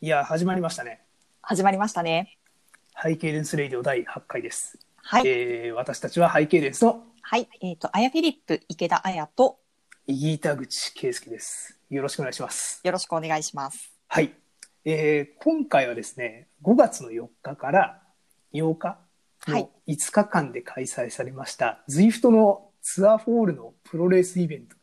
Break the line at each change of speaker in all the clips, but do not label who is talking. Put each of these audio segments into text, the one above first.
いや、始まりましたね。
始まりましたね。
ハイケイデンスレイディオ第8回です。
はい。
えー私たちはハイケイデンスの
はい。えっ、と、あやフィリップ、池田あやと、
イギータ口圭介です。よろしくお願いします。
よろしくお願いします。
はい。えー今回はですね、5月の4日から8日
はい
の5日間で開催されました、ZWIFT のツアーフォールのプロレースイベント、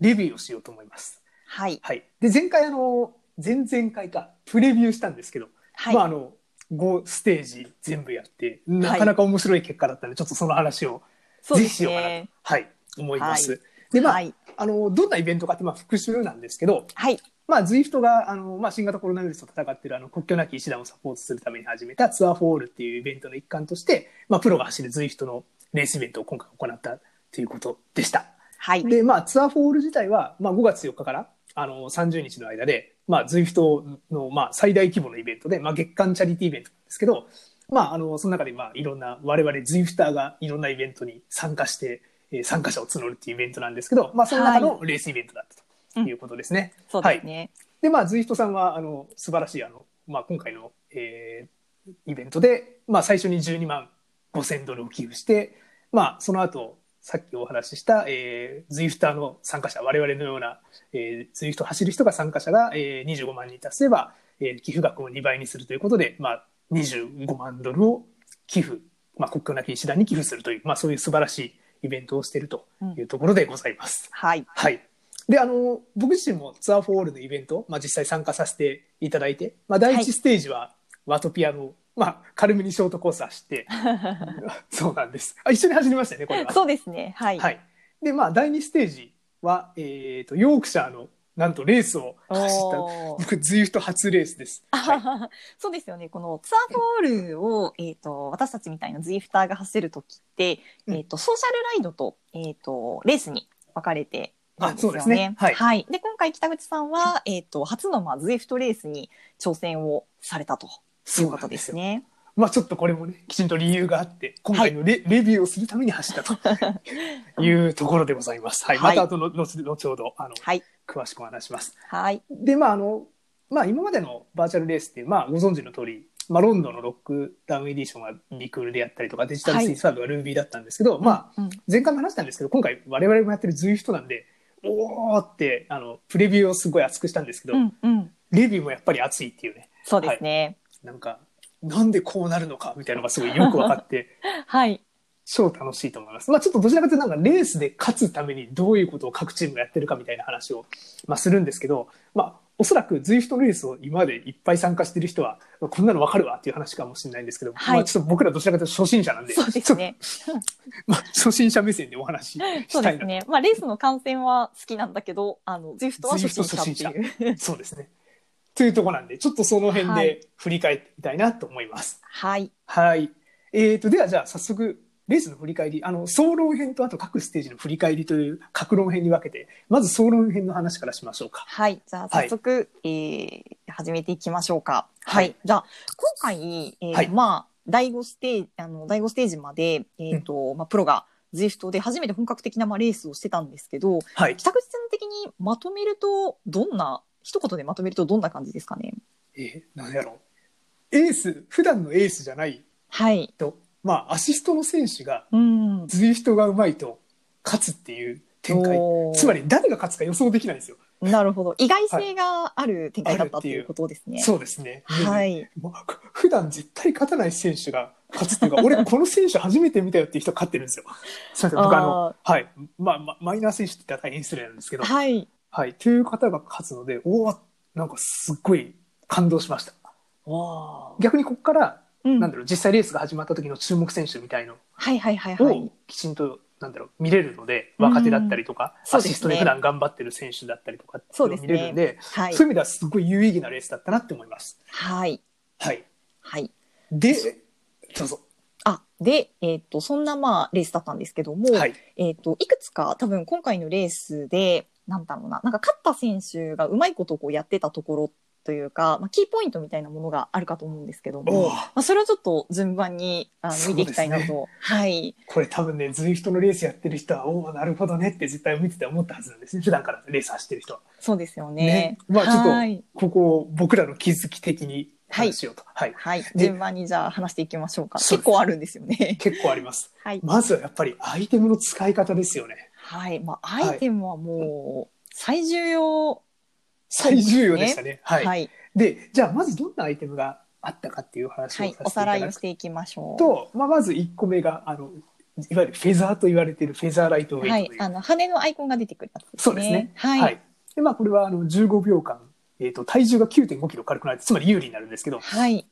レビューをしようと思います。
はい。
はい。で、前回あの、前々回か、プレビューしたんですけど、
はい。
まああの5ステージ全部やってなかなか面白い結果だったので、ちょっとその話を
そう
ぜ
で
ひし
す
ようかなと
ね。、
はい、思います。
は
でまあ,、
はい。
あのどんなイベントかってまあ復習なんですけど、
はい。
まあ、ZWIFT があの、まあ、新型コロナウイルスと戦っているあの国境なき医師団をサポートするために始めたツアーフォールっていうイベントの一環として、まあ、プロが走る ZWIFT のレースイベントを今回行ったということでした。
はい。
で、まあ、ツアーフォール自体は、まあ、5月4日からあの30日の間で、まあ、ZWIFT の、まあ、最大規模のイベントで、まあ、月間チャリティーイベントなんですけど、まあ、あのその中で、まあ、いろんな我々 ZWIFTER がいろんなイベントに参加して、えー参加者を募るっていうイベントなんですけど、まあ、その中のレースイベントだったということですね。
そうですね。
で、まあ、ZWIFT さんはあの素晴らしいあの、まあ、今回の、えーイベントで、まあ、最初に12万5000ドルを寄付して、まあ、その後さっきお話しした、えー、ZWIFT の参加者我々のような、えー、ZWIFT を走る人が参加者が、えー、25万人達せば、えー寄付額を2倍にするということで、まあ、25万ドルを寄付、まあ、国境なき医師団に寄付するという、まあ、そういう素晴らしいイベントをしているというところでございます。
はい。
はい。で、あの、僕自身もツアーフォールのイベント、まあ、実際参加させていただいて、まあ、第
は
一
い
ステージは、ワトピアの、まあ、軽めにショートコース走 って、 そうなんです。あ、一緒に走りましたよね、これは。
そうですね。はい。
はい。で、まあ、第二ステージは、えっ、と、ヨークシャーの、なんとレースを走った、
おー
僕、ズイフト初レースです。はい。
そうですよね。このツアーフォールを、えっ、と、私たちみたいなズイフターが走るときって、
うん
えっ、と、ソーシャルライドと、えっ、と、レースに分かれてるん
あそうですねはい
はい。で、今回北口さんは、えっ、と、初の、まあ、ズイフトレースに挑戦をされたとい
そうう
こ
な
と
んで
ですす
よ。
ね。
まあ、ちょっとこれもね、きちんと理由があって、今回のレ,、レビューをするために走ったというところでございます。はい。
はい
また後の、後後ほど、あの、
はい。
詳しくお話します。
はい。
で、まあ、あの、まあ、今までのバーチャルレースって、まあ、ご存知の通り、まあ、ロンドンのロックダウンエディションはリクールでやったりとか、デジタルスイーツサーブはルービーだったんですけど、まあ、
うん、
前回も話したんですけど、今回我々もやってる ZWIFT なんで、おーって、あの、プレビューをすごい熱くしたんですけど、
うん、うん。
レビューもやっぱり熱いっていうね、
そうですね。
なんか、なんでこうなるのかみたいなのがすごいよく分かって、
はい。
超楽しいと思います。まあちょっとどちらかというとなんかレースで勝つためにどういうことを各チームがやってるかみたいな話を、まあ、するんですけど、まあおそらく ZWIFT レースを今までいっぱい参加してる人は、まあこんなの分かるわっていう話かもしれないんですけど、
はい
まあちょっと僕らどちらかというと初心者なんで、
そうで
ちょ
す
っと、
ね。
まあ、初心者目線でお話し
そう
した
で
い
す
な。
ね。まあ、レースの観戦は好きなんだけど、あの、ズイフトは初心者っていう。
そうですね。というところなんで、ちょっとその辺
は
で
い
振り返ってみたいなと思います。
はい。
はい。えー、と、ではじゃあ早速、レースの振り返り、あの、総論編とあと各ステージの振り返りという各論編に分けて、まず総論編の話からしましょうか。
はい。じゃあ、早速、えー始めていきましょうか。はい。
はい
じゃあ、今回、えー
はい
まあ、第5ステージ、あの、第5ステージまで、えっ、と、まあ、プロが、ズイフトで初めて本格的な、まあ、レースをしてたんですけど、
はい。
北口さん的にまとめると、どんな、一言でまとめるとどんな感じですかね。
えー、なんやろう。エース、普段のエースじゃない
はい。
と、まあ、アシストの選手が、
うん。
ズイフトがうまいと、勝つっていう展開。
おー
つまり、誰が勝つか予想できないんですよ。
なるほど。意外性がある展開だった
はい
ということですね。
そうですね。
はい。
もう普段絶対勝たない選手が勝つっていうか、 俺この選手初めて見たよっていう人勝ってるんですよ。すみません、僕あの、
あ
はい。まあ、まマイナー選手って言ったら大変失礼なんですけ
ー
ど、
はい。
はい。という方が勝つので、おおなんかすっごい感動しました。
わ
逆にここから、
うん。
なんだろう、実際レースが始まった時の注目選手みたいの
はいはいはいはい
を。きちんと、なんだろう、見れるので、若手だったりとか、
そう
ア
ですね
シストで普段頑張ってる選手だったりとかってい
そう
のを
です
見
ね
れるんで、
はい
そう。いう意味ではすごい有意義なレースだったなって思います。
はい。
はい。
はい。
で、どうぞ。
あ、で、えっ、と、そんなまあ、レースだったんですけども、
はい。
えっ、と、いくつか多分今回のレースで、なんだろうな、なんか勝った選手がうまいことをこうやってたところというか、まあ、キーポイントみたいなものがあるかと思うんですけども、
お
ま
お
あ、それをちょっと順番にあの見ていきたいな
そう
と、
で
はい
これ多分ね、ズイフトのレースやってる人は、おお、なるほどねって絶対見てて思ったはずなんですね。普段からレース走ってる人は。
そうですよね
ね。まあちょっと
はい
ここを僕らの気づき的に
はい
話しようと。はい。
はい、
で
順番にじゃあ話していきましょうか。
そうで
結
す
構あるんですよね。
結構あります。
はい、
まずはやっぱりアイテムの使い方ですよね。
はい、まあ、アイテムはもう最重要。
最重要でしたね。は。
はいい、はい、
で、じゃあまずどんなアイテムがあったかっていう話をさせてい
お
た
さらい
だ
を
く
していきましょう。
と、まあ、まず1個目が、あの、いわゆるフェザーと言われているフェザーライトウェイ
は
ト
い
とい、う。
あの羽のアイコンが出てくるやつですね。
そうですね
はい、
は
はい、
い。で、まあ、これは、あの、15秒間、えっ、と、体重が9.5キロ軽くなる、つまり有利になるんですけど、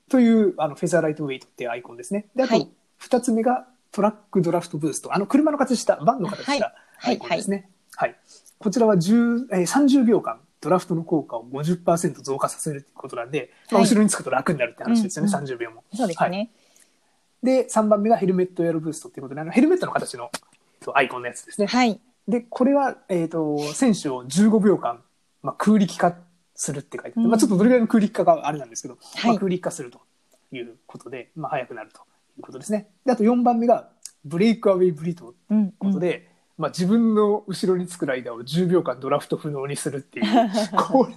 という、あの、フェザーライトウェイトっていうアイコンですね。で、あ
はい
と、2つ目が、トラックドラフトブースト。あの、車の形した、バンの形した
は
アイ
い、
コン
は
で
い
す、ね。はい。こちらは10、えー、30秒間、ドラフトの効果を50%増加させるっていうことなんで、まあ、
はい
後ろにつくと楽になるって話ですよね、
うん
30秒も。
そうですね。
で、3番目がヘルメットエアロブーストっていうことで、あのヘルメットの形のえっとアイコンのやつですね。
はい、
で、これは、えっ、と、選手を15秒間、まあ、空力化するって書いてあ
う
る。
ん
まあ、ちょっとどれぐらいの空力化かあれなんですけど、
はい
まあ、空力化するということで、まあ、速くなるということですね。で、あと4番目が、ブレイクアウェイブリート
うん、うん
ということで、まあ、自分の後ろにつくライダーを10秒間ドラフト不能にする っていう、これ、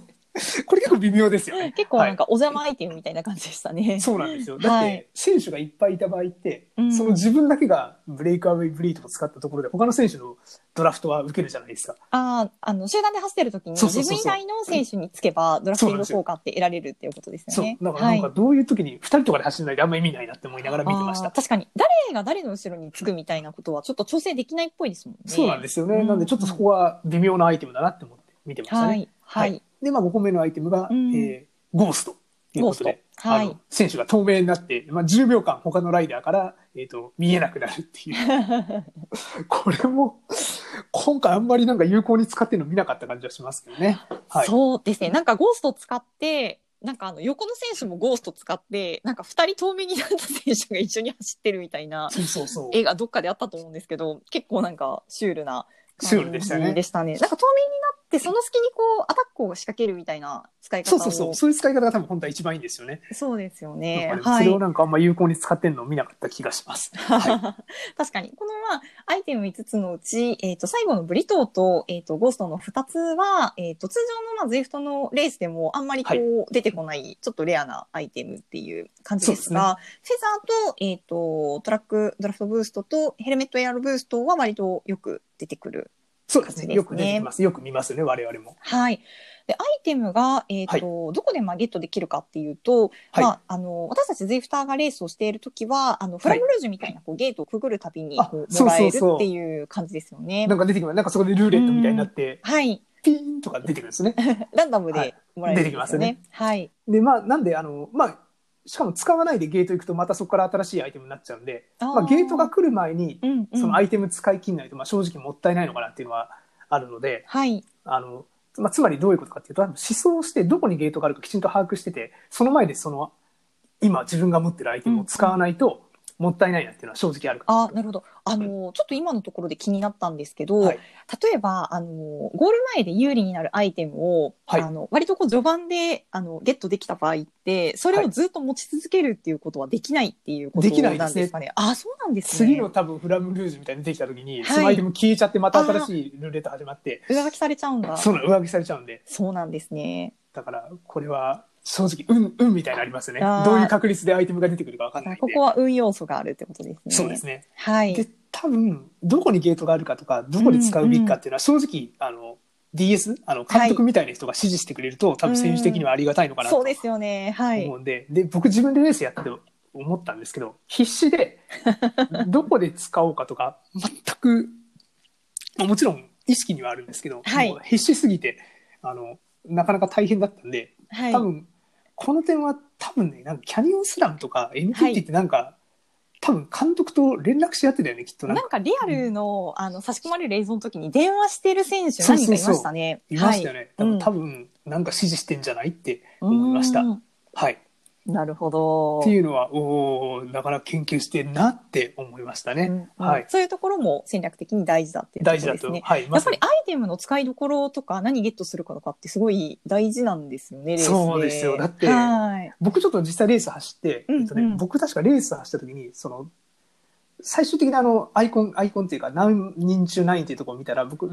これ結構微妙ですよね。
結構なんかお邪魔アイテムみたいな感じでしたね。
そうなんですよ。だっ
はい
て、選手がいっぱいいた場合って、
うん
その自分だけがブレイクアウェイブリートを使ったところで、他の選手のドラフトは受けるじゃないですか。
ああ、あの集団で走ってる時に
そうそう
自
そうそう
分以外の選手につけばドラフティング効果って得られるっていうことです
そ
よ
う
ね。。
だからなんかどういう時に2人とかで走らないであんまり意味ないなって思いながら見てまし
あ
た
ー。確かに誰が誰の後ろにつくみたいなことはちょっと調整できないっぽいですもんね。
そうなんですよね。
うん
なんでちょっとそこは微妙なアイテムだなって思って見てましたね。
はいはい
で、まあ5個目のアイテムが、
うん
えーゴースト。ということで、
ゴーストはい
あの選手が透明になって、まあ、10秒間他のライダーから、えー、と見えなくなるって いうこれも今回あんまりなんか有効に使ってるの見なかった感じはしますけどね。はい、
そうですね。なんかゴースト使って。なんかあの横の選手もゴースト使ってなんか2人透明になった選手が一緒に走ってるみたいな
そうそうそう。
絵がどっかであったと思うんですけど結構なんかシュールな
シュールでしたね
感じでしたねなんか透明になってその隙にこうアタックを仕掛けるみたいな使い方
そ
を
うそうそう。そういう使い方が多分本当は一番いいんですよね。
そうですよね
なんかね
は
そ
い
れをなんかあんま有効に使ってるのを見なかった気がします。はい。
確かに。この、まあ、アイテム5つのうち、えっ、と、最後のブリトーと、えっ、と、ゴーストの2つは、えっ、と、通常の、まあ、ズイフトのレースでも、あんまりこう、出てこない、ちょっとレアなアイテムっていう感じですが、フェザーと、えっ、と、トラックドラフトブーストと、ヘルメットエアロブーストは割とよく出てくる
そうですね。よく出てき
で
ます。よく見ますね、我々も。
はい。で、アイテムが、えっ、と、どこでまあゲットできるかっていうと、
はい
まあ、あの、私たちズイフターがレースをしているときは、あの、フラムルージュみたいな、こう、ゲートをくぐるたびに、
あ
こう、
そう
もら
そう
える
そう
っていう感じですよね
な。んか出てきます。なんかそこでルーレットみたいになって、
はい。
ピーンとか出てくるんですね。
ランダム
は
で
い
もらえるん
出てきますね。
はい。
で、まあ、なんで、あの、まあ、しかも使わないでゲート行くとまたそこから新しいアイテムになっちゃうんで、
あー
まあ、ゲートが、来る前に、
うん、うん。
そのアイテム使い切んないと、まあ、正直もったいないのかなっていうのはあるので、
はい。
あの、まあ、つまりどういうことかっていうと、あの思想してどこにゲートがあるかきちんと把握してて、その前でその、今自分が持ってるアイテムを使わないと、もったいないなっていうのは正直あるか
あ、なるほど。あの、ちょっと今のところで気になったんですけど、
はい
例えば、あの、ゴール前で有利になるアイテムを、
はい
あの、割とこう序盤で、あの、ゲットできた場合って、それ
は
を
い
ずっと持ち続けるっていうことはできないっていうこと
できないですね
なんですかね。あ、そうなんですね。
次の多分フラムルージュみたいに出てきた時に、
い
そのアイテム消えちゃってまた新しいルーレット始まって、
上書きされちゃうんだ。そ
そううなの上書きされちゃうんで、
なんですね。
だからこれは正直運、運みたいなのありますよね
あー。
どういう確率でアイテムが出てくるかわかんないんで。
ここは運要素があるってことですね。
そうですね。
はい。
で、多分、どこにゲートがあるかとか、どこで使うべきかっていうのは正直、あの、DS? あの、監督みたいな人が指示してくれると、多分選手的にはありがたいのかなと
そうですよね。はい
思。うんで、で、僕自分でレースやってて思ったんですけど、必死 で、どこで使おうかとか、全く、まあもちろん意識にはあるんですけど、
はい
もう必死すぎて、あの、なかなか大変だったんで、
はい
多。分、この点は多分ね、なんかキャニオンスラムとか NTT ってなんか、多分監督と連絡し合ってたよね、きっとなん
な
か。
んかリアルの、あの、差し込まれる映像の時に電話してる選手
そう
何
そう
人
そう
かいましたね。
いましたよね。
はい
多分、多分なんか指示してんじゃないって
はい
思いました
うん
はい。
なるほど。
っていうのは、おおなかなか研究してんなって思いましたね。
うんうん
はい
そういうところも戦略的に大事だっていう
大事
こ
だ
ろです
と、
ね。
はい、
や
ま
っぱ
さ
り
に
アイテムの使いどころとか何ゲットするかとかってすごい大事なんですよね、レースで
そうですよだって
はい。
僕ちょっと実際レース走って、
うんうん
えっとね、僕確かレース走った時にその最終的なあのアイコンアイコンっていうか何人中何位っていうところを見たら僕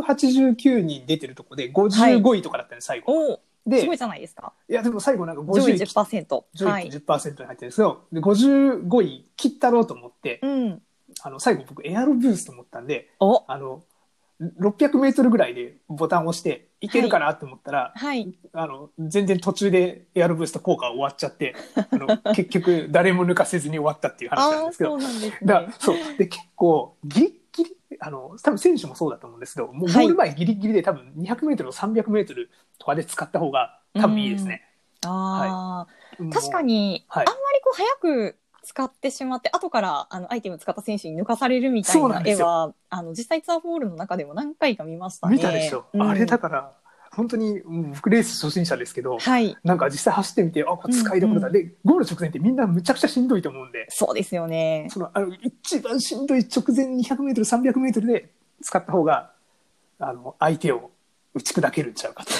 689人出てるとこで55位とかだったね、最後。
おす
で
ごいじゃないですか。
いやでも最後なんか
上
50
位
位
10%。
上
は
位
い。
10%に入ってるんですよ、で55位切ったろうと思って
うん。
あの最後僕エアロブースと思ったんで
お
あの600メートルぐらいでボタンを押していけるかなと思ったら、
はい。
あの全然途中でエアロブースト効果終わっちゃ ってあの結局誰も抜かせずに終わったっていう話なん
ああ、
ですけど
そうなんです
だ
ね。
そうで結構ギリギリあの多分選手もそうだと思うんですけどもうゴ
はい
ール前ギリギリで多分 200m を 300m とかで使った方が多分いいですね。
あ
も
あ、
う
確かに、
はい
あんまりこう早く使ってしまって、後からあのアイテム使った選手に抜かされるみたい
そうな
なん
で
絵
すよ
は、あの実際ツアーホールの中でも何回か見ましたね。
見たでしょ、
うん
あれだから本当にうん僕レース初心者ですけど
はい。
なんか実際走ってみてあこれ使いどころだ、
うん
でゴール直前ってみんなむちゃくちゃしんどいと思うんで
そうですよね。
そのあの一番しんどい直前 200m300m で使った方があの相手を打ち砕けるんちゃうかと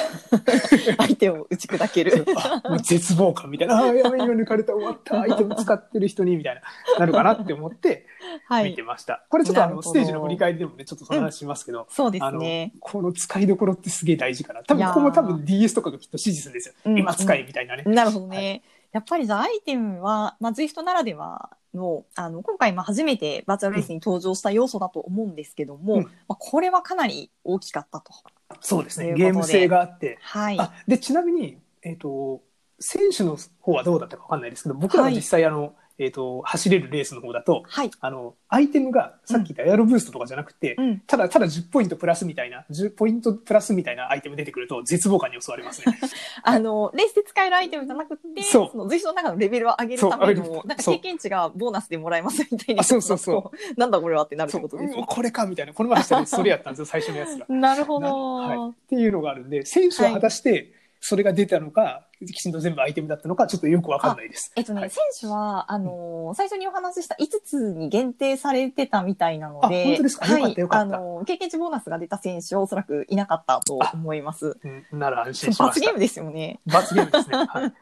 相手を打ち砕ける。
あもう絶望感みたいな「あーやべ今抜かれた終わ った相手も使ってる人に」みたいななるかなって思って
は
見
い
て。ました、これちょっとあ
なる
の
ほど
ステージの振り返りでもねちょっとその話しますけど、
そうで
あ
す
の
ね。
この使いどころってすげえ大事かな多
い
分
やー
ここも多分 DS とかがきっと指示するんですよ、
うん
今使えみたいなね、
なるほどね。
は
やっぱりじゃあアイテムは、まあ、ZWIFT ならではの、あの、今回まあ初めてバーチャルレースに登場した要素だと思うんですけども、
うん
まあ、これはかなり大きかったと。
そうですね
というこ
ゲ
とで
ーム性があって
はい。
あでちなみに、えっと選手の方はどうだったかわかんないですけど僕らが実際あの、えっと走れるレースの方だと
はい。
あのアイテムがさっき言ったエアロブーストとかじゃなくて、
うん。
ただただ10ポイントプラスみたいな10ポイントプラスみたいなアイテム出てくると絶望感に襲われます ね。
あの、レースで使えるアイテムじゃなくて、
そう
の ZWIFT の中のレベルを上げるた
そ
め
う上げ
の
る、
なんか
そう
経験値がボーナスでもらえますみたいな。。
あそうそうそう
なんだこれはってなるっ
そ
て
う
ことです
うおこれかみたいなこの前走ったやつそれやったんです よ最初のやつが。っ
ね。なるほ
な
ど。
はていうのがあるんで選手は果たしてそれが出たのか、きちんと全部アイテムだったのかちょっとよくわかんないです。
えっとね、
はい
選手は、あのー最初にお話しした5つに限定されてたみたいなので、
あ本当ですか
はい、
よかったよかった
あのー経験値ボーナスが出た選手はおそらくいなかったと思います。
うんなら安心しま
罰
し
ゲ
た
ー。ムですよね。
罰ゲームですね。はい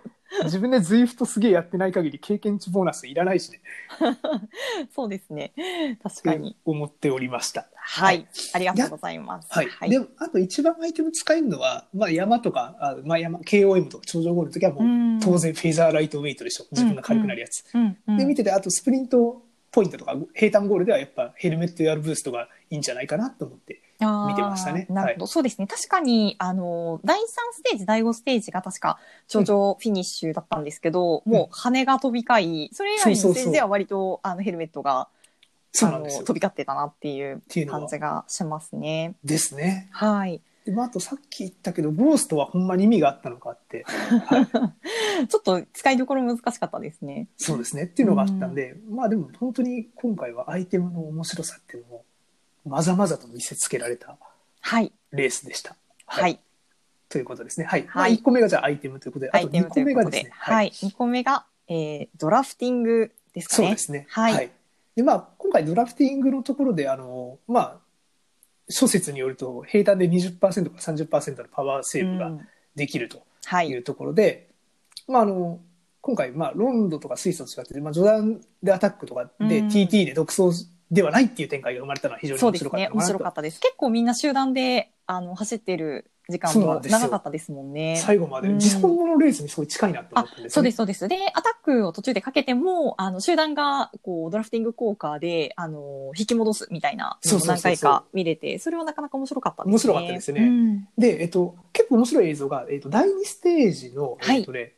自分で ZWIFT すげえやってない限り経験値ボーナスいらないしね。
そうですね。確かに。
思っておりました。
はい、
は
ありがとうございます。
はい。
は
でも、あと一番アイテム使えるのは、まあ山とか、あまあ山、KOM とか頂上ゴールの時はもう
うん
当然フェザーライトウェイトでしょ。自分が軽くなるやつ。
うんうん
で、見てて、あとスプリントポイントとか、平坦ゴールではやっぱヘルメットやるブーストがいいんじゃないかなと思って。見てましたね
あーなるほど、そうですね。確かに、あの、第3ステージ、第5ステージが確か、頂上フィニッシュだったんですけど、もう羽が飛び交い、それ以外の
そうそう
ス
そう
テージでは割と、あの、ヘルメットが、
そう
あ
なん
の
ですよ。
飛び交ってたなっていう
っていうの
感
は
じがしますね。
ですね。
はい。
で、まああとさっき言ったけど、ゴーストはほんまに意味があったのかって。
ちょっと使いどころ難しかったですね。
そうですねっていうのがあったんで、まあでも本当に今回はアイテムの面白さっていうのをまざまざと見せつけられた
はい。
レースでした。
はい。
ということですね。はい。
はい
まあ、1個目がじゃあアイテムということで、
ア
あと
イテ
2
ムと
個
い
目
うこ
が
と
で
です
ね。
はい。2個目が、えードラフティングですか
そう
ね。
ですね。
はい
で、まあ今回ドラフティングのところで、あの、まあ、諸説によると平坦で20%から30%のパワーセーブ
う
が
ん
できると
はいい。
うところで、まああの、今回、まあ、ロンドとかスイスと違って、まあ、序盤でアタックとかで、
うん
TT で独走ではないっていう展開が生まれたのは非常に
そう
面白
です
かった
ね。
の
面
かな
白
と
かったです。結構みんな集団で、あの、走ってる時間
そうな
も
んですよ
長かったですもんね。
最後まで、
うん
実本物のレースにすごい近いなと思
あ
ったんです
そ
よ
うで
ね
す、そうです。で、アタックを途中でかけても、あの、集団が、こう、ドラフティング効果で、あの、引き戻すみたいな、
そうそうそう
何
そう
回か見れて、それはなかなか面白かったですね。
面白かったですね
うん
でえっと、結構面白い映像が、えっと、第2ステージの、
はい
えっとね、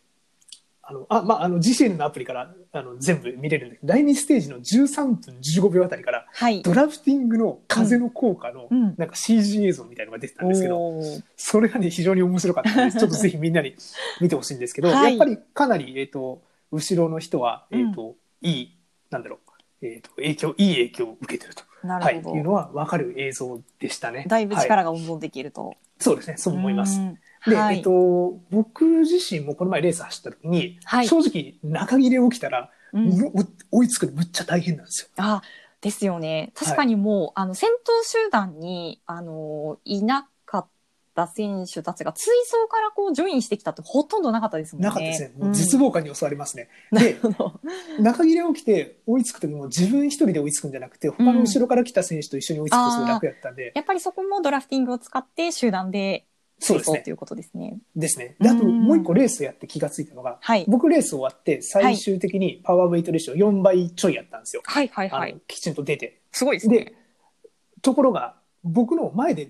あの、あ、まあ、あの、GCN のアプリから、あの、全部見れるんだけど、第2ステージの13分15秒あたりから、
はい。
ドラフティングの風の効果の、
うん
なんか CG 映像みたいなのが出てたんですけど、
おー
それがね、非常に面白かった ので、ちょっとぜひみんなに見てほしいんですけど、
はい
やっぱりかなり、えっ、と、後ろの人は、えっ、と、いい、なんだろう、えっ、と、影響、いい影響を受けてると。
な
は
る
い、
ほ
いう
ど。
のは分かる映像でしたね。
だいぶ
はい
力が温存できると。
そうですね、そう思います。
うん。
で、
はい
えっと、僕自身もこの前レース走った時に、
はい
正直中切れ起きたら、
うん、
む追いつくのむっちゃ大変なんですよ。
あですよね確かにもう、あの先頭集団にあのいなかった選手たちが追走からこうジョインしてきたってほとんどなかったですもんね。
なかったですね。もう絶望感に襲われますね。で、
うん、なるほど
中切れ起きて追いつく時も自分一人で追いつくんじゃなくて、他の後ろから来た選手と一緒に追いつくとすごい楽やったんで、
やっぱりそこもドラフティングを使って集団で
そう
追
です
走
ね
と。いうことですね。
ですね。で、あと
うん
もう一個レースやって気がついたのが、
はい。
僕レース終わって最終的にパワーウェイトレシオ4倍ちょいやったんですよ。
はいはいは
あ
い
の。きちんと出て。
すごいですね。
で、ところが、僕の前で、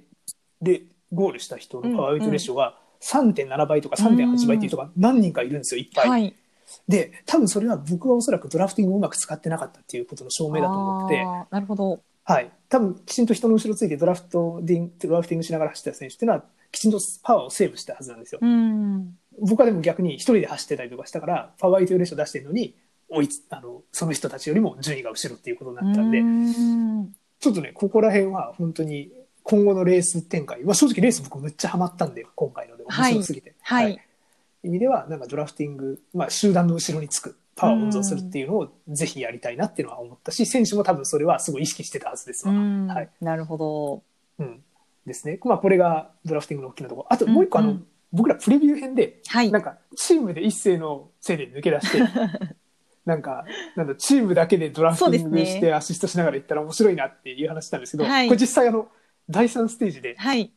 で、ゴールした人のパワーウェイトレシオが3.7倍とか3.8倍っていう人が何人かいるんですよ、いっぱい。
はい。
で、多分それは僕はおそらくドラフティングをうまく使ってなかったっていうことの証明だと思ってて、
あーなるほど。
はい。多分きちんと人の後ろついてドラフトディンドラフティングしながら走ってた選手っていうのは、きちんとパワーをセーブしたはずなんですよ。
うん。
僕はでも逆に一人で走ってたりとかしたから、パワーイトレーション出してるのに、追いつあのその人たちよりも順位が後ろっていうことになったんで、
うん
ちょっとね、ここら辺は本当に今後のレース展開、まあ、正直レース僕めっちゃハマったんで、今回ので面
はい
白すぎて。
はい
意味では、なんかドラフティング、まあ、集団の後ろにつく、パワーを温存するっていうのをぜひやりたいなっていうのは思ったし、選手も多分それはすごい意識してたはずです
う
わ。
ん
はい
なるほど。
うんですね。まあ、これがドラフティングの大きなところ。あともう一個、
うんうん
あの、僕らプレビュー編で、
はい
な。んか、チームで一斉のせいで抜け出 して、なんか、なんだ、チームだけでドラフティン
そう
グ
ですね
してアシストしながら行ったら面白いなっていう話したんですけど、
はい
これ実際あの、第3ステージで、
はい。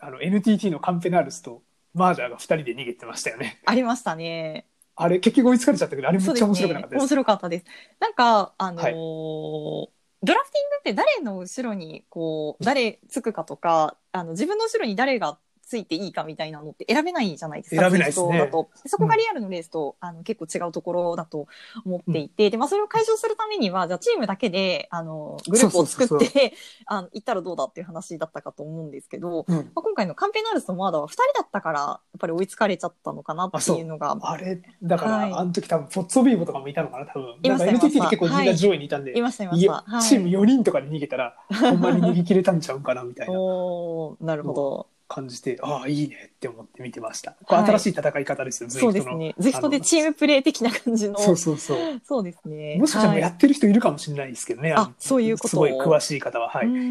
あの、NTT のカンペナールスとマーダーが2人で逃げてましたよね。
ありましたね。
あれ、結局追いつかれちゃったけど、あれめ
そ
っ
うで
ちゃ
す
面白くな
ね
かっ。たで
面
す。
白かったです。なんか、あのードラフティングって誰の後ろに、こう、誰つくかとか、あの、自分の後ろに誰がついていいかみたいなのって選べないじゃないですか。
選べないですね
ツイートだとそこがリアルのレースと、あの、結構違うところだと思っていて、で、まあ、それを解消するためには、じゃあチームだけで、あの、グループを作っ
そう
て、
そう
あの、行ったらどうだっていう話だったかと思うんですけど、
うん
まあ、今回のカンペナールスとモアダは2人だったからやっぱり追いつかれちゃったのかなっていうのが
あれ、だから、
はい
あの時多分、ポッツォビーボとかもいたのかな、多分。
い
なん
ま
か
したいました
NTT で結構みんな上位にいたんで、
いましたいま
い
し
や
た。はい、
チーム4人とかで逃げたら、ほんまに逃げ切れたんちゃうかな、みたいな。
おーなるほど。
感じて、ああ、いいねって思って見てました。これ
はい
新しい戦い方ですよ、
そうです
の。
ね。ゼフトでチームプレー的な感じの。
そうそうそう。
そうですね。
もしかしたらもうや
はい
ってる人いるかもしれないですけどね。
あ
の
そういうことを
すごい詳しい方は、はい。
う
っ
ー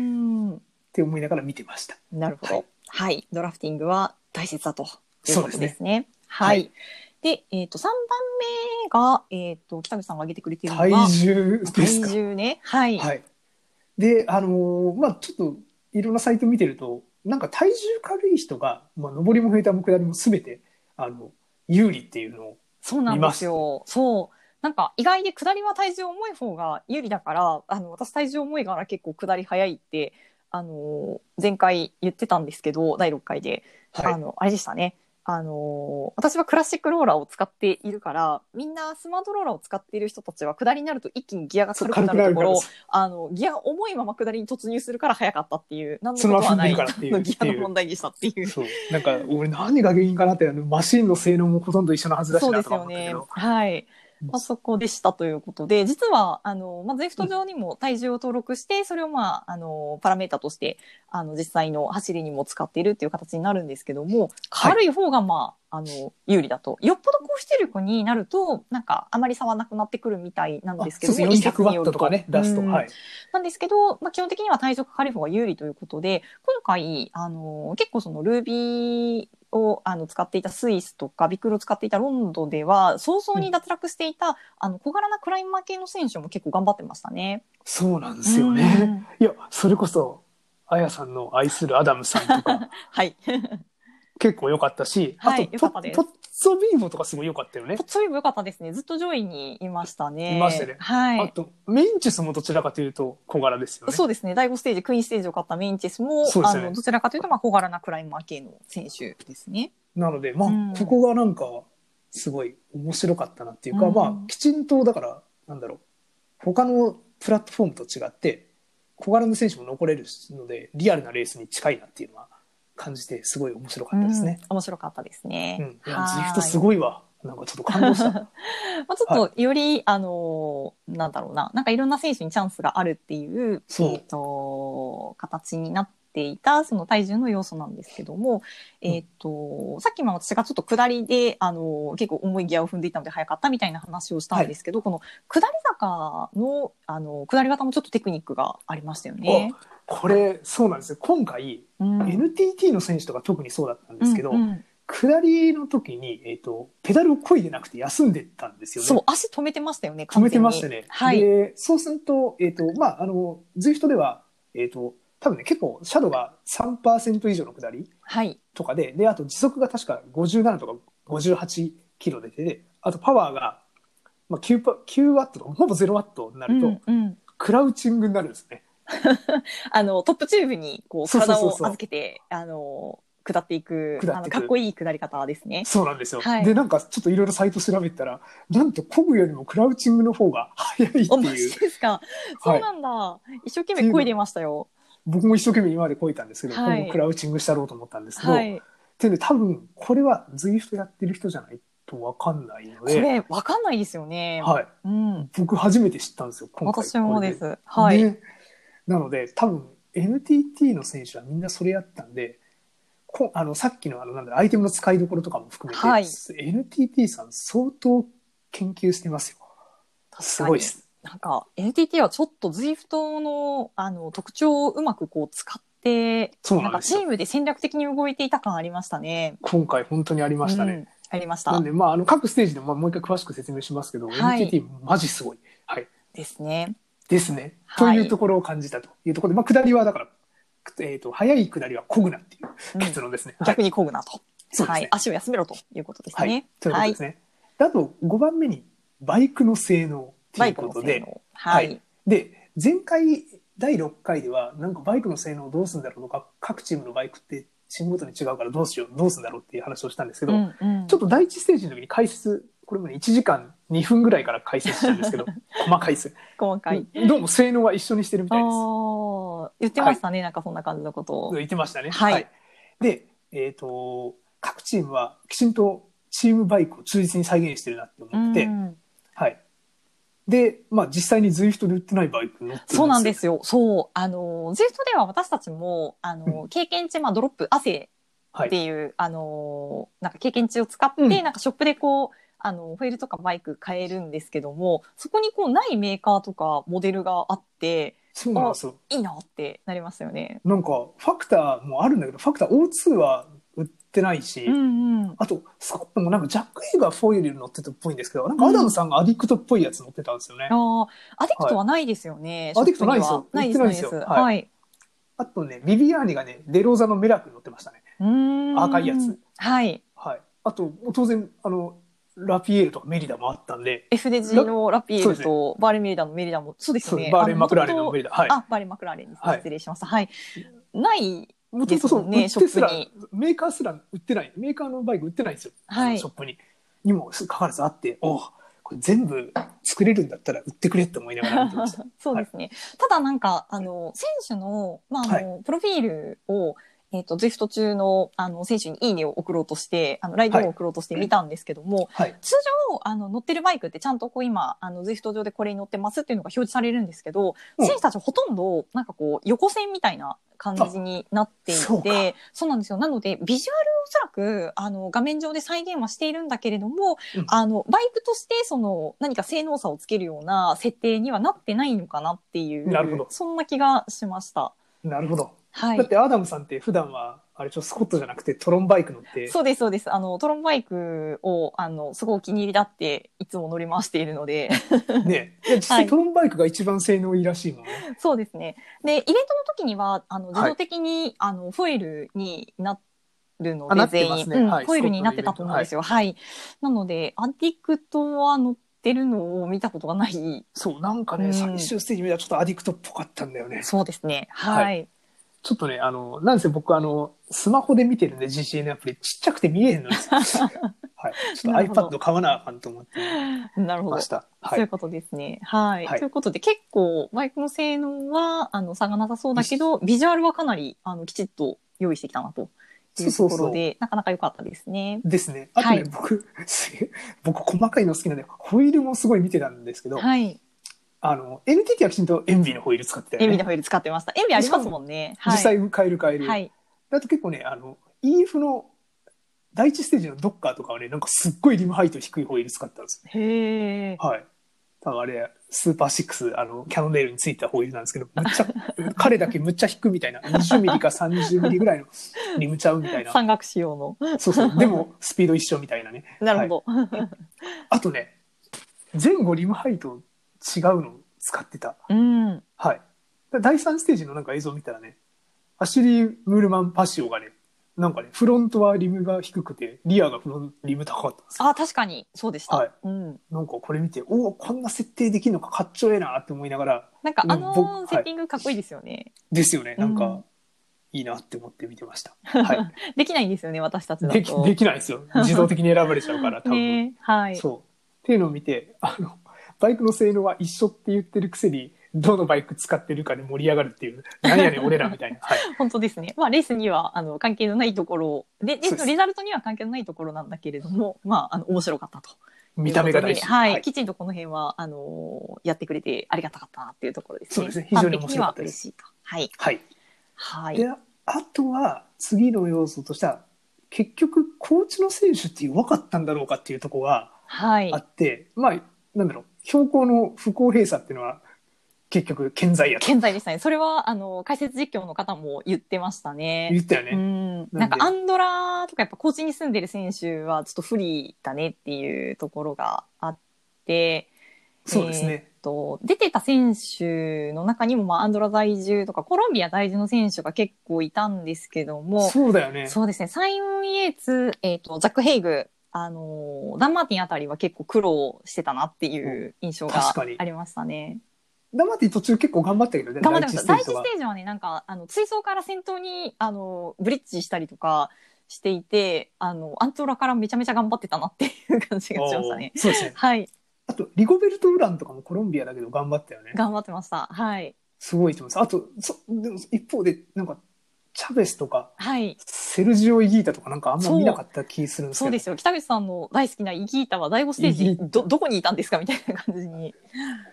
ん
て思いながら見てました。
なるほど、
は
はいい。ドラフティングは大切だという
そう
こ
で
と
す
で
ね。
すね。はい。
は
で、えっ、と、3番目が、えっ、と、北口さんが挙げてくれているの
体
が、
重ですか。
体重ね。はい。
はい。で、あのーまあちょっといろんなサイト見てると、なんか体重軽い人が、まあ上りもフェーターも下りも全て、あの、有利っていうのを、
そうなんですよ。そう。なんか意外で下りは体重重い方が有利だから、あの私体重重いから結構下り早いって、あのー前回言ってたんですけど、第6回で。あ
はい。
の、あれでしたね。あのー私はクラシックローラーを使っているから、みんなスマートローラーを使っている人たちは下りになると一気にギアが
そう
軽く
軽
な
くな
る
る
とこ
から
ろ、あの、ギアが重いまま下りに突入するから早かったっていう、なんのこ
そ
と
のまま
は
踏ん
な
で
い、
る
あ
からっていう
のギア
ってい
の
う
問題でしたって いう。
そう。なんか、俺何が原因かなって、あの、マシンの性能もほとんど一緒のはずだし
そう
な
で
と
す
か
よ
思ったけ
ね
ど。。
はい。まあ、そこでしたということで、実は、あの、まあ、ゼフト上にも体重を登録して、それを、まあ、あの、パラメータとして、あの、実際の走りにも使っているっていう形になるんですけども、
はい
軽い方が、まあ、あの、有利だと。よっぽど高出力になると、なんか、あまり差はなくなってくるみたいなんですけども、
そう
一
ですね
説
400ワ
に
ッ
よ
ト
る
とかね、出すと。
うん
はい。
なんですけど、まあ、基本的には体重軽い方が有利ということで、今回、あの、結構その Ruby をあの使っていたスイスとか、ビックルを使っていたロンドンでは、早々に脱落していた、あの、小柄なクライマー系の選手も結構頑張ってましたね。
そうなんですよ
う
ね。
ん
いや、それこそ、あやさんの愛するアダムさんと か、
はい。
結構良かったし、あ
はい
と
良
ポッ、
かったです
ポッツォビーボとかすごい良かったよね
ポ。ッツォイブ良かったですね。ずっと上位にいましたね。
いましたね
は
あ
い。
と、メンチェスもどちらかというと小柄ですよね。
そうですね。第5ステージ、クイーンステージを勝ったメインチェスも、
そうです
あ
よね
の、どちらかというと、まあ、小柄なクライマー系の選手ですね。
なので、まあ、
うん
ここがなんか、すごい面白かったなっていうか、
うん
まあ、きちんと、だから、なんだろう、他のプラットフォームと違って、小柄の選手も残れるので、リアルなレースに近いなっていうのは感じて、すごい面白かったですね。
うん面白かったですね。
うん。いや
はい
ズイフトすごいわ。なんかちょっと感動 した。
まあ、ちょっとより、あのーなんだろうななんかいろんな選手にチャンスがあるっていう
そう
えーと形になっっていたその体重の要素なんですけども、えっとさっきも私がちょっと下りであの結構重いギアを踏んでいたので早かったみたいな話をしたんですけど、この下り坂のあの下り方もちょっとテクニックがありましたよね。
これそうなんですよ今回、
うん
NTT の選手とか特にそうだったんですけど、
うんうん
下りの時に、えー、とペダルを漕いでなくて休んでたんですよね。
そう足止めてましたよね
止
完
めて
全に
ましたね。
はい
で、そうすると、えっ、と、まあ、あの、ズイフトでは、えっ、と、多分ね、結構、シャドウが3%以上の下り
はい
とかで、で、あと時速が確か57とか58キロ出てて、あとパワーが、まあ、9, パ9ワットとか、ほぼ0ワットになると、
うんうん
クラウチングになるんですね。
あのトップチューブにこう
そうそう
体
そうそう
を預けてあの下ってい
下っ
く
ていく
あのかっこいい下り方です ね。
そうなんですよ。
はい
で、なんか、ちょっといろいろサイト調べたら、なんと、漕ぐよりもクラウチングの方が速いって
おマ
い
ジ
う、
ですか。そうなんだ。一生懸命漕いでましたよ。
僕も一生懸命今まで漕いたんですけど、
はい
今後クラウチングしたろうと思ったんですけど、
はい。
ってね多分これは ZWIFT やってる人じゃないと分かんないの
こ
で、
れわかんないですよね。
はい、
うん。
僕初めて知ったんですよ今回
私もで
これ
す。はい。
ねなので多分 NTT の選手はみんなそれやったんでこあのさっきのあのなんだろうアイテムの使いどころとかも含めて、
はい
NTT さん相当研究してますよすごいです
なんか NTT はちょっと ZWIFT のあの特徴をうまくこう使って、
そう
な
なんん
か
です
チ
よ
ームで戦略的に動いていた感ありましたね。
今回本当にありましたね、
うんありました。
なんでまああの各ステージでももう一回詳しく説明しますけど、
はい
NTT マジすごいはい
ですね。
ですね。
はい
というところを感じたというところで、まあ、下りはだから、くえー、と早い下りは漕ぐなっていう
うん
結論ですね。はい
逆に漕ぐなと。
そうです
は
ね
い。足を休めろということです
はい
ね。
ということですね。であと5番目にバイクの性能と
バ
い
イ
う
ク
こ
の
と
性
で
能。は
はい
い。
で前回第6回ではなんかバイクの性能どうするんだろうとか各チームのバイクってチームごとに違うからどうしようどうするんだろうっていう話をしたんですけど、ちょっ
と
と第一ステージの時に解説これもね1時間2分ぐらいから解説したん ですけど細かいです、
細かい。
どうも性能は一緒にしてるみ
あ
たいです。
あ、言ってましたね。なんかそんな感じのことを。
言ってましたね。
はい
で、えっ、と、各チームはきちんとチームバイクを忠実に再現してるなって思ってて、
うん
はい。で、まあ実際に ZWIFT で売ってないバイク乗ってるんですよ
そうなんですよ。そう。あの、ジェフトでは私たちも、あの、経験値、まあ、ドロップ、汗
は
っ
い。
ていう、あの、なんか経験値を使って、
うん
なんかショップでこう、あの、フェルとかバイク買えるんですけども、そこにこう、ないメーカーとかモデルがあって、
そうなんですよ。
いいなってなりますよね。
なんかファクターもあるんだけど、ファクター O2 は売ってないし、
うんうん。
あと、スコップもなんかジャック・エイガー4より乗ってたっぽいんですけど、なんかアダムさんがアディクトっぽいやつ乗ってたんですよね。
ああ、アディクトはないですよね。
はいアディクトないですよ
ショップにはないです、ないです。
売ってないですよはい
はい。
あとね、ビビアーニがね、デローザのメラクに乗ってましたね。
うーん
赤いやつ。
はい。
はい。あと、当然、あの、ラピエールとかメリダもあったんで、
FDG のラピエ
そう
ル
です
とバーレン・メリダのメリダも、そうです
そ
よ
う
ね。
バーレン・
あ
マクラーレンの
元々
メリダ。はい。
あ、バーレン・マクラーレンですね。
はい
失礼しました。はい。ない。
も
ですもんね
そう売ってすら
ショッ
メーカーすら売ってない。メーカーのバイク売ってないんですよ。
はい
ショップに。にもかかわらずあって、おうこれ全部作れるんだったら売ってくれって思いながら見てました。
そうですね。ただなんか、あの、選手の、まあ、あの、プロフィールを、えっ、と、ZWIFT 中の、あの、選手にいいねを送ろうとして、あの、ライブを送ろうとして見たんですけども、
はい。
通常あの乗ってるバイクってちゃんとこう今あの ZWIFT 上でこれに乗ってますっていうのが表示されるんですけど、
うん
選手たちほとんどなんかこう横線みたいな感じになってい
あ
て
そ
そう
うか
なんですよなのでビジュアルをおそらくあの画面上で再現はしているんだけれども、
うん
あのバイクとしてその何か性能差をつけるような設定にはなってないのかなっていう
なるほど
そんな気がしました。
なるほど。
はい
だってアダムさんって普段は、あれちょ、スコットじゃなくてトロンバイク乗って、
そうです、そうです。あの、トロンバイクを、あの、すごいお気に入りだって、いつも乗り回しているので、
ね。いや実
はい
際トロンバイクが一番性能いいらしいもんね。
そうですね。で、イベントの時には、あの、
い
自動的に、あの、フォイルになるの
あ
で
な、って
全
ます
員、
ね
うん
はい
フォイルになってたと思うんですよ。はい。なので、アンティクトは乗ってるのを見たことがない。
そう、なんか
う
ね、
ん
最終ステージ見たらちょっとアディクトっぽかったんだよね。
そうですね。はい。
ちょっとね、あの、なんせ僕、あの、スマホで見てるんで、GCN アプリ、ちっちゃくて見えへんの ですよ。はい。ちょ
な
っ
るほど
と iPad 買わなあかんと思って
なるほど。
まし
そ
た。は
ういう
い。
ことですね。はい。
はい
ということで、結構、バイクの性能は、あの、差がなさそうだけど、ビジュアルはかなり、あの、きちっと用意してきたなと。い
そううそう
ところ
そう。
で、なかなか良かったですね。
ですね。あとね、
は い
僕、すげえ、僕、細かいの好きなんで、ホイールもすごい見てたんですけど、
はい。
あの NTT はきちんとエンビのホイール使ってた
エ
よ
ンビ
ね
のホイール使ってました。エンビありますもんね。はい、
実際買える買える、
はい。
あと結構ねあの EF の第一ステージのドッカーとかはねなんかすっごいリムハイト低いホイール使ったんですよ
へえ。
はい。多分あれ、スーパーシックス、あの、キャノンレールについたホイールなんですけど、むっちゃ、 彼だけむっちゃ引くみたいな、20ミリか30ミリぐらいのリムちゃうみたいな。
山岳仕様の。
そうそう。でも、スピード一緒みたいなね。
なるほど。
あとね、前後リムハイと違うのを使ってた。
うん。
はい。第3ステージのなんか映像見たらね、アシュリー・ムールマン・パシオがね、なんかね、フロントはリムが低くて、リアがフロンリム高かったんですよ。
あ、確かに、そうでした。
はい
うん。
なんかこれ見て、おお、こんな設定できるのかかっちょええなって思いながら、
なんか、
うん
あの
僕
セッティングかっこいいですよね。
ですよね。なん
う
か
ん、
いいなって思って見てま した。は
できないんですよね、私たち
い。
だ
でき、
と。
できない ですよ。自動的に選ばれちゃうから、多分。
ねはい。
そう。っていうのを見て、あの、バイクの性能は一緒って言ってるくせに、どのバイク使ってるかで盛り上がるっていう、なんやねん、俺らみたいな。 はい。
本当ですね。まあ、レースには、あの、関係のないところで、レー
そう
ス
です
のリザルトには関係のないところなんだけれども、まあ、あの、面白かったと。
見た目が大
ということ
事。
ではい。きちんとこの辺は、あのーやってくれてありがたかったなっていうところですね。
そうですね非常に面白かったで
ファン的には嬉しいと。
はい。
はい。はい。
で、あとは、次の要素としては、結局、コーチの選手って弱かったんだろうかっていうところは
はい
あ。って、まあ、なんだろう、標高の不公平さっていうのは、結局、健在やと
健在でしたね。それは、あの、解説実況の方も言ってましたね。
言ったよね。
うん。
な
なんん
で
か、アンドラとか、やっぱ、高知に住んでる選手は、ちょっと不利だねっていうところがあって、
そうですね。
えーっと出てた選手の中にも、まあ、アンドラ在住とかコロンビア在住の選手が結構いたんですけども
そうだよね。
そうですねサイモン・イエーツ、えーっとザック・ヘイグ、あのーダン・マーティンあたりは結構苦労してたなっていう印象
確
が
かに
ありましたね。
ダマティ途中結構頑張ったけどね。
頑張ってました第
第
一
一ステージ
ス
は
テージはねなんかあの追走から先頭にあのブリッジしたりとかしていてあのアントラからめちゃめちゃ頑張ってたなっていう感じがしましたね
お。ーそうですね。
はい
あと、リゴベルト・ウランとかもコロンビアだけど頑張ったよね。
頑張ってました。はい、
すごいと思います。あと、そでも一方で、なんか、チャベスとか、
はい
セルジオ・イギータとかなんかあんま見なかった気するんですけど。
そうですよ北口さんの大好きなイギータは第5ステー
イ
ジ
ギー
どどこにいたんですかみたいな感じに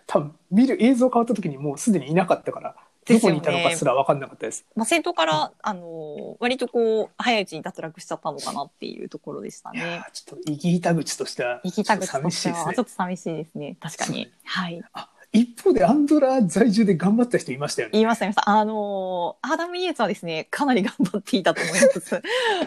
多分、見る映像変わった時にもうすでにいなかったから、ど
です
こ
よ
に
ね
いたのかすら分かんなかったです。
まあ、先頭から、あの割とこう早いうちに脱落しちゃったのかなっていうところでした
い
ね
や。ーちょっと、イギータ口としては、
イギータ口
ちょっと
と
寂
し
していですね
はちょ。っと寂しいですね確か
そう
に。はい
あ一方で、アンドラ在住で頑張った人いましたよね。
言いました、言いました。あのーアダム・イエーツはですね、かなり頑張っていたと思い ます。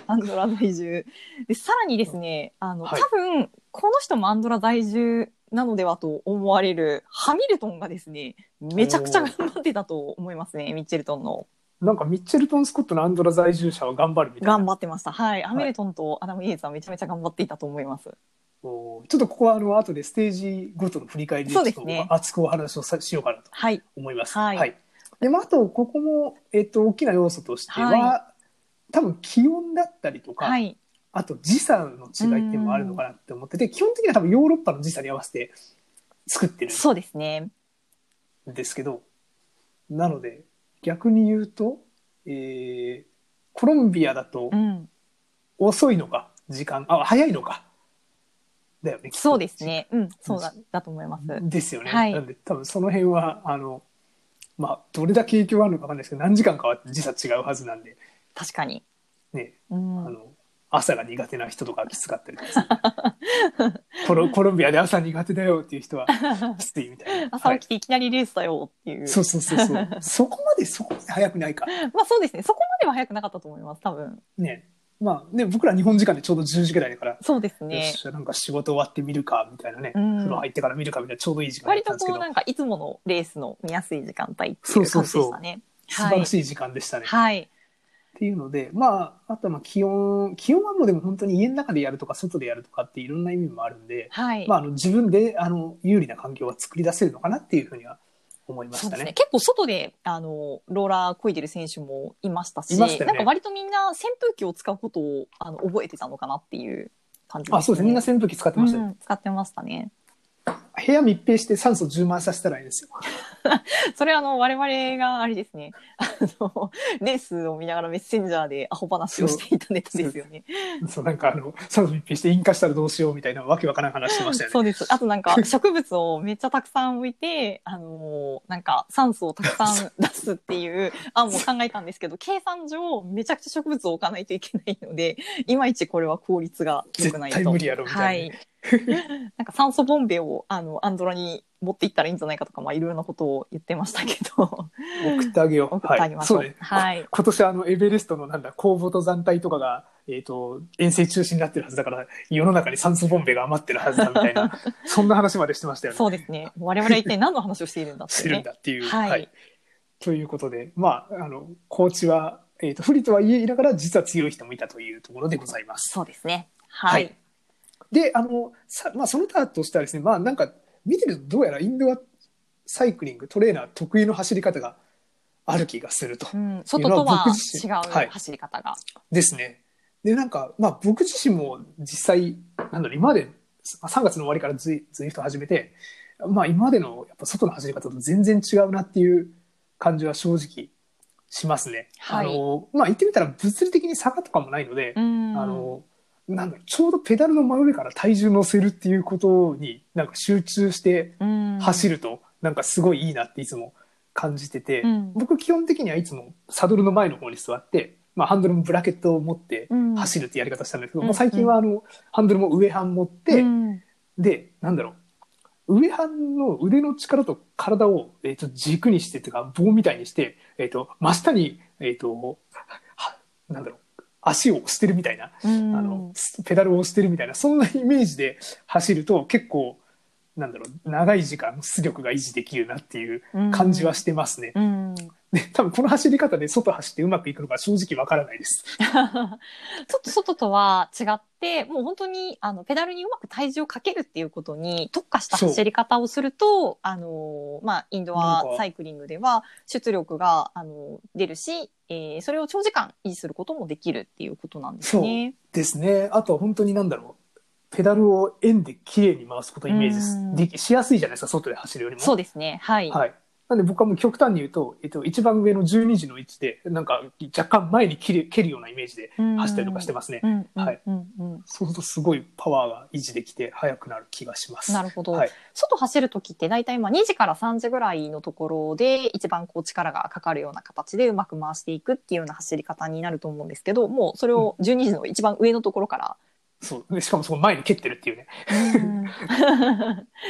アンドラ在住。で、さらにですね、あの、
はい
多分、この人もアンドラ在住なのではと思われる、ハミルトンがですね、めちゃくちゃ頑張ってたと思いますね、ミッチェルトンの。
なんか、ミッチェルトン・スコットのアンドラ在住者は頑張るみたいな。
頑張ってました。はい。ハミルトンとアダム・イエーツはめちゃめちゃ頑張っていたと思います。
おーちょっとここはあの後でステージごとの振り返りでちょ
そう
っ
で
と
すね
熱くお話をさしようかなと
はい。
思います。
はい
でまあ、あとここも、えっと大きな要素としては、
は
多分気温だったりとか、
はい。
あと時差の違いっていうのもあるのかなって思ってて基本的には多分ヨーロッパの時差に合わせて作ってる
そうですね。
んですけどなので逆に言うと、えーコロンビアだと
うん。
遅いのか時間あ早いのかだよねきっと
そうですね。うん。そうだ、だと思います。
ですよね。
はい
なんで多分その辺はあのまあどれだけ影響があるのかわかんないですけど何時間かは時差違うはずなんで
確かに。
ね、
うん
あ。の朝が苦手な人とかはきつかったりとかする コロコロンビアで朝苦手だよっていう 人はきついみたいな
朝
は
起きていきなりレースだよっていう。
い、そうそうそう そうそこまでそこまで早くないか
まあそうですね。そこまでは早くなかったと思います。多分。
ねまあね僕ら日本時間でちょうど10時ぐらいだから、
そうです
よっ
ね。
しゃなんか仕事終わって見るかみたいなね、
うん
風呂入ってから見るかみたいなちょうどいい時間だっ
割
た
と
んですけ
こ
ど
うなんかいつものレースの見やすい時間帯って
そ
いうう
そ
感
う
じ
そう
でしたね。
素晴らしい時間でしたね。
はい。
っていうので、まあ、あとはまあ気温、気温はもうでも本当に家の中でやるとか外でやるとかっていろんな意味もあるんで、
はい。
まあ、あの自分であの有利な環境は作り出せるのかなっていうふうには思いま
そ
し
う
た
ですね。
ね。
結構外で、あの、ローラー漕いでる選手もいましたし、
いましたよね
なんか割とみんな扇風機を使うことを、あの、覚えてたのかなっていう感じ
あ、そうですね。みんな
す
扇風機使ってました
う
ね。
ん使ってましたね。
部屋密閉して酸素充満させたらいいんですよ。
それはあの我々があれですねあのレースを見ながらメッセンジャーでアホ話をしていたネタですよね。
そうなんかあの酸素密閉して引火したらどうしようみたいなわけわからん話してましたよね。
そうですあとなん か植物をめっちゃたくさん置いてあのなんか酸素をたくさん出すっていう案も考えたんですけど計算上めちゃくちゃ植物を置かないといけないのでいまいちこれは効率が良くないと。
絶対無理やろみたいな
はい なんか酸素ボンベをあのアンドラに持っていったらいいんじゃないかとか、まあ、いろいろなことを言ってましたけど
送ってあげよう。
送ってあげましょう。
は、
はい
そう
い、
ね。今年あのエベレストのなんだ公募登山隊とかが、えー、と遠征中止になってるはずだから世の中に酸素ボンベが余ってるはずだみたい なそんな話までしてましたよね。
そうですね。我々は一体何の話をしているんだっ て
してるん
ね。
だっていう。
はい
ということでまああの高知は、えー、と不利とはいえながら実は強い人もいたというところでございます。
そうですね。はい。
はいであのさ、まあ、その他としてはですねまあなんか見てるとどうやらインドアサイクリングトレーナー特有の走り方がある気がすると。
うん、外とは違
はいう
走り方が。
ですね。で、なんか、まあ僕自身も実際、なんだろう、今まで、まあ3月の終わりからずいずいと始めて、まあ今までのやっぱ外の走り方と全然違うなっていう感じは正直しますね。
はい
あの、まあ言ってみたら物理的に差がとかもないので、
うん。
あの、なんだろうちょうどペダルの真上から体重乗せるっていうことになんか集中して
うん、
走ると、なんかすごいいいなっていつも感じてて、
うん
僕基本的にはいつもサドルの前の方に座って、まあ、ハンドルもブラケットを持って
うん
走るってやり方したんですけど、
うん
もう最近はあの、ハンドルも上半持って、
うん
でなんだろう上半の腕の力と体を、えー、と軸にしてというか棒みたいにして、えー、と真下に、えー、とはなんだろう足を押してるみたいな
うん
あのペダルを押してるみたいなそんなイメージで走ると結構なんだろう長い時間出力が維持できるなっていう感じはしてますね。
うん、ちょ
で多分この走り方で外走ってうまくいくのか正直わからないです。
っと外とは違ってもう本当にあのペダルにうまく体重をかけるっていうことに特化した走り方をするとあの、まあ、インド
な
ア
んか
サイクリングでは出力があの出るし、えーそれを長時間維持することもできるっていうことなんですね。
ですね。あとは本当になんだろうペダルを円で綺麗に回すことをイメージす
うん
できしやすいじゃないですか外で走るよりも。
そうですね。はい。
はい、なんで僕はもう極端に言うと、えっと、一番上の12時の位置でなんか若干前に蹴る蹴るようなイメージで走ったりとかしてますね。
うんうん
はい
うんうん
そうするとすごいパワーが維持できて速くなる気がします。
なるほど、
はい
外走る時って大体まあ2時から3時ぐらいのところで一番こう力がかかるような形でうまく回していくっていうような走り方になると思うんですけどもうそれを12時の一番上のとこ ろから、
そうでしかもその前に蹴ってるっていうね。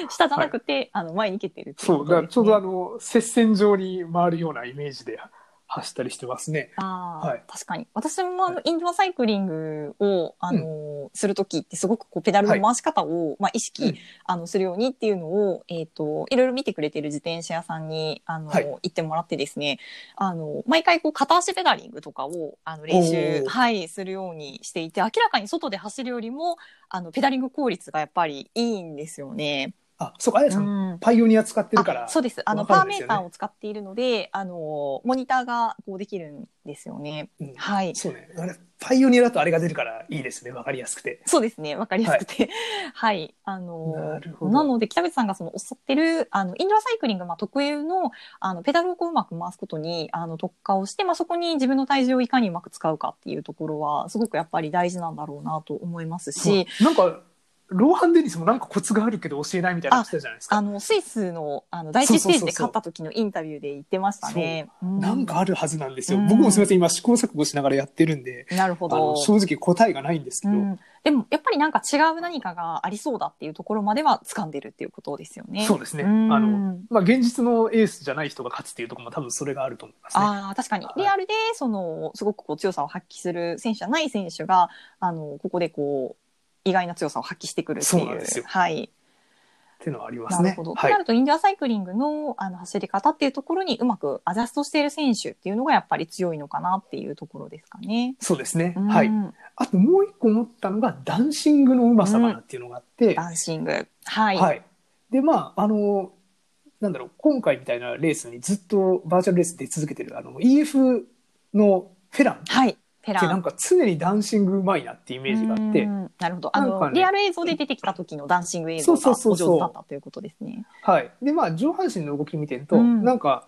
下じゃなくて、あの前に蹴ってるっていう
そ
こ
うだから
とです、ね、
ちょうどあの接戦場に回るようなイメージで走ったりしてますね。
あー
はい
確かに私もあの
は
インドアサイクリングを、あのする時ってすごくこうペダルの回し方を、まあ、意識、
うん
あのするようにっていうのを、えー、といろいろ見てくれてる自転車屋さんにあの、
はい
行ってもらってですねあの毎回こう片足ペダリングとかをあの練
お
習、
ー
はい、するようにしていて明らかに外で走るよりもあのペダリング効率がやっぱりいいんですよね。
あそうかあやさん、
うん
パイオニア使ってるから
あそうですあの
わか
パー
るんで
メ
す
ー
よね
ターを使っているのであのモニターがこうできるんですよね。
うん
はい
そうねあれパイオニアだとあれが出るからいいですねわかりやすくて。
そうですね、わかりやすくて。はい、あの
なるほど
なので、北口さんがそのおっしゃってる、あの、インドアサイクリング、まあ、特有の、あの、ペダルをこううまく回すことに、あの、特化をして、まあ、そこに自分の体重をいかにうまく使うかっていうところは、すごくやっぱり大事なんだろうなと思いますし、
そうなんかローハンデニスもなんかコツがあるけど教えないみたいなのしてたじゃないです
あ
か。
の、スイスの、あの、第一ステージで勝った時のインタビューで言ってましたね。う
なんかあるはずなんですよ。
うん
僕もすみません今試行錯誤しながらやってるんで
なるほ
あ
ど
の。正直答えがないんですけど、
うん、でもやっぱりなんか違う何かがありそうだっていうところまでは掴んでるっていうことですよね。
そうですね。
うん
あのまあ、現実のエースじゃない人が勝つっていうところも多分それがあると思いますね。
ああ確かに
はい
リアルでそのすごくこう強さを発揮する選手じゃない選手があのここでこう意外な強さを発揮してくるって
そ
いう
うなんですよ
はい
っていうのはあります
な
ね。
るほど、と
はい
なるとインドアサイクリングのあの走り方っていうところにうまくアジャストしている選手っていうのがやっぱり強いのかなっていうところですかね。
そうですね。
うん
はい。あともう一個思ったのがダンシングのうまさかなっていうのがあって、
ダンシングはい、
はい。で、まあ、あの、なんだろう、今回みたいなレースにずっとバーチャルレースで続けてる、あの、EF のフェラン
はいペ
で
ラ
なん
ン。
か常にダンシングうまいなってイメージがあって、
うんなるほど。あ
なん
の、
かね
リアル映像で出てきた時のダンシング映像
そ
が
うそ
お
うそうそう
上手だったということですね。
はい、でまあ上半身の動き見てると、
うん
なんか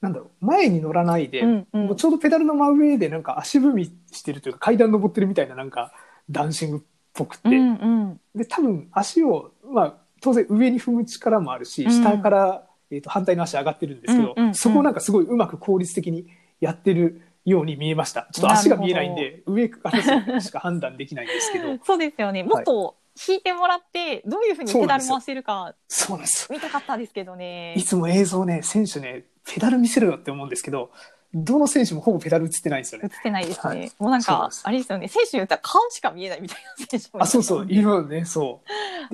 なんだろう前に乗らないで、
うんうん
もうちょうどペダルの真上でなんか足踏みしてるというか階段登ってるみたいななんかダンシングっぽくて、
うんうん
で多分足を、まあ、当然上に踏む力もあるし、
うん
下から、えー、と反対の足上がってるんですけど、
うんうんうん
そこをなんかすごいうまく効率的にやってるように見えましたちょっと足が見えないんで上からしか判断できないんですけど
そうですよね。もっと引いてもらって、どういうふうにペダル回してるか
そうなんです
見たかったですけどね
い。つも映像ね選手ねペダル見せろよって思うんですけどどの選手もほぼペダル映ってないんですよ
映っ
ね。
てないですね。
はい
もうなん
そう
か
です、
あれですよね。選手によっては顔しか見えないみたいな選手もい
あ
ました
そ
も
うそ
ん
う
ね
今のねそ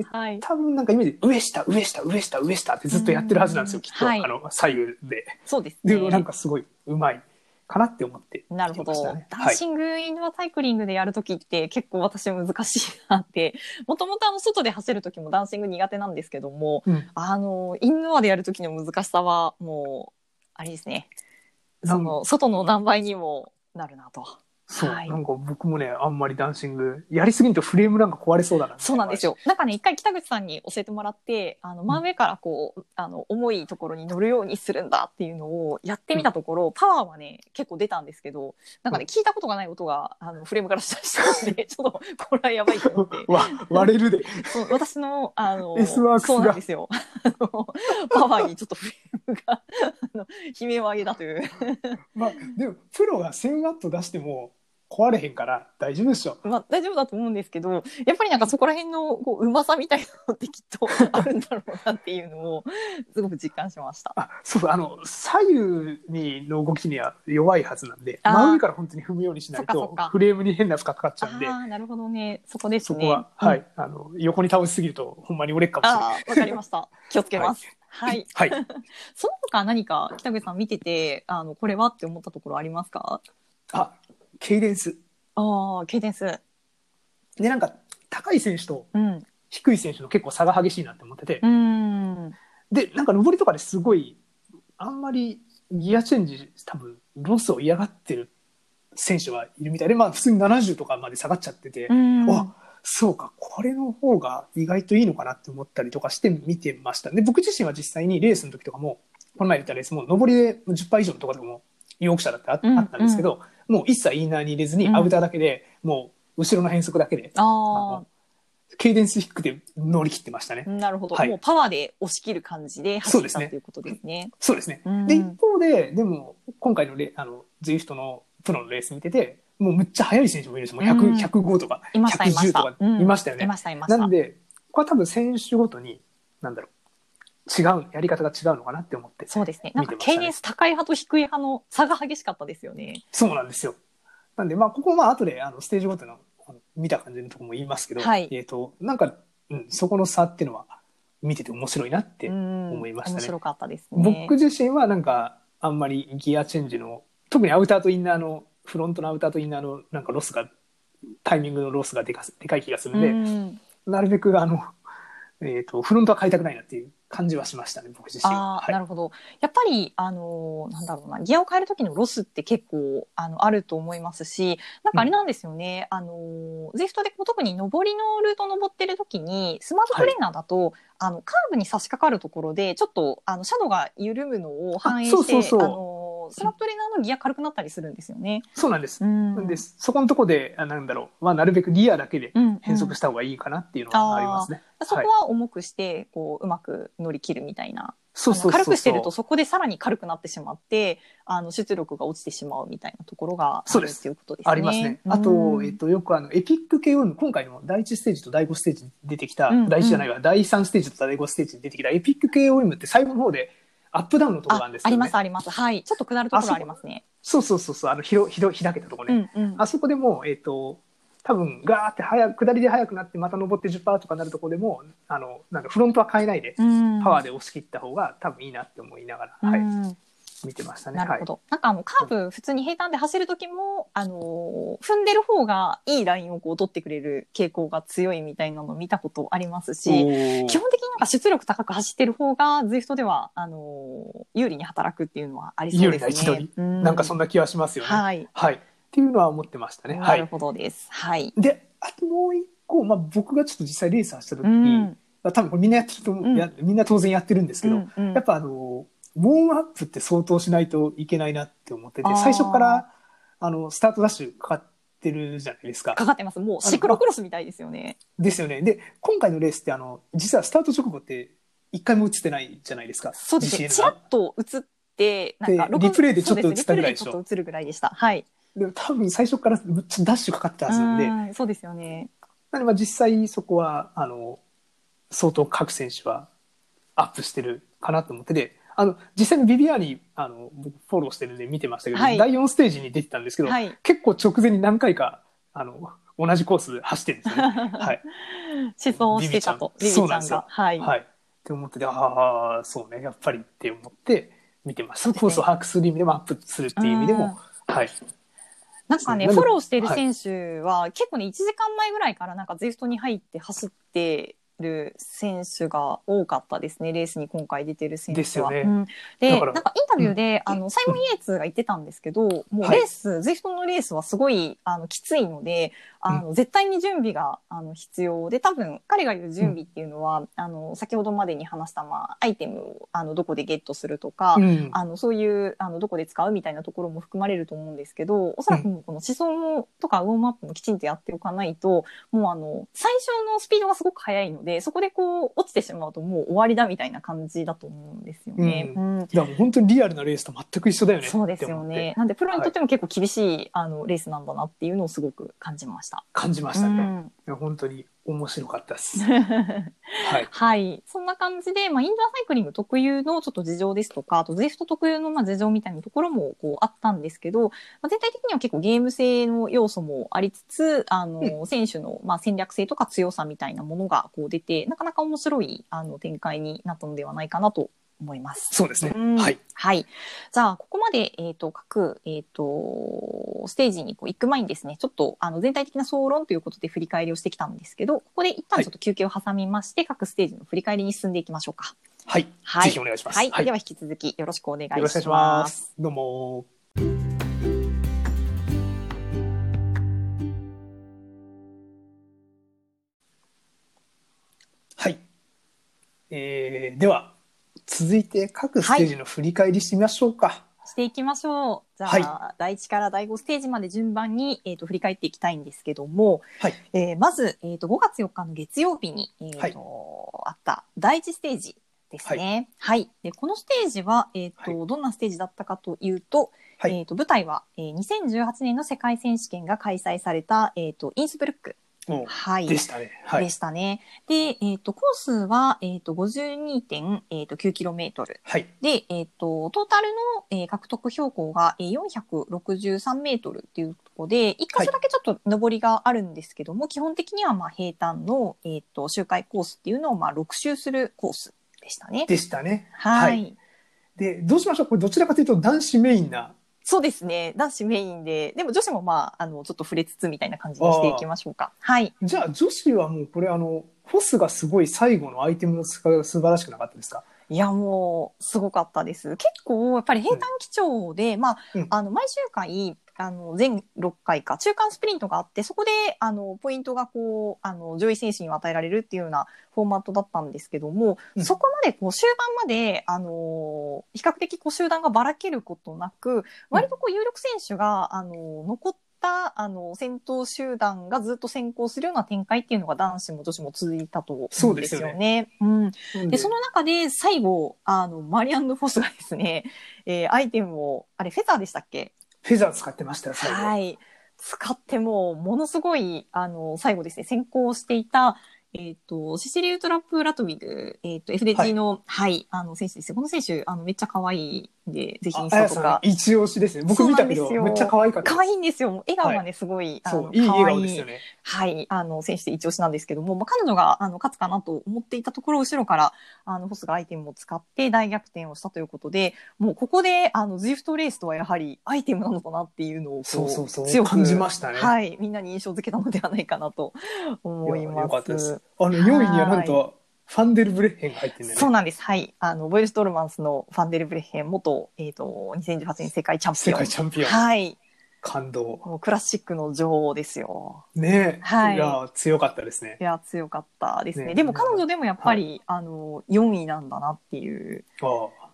う
はい。
多分なんかイメージ上下上下上下上下ってずっとやってるはずなんですよ
うん
きっと、
はい
あの左右で。
そうです
で
ね。
もなんかすごいうまいかなって思って見て
なるほど、
ましたね
ダ
は
ン
い
シングインドアサイクリングでやるときって結構私難しいなって、もともとあの外で走るときもダンシング苦手なんですけども、
うん
あの、インドアでやるときの難しさはもう、あれですね。
な
そ
ん
の、外の何倍にもなるなと。
そう、
はい
なんか僕もねあんまりダンシングやりすぎるとフレームなんか壊れそうだな
そうなんです
よ
よ。なんかね、一回北口さんに教えてもらって、あの、真上からこう、あの、重いところに乗るようにするんだっていうのをやってみたところ、パワーはね、結構出たんですけど、なんかね、聞いたことがない音が、あの、フレームからしたりした ので、ちょっと、これはやばいと思って。
わ割れるで
そう私の、あの、
S ワークスが
そうなんですよ。あのパワーにちょっとフレームが、あの、悲鳴を上げたという。
まあでもプロが1000ワット出しても壊れへんから大丈夫でしょ
まあ、大丈夫だと思うんですけど、やっぱりなんかそこら辺の、こう、うまさみたいなのってきっとあるんだろうなっていうのを、すごく実感しました。
あそうあの左右にの動きには弱いはずなんで
あー
真上から本当に踏むようにしない
そっかそ
と
っか
フレームに変な負荷かかっちゃうんで
ああ、なるほどね。そこです
そ
ね。
こは、は
うん
い、あの横に倒しすぎるとほんまに折れっかもしれない
ああ、わかりました。気をつけます。はい。
はい
その他何か北口さん見てて、あの、これはって思ったところありますか
あケイデンス
ああ、ケイデンス。
でなんか高い選手と
うん。
低い選手の結構差が激しいなって思ってて、
うん。
でなんか上りとかですごいあんまりギアチェンジ多分ロスを嫌がってる選手はいるみたいでまあ普通に70とかまで下がっちゃってて、
うん。
あそうかこれの方が意外といいのかなって思ったりとかして見てましたで僕自身は実際にレースの時とかもこの前出たレースも上りで10杯以上のところとかもヨークシャーだってあ,、
うん
ったんですけどもう一切インナーに入れずに
うん
アウターだけで、もう後ろの変速だけで、あ
あ
のケイデンス低くて乗り切ってましたね。
あ、なるほど、
はい
もうパワーで押し切る感じで走った
そうですね
ということですね。
そうですね。
うん
で、一方で、でも、今回のレ、あの、ズイフトのプロのレース見てて、もうむっちゃ速い選手もいるんですよ。もう
うん
100、105とか、
いました、いま
110と
した
か。いましたよ
うんい
ね。
ました、いました。
なんで、これは多分選手ごとに、なんだろう、違う、やり方が違うのかなって思って。
そうですね。なんか
見てましたね
KS 高い派と低い派の差が激しかったですよね。
そうなんですよ。なんで、まあ、ここはまあ、後で、あの、ステージごとの、あの見た感じのとこも言いますけど、
はい
えっと、なんか、うん、そこの差っていうのは、見てて面白いなって
うん。
思いましたね
面白かったですね。
僕自身はなんかあんまりギアチェンジの特にアウターとインナーのフロントのアウターとインナーのなんかロスがタイミングのロスがでかすでかい気がするんで、
うん
なるべくあの、えー、とフロントは変えたくないなっていう感じはしましたね僕自身
あ
は
あ、
はい
なるほど。やっぱり、あのーなんだろうな、ギアを変える時のロスって結構、あの、あると思いますし、なんかあれなんですよね、あのー、ゼフトでこう特に上りのルート登ってる時に、スマートトレーナーだと、あの、カーブに差し掛かるところで、ちょっと、あの、シャドウが緩むのを反映して、あ
あそうそうそう
のースマートトレーナーのギア軽くなったりするんですよね。
そうなんです、
うん
なんで。そこのとこであなんだろう、まあ、なるべくギアだけで
うん、うん
変速した方がいいかなっていうのはありますね、
そこは重くして、こう、うまく乗り切るみたいな
そうそうそうそう
軽くしてるとそこでさらに軽くなってしまってあの出力が落ちてしまうみたいなところがあ
そう
る
で
っ
す
ていうことですね。
ありますね。あと、
うん
えっと、よくあの、エピック系を、今回の第1ステージと第5ステージに出てきた、
うんうん
第1じゃないわ、第3ステージと第5ステージに出てきたエピック KOM って最後の方でアップダウンのところなん
あ
です
あ
よね。
りますありますはいちょっと下るところありますね。
そうそうそうそう、あの、ひろ、ひろ、開けたとこ
う
ね。
んうん
あそこでもう、えっと、多分ガーって早く、下りで速くなって、また登って10%とかなるところでも、あの、なんかフロントは変えないで、
うん
パワーで押し切った方が多分いいなって思いなが
う
ら、はい、
ん
見てましたね。
なるほど、なんかあのカーブ普通に平坦で走る時も、あのー踏んでる方がいいラインをこう取ってくれる傾向が強いみたいなの見たことありますし、
はい。おー
基本的になんか出力高く走ってる方が ZWIFT ではあのー有利に働くっていうのはありそう
有利
ですね。
な位置取り
う
なんかそんな気はしますよね。
はい。
はい。っっていうのは思ってましたね。は
なる
い、
ほどです。はい。
であともう一個、まあ、僕がちょっと実際レース走った時、
うん。
まあ、多分これみんなやってると思う、
うん
やみんな当然やってるんですけど、
うんうん
やっぱあのウォームアップって相当しないといけないなって思ってて
あー
最初からあのスタートダッシュかかってるじゃないですか。
かかってます。もうシクロクロスみたいですよね。
ですよね。で今回のレースってあの実はスタート直後って一回も映ってないじゃないですか。
そうですね。
GCN
ちら
が
っと映って、なんか
で
録音
リプレイでちょっと映ったぐらいでしょ
そうすリプレイちょっと映るぐらいでした。はい。
でも多分最初からむっちゃダッシュかかってたはずなんで、
うんそうですよね。
なのでまあ実際そこはあの相当各選手はアップしてるかなと思ってであの実際にビビアーニあの僕フォローしてるんで見てましたけど、
はい
第4ステージに出てたんですけど、
はい。
結構直前に何回かあの同じコース走ってるん ですよね。はい
思想してたと、
ビビ
ビビ
ち
ち
ゃ
ゃ
んそ
ん
うなんですよ
が。はい。
はい、って思っててああそうねやっぱりって思って見てました、コースを把握する意味でもアップするっていう意味でも、はい、
なんかね、
そう
フォローしてる選手は、結構ね、1時間前ぐらいからなんか ZWIFT に入って走ってる選手が多かったですね、レースに今回出てる選手
で
は。
すよね
うん
だ
で、
か
な
ら
んかインタビューで、あの、サイモン・イエーツが言ってたんですけど、もうレース、ZWIFT のレースはすごい、あの、きついので、あの、絶対に準備が、あの、必要で、多分、彼が言う準備っていうのは、あの、先ほどまでに話した、まあ、アイテムを、あの、どこでゲットするとか、
うん
あのそういうあのどこで使うみたいなところも含まれると思うんですけどおそらくもうこの思想もとかウォームアップもきちんとやっておかないともうあの最初のスピードがすごく速いのでそこでこう落ちてしまうともう終わりだみたいな感じだと思うんですよね。
う
うん
だからもう本当にリアルなレースと全く一緒だよね
そうです
って
よ
思って
ね。なんでプロにとっても結構厳しい、あのレースなんだなっていうのをすごく感じました。
感じましたね。
う
い
ん
や本当に面白かったです。はい。
はい。そんな感じで、まあ、インドアサイクリング特有のちょっと事情ですとか、あと、ゼフト特有のまあ事情みたいなところもこうあったんですけど、まあ、全体的には結構ゲーム性の要素もありつつ、あの、選手のまあ戦略性とか強さみたいなものがこう出て、なかなか面白いあの展開になったのではないかなと思います。
そうですね。
うん
はい。
はい。じゃあ、ここまで、えっ、と、各、えっ、と、ステージにこう行く前にですね、ちょっと、あの、全体的な総論ということで振り返りをしてきたんですけど、ここで一
は
旦
い
ちょっと休憩を挟みまして、各ステージの振り返りに進んでいきましょうか。
はい。
はい
ぜひお願いします。
はい。では、引き続きよろしくお願いします。
よろしくお願いします。どうも。はい。えー、では、続いて各ステージの振り返りしてみましょうか。
していきましょう。じゃあ、
は
第1から第5ステージまで順番に、えー、と振り返っていきたいんですけども、
はい
えーまず、えー、と5月4日の月曜日に、えーとあった第1ステージですね。はいでこのステージは、えーとどんなステージだったかというと,、
はい
えー、と舞台は、えー、2018年の世界選手権が開催された、えー、とインスブルック、
もう
はい、
でしたね。は
で
い。
したね。で、えー、とコースは、えー、と 52.9km
はい。
で、えっとトータルの、えー獲得標高が、えー、463メートルっていうところで一箇所だけちょっと上りがあるんですけども、基本的にはまあ平坦の、えっと周回コースっていうのをまあ6周するコースでしたね。
でしたね。
はい、
はいで、どうしましょうこれどちらかというと男子メインな。
そうですね男子メインででも女子もまああのちょっと触れつつみたいな感じにしていきましょうか。はい
じゃあ女子はもうこれあの、フォスがすごい最後のアイテムの使いが素晴らしくなかったですか
いやもうすごかったです結構やっぱり平坦基調で、まあ,、
うん
あの毎週回あの全6回か中間スプリントがあってそこであのポイントがこうあの上位選手に与えられるっていうようなフォーマットだったんですけども、
うん
そこまでこう終盤まで、あの比較的こう集団がばらけることなく割とこう有力選手が、あの残ったあの先頭集団がずっと先行するような展開っていうのが男子も女子も続いたと思うんですよ
そうですよ
ねうん、
なん
で、その中で最後、あの、マリアンヌ・フォスがですね、 えーアイテムを、あれ、フェザーでしたっけ
フェザー使ってましたよ、最後。
はい。使っても、ものすごい、あの、最後ですね、先行していた、えっ、と、シシリウトラップ・ラトビグ、えっ、と、FDG の、はい、あの、選手ですね。この選手、あの、めっちゃ可愛いんで、ぜひイ
あ
ンス
あや
タと
さ
か
ん。一押しですね。僕見たけど、
そうなんですよ
めっちゃ可愛かった。
可愛いんですよ。もう笑顔がね、すごい、あ
そ
の
う、いい笑
可愛
顔ですよね。
はい、あの、選手で一押しなんですけども、まあ、彼女が、あの、勝つかなと思っていたところ、後ろから、あの、ホスがアイテムを使って大逆転をしたということで、もうここで、あの、ズイフトレースとはやはり、アイテムなのかなっていうのをこ、
そうそうそう
強く
感じましたね
はい、みんなに印象づけたのではないかなと思
い
い
や
ます。
よかったです。あの、4位にはなんと、ファンデルブレッヘンが入ってるんだ
そ
よ
う
ね。
なんです。はい。あの、ボイル・ストルマンスのファンデルブレッヘン、元、えっ、と、2018年世界チャン
世
ピオン。
界チャンピオン。
はい。
感動。
もうクラシックの女王ですよ。
ねえ、
はい
や、強かったですね
い。や、強かったですね。
ね
でも彼女でもやっぱり、あの、4位なんだなっていう。
ああ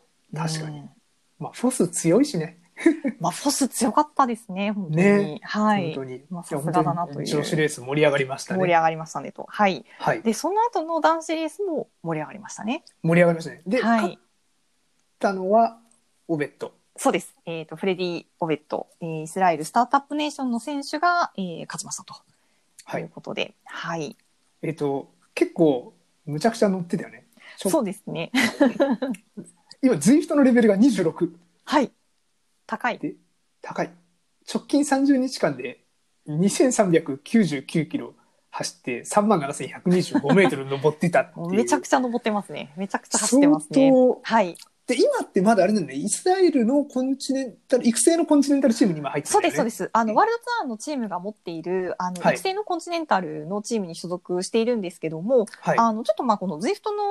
確かに。
うん
まあ、フォス強いしね。
まあ、フォス強かったですね、本当に。
ね
は
本
い
当。に。
まあ
いや
さすがだなと
本
いう
当に女子レース盛り上がりました
盛り
ね。
上がりましたねと。はい。
はい。
で、その後の男子レースも盛り上がりましたね。
盛り上がりましたね。で、
は
勝っ
い。
たのは、オベット。
そうです。えっ、と、フレディ・オベット、えーイスラエルスタートアップネーションの選手が、えー勝ちましたと。
はい
ということで。はい。
えっ、と、結構、むちゃくちゃ乗ってたよね。ちょ
そうですね。
今、ズイフトのレベルが26。
はい。高い。
高い。直近30日間で2399キロ走って37,125メートル登ってたって
も
いうう。
めちゃくちゃ登ってますね。めちゃくちゃ走って
相
ますね。
当。
はい。
で、今ってまだあれなんだよね。イスラエルのコンチネンタル、育成のコンチネンタルチームに今入ってる
そ
ん
う
だよ
で
ね。。
す、そうですす。あの、ワールドツアーのチームが持っている、あの、
はい
育成のコンチネンタルのチームに所属しているんですけども、
はい。
あの、ちょっとまあ、この ZWIFT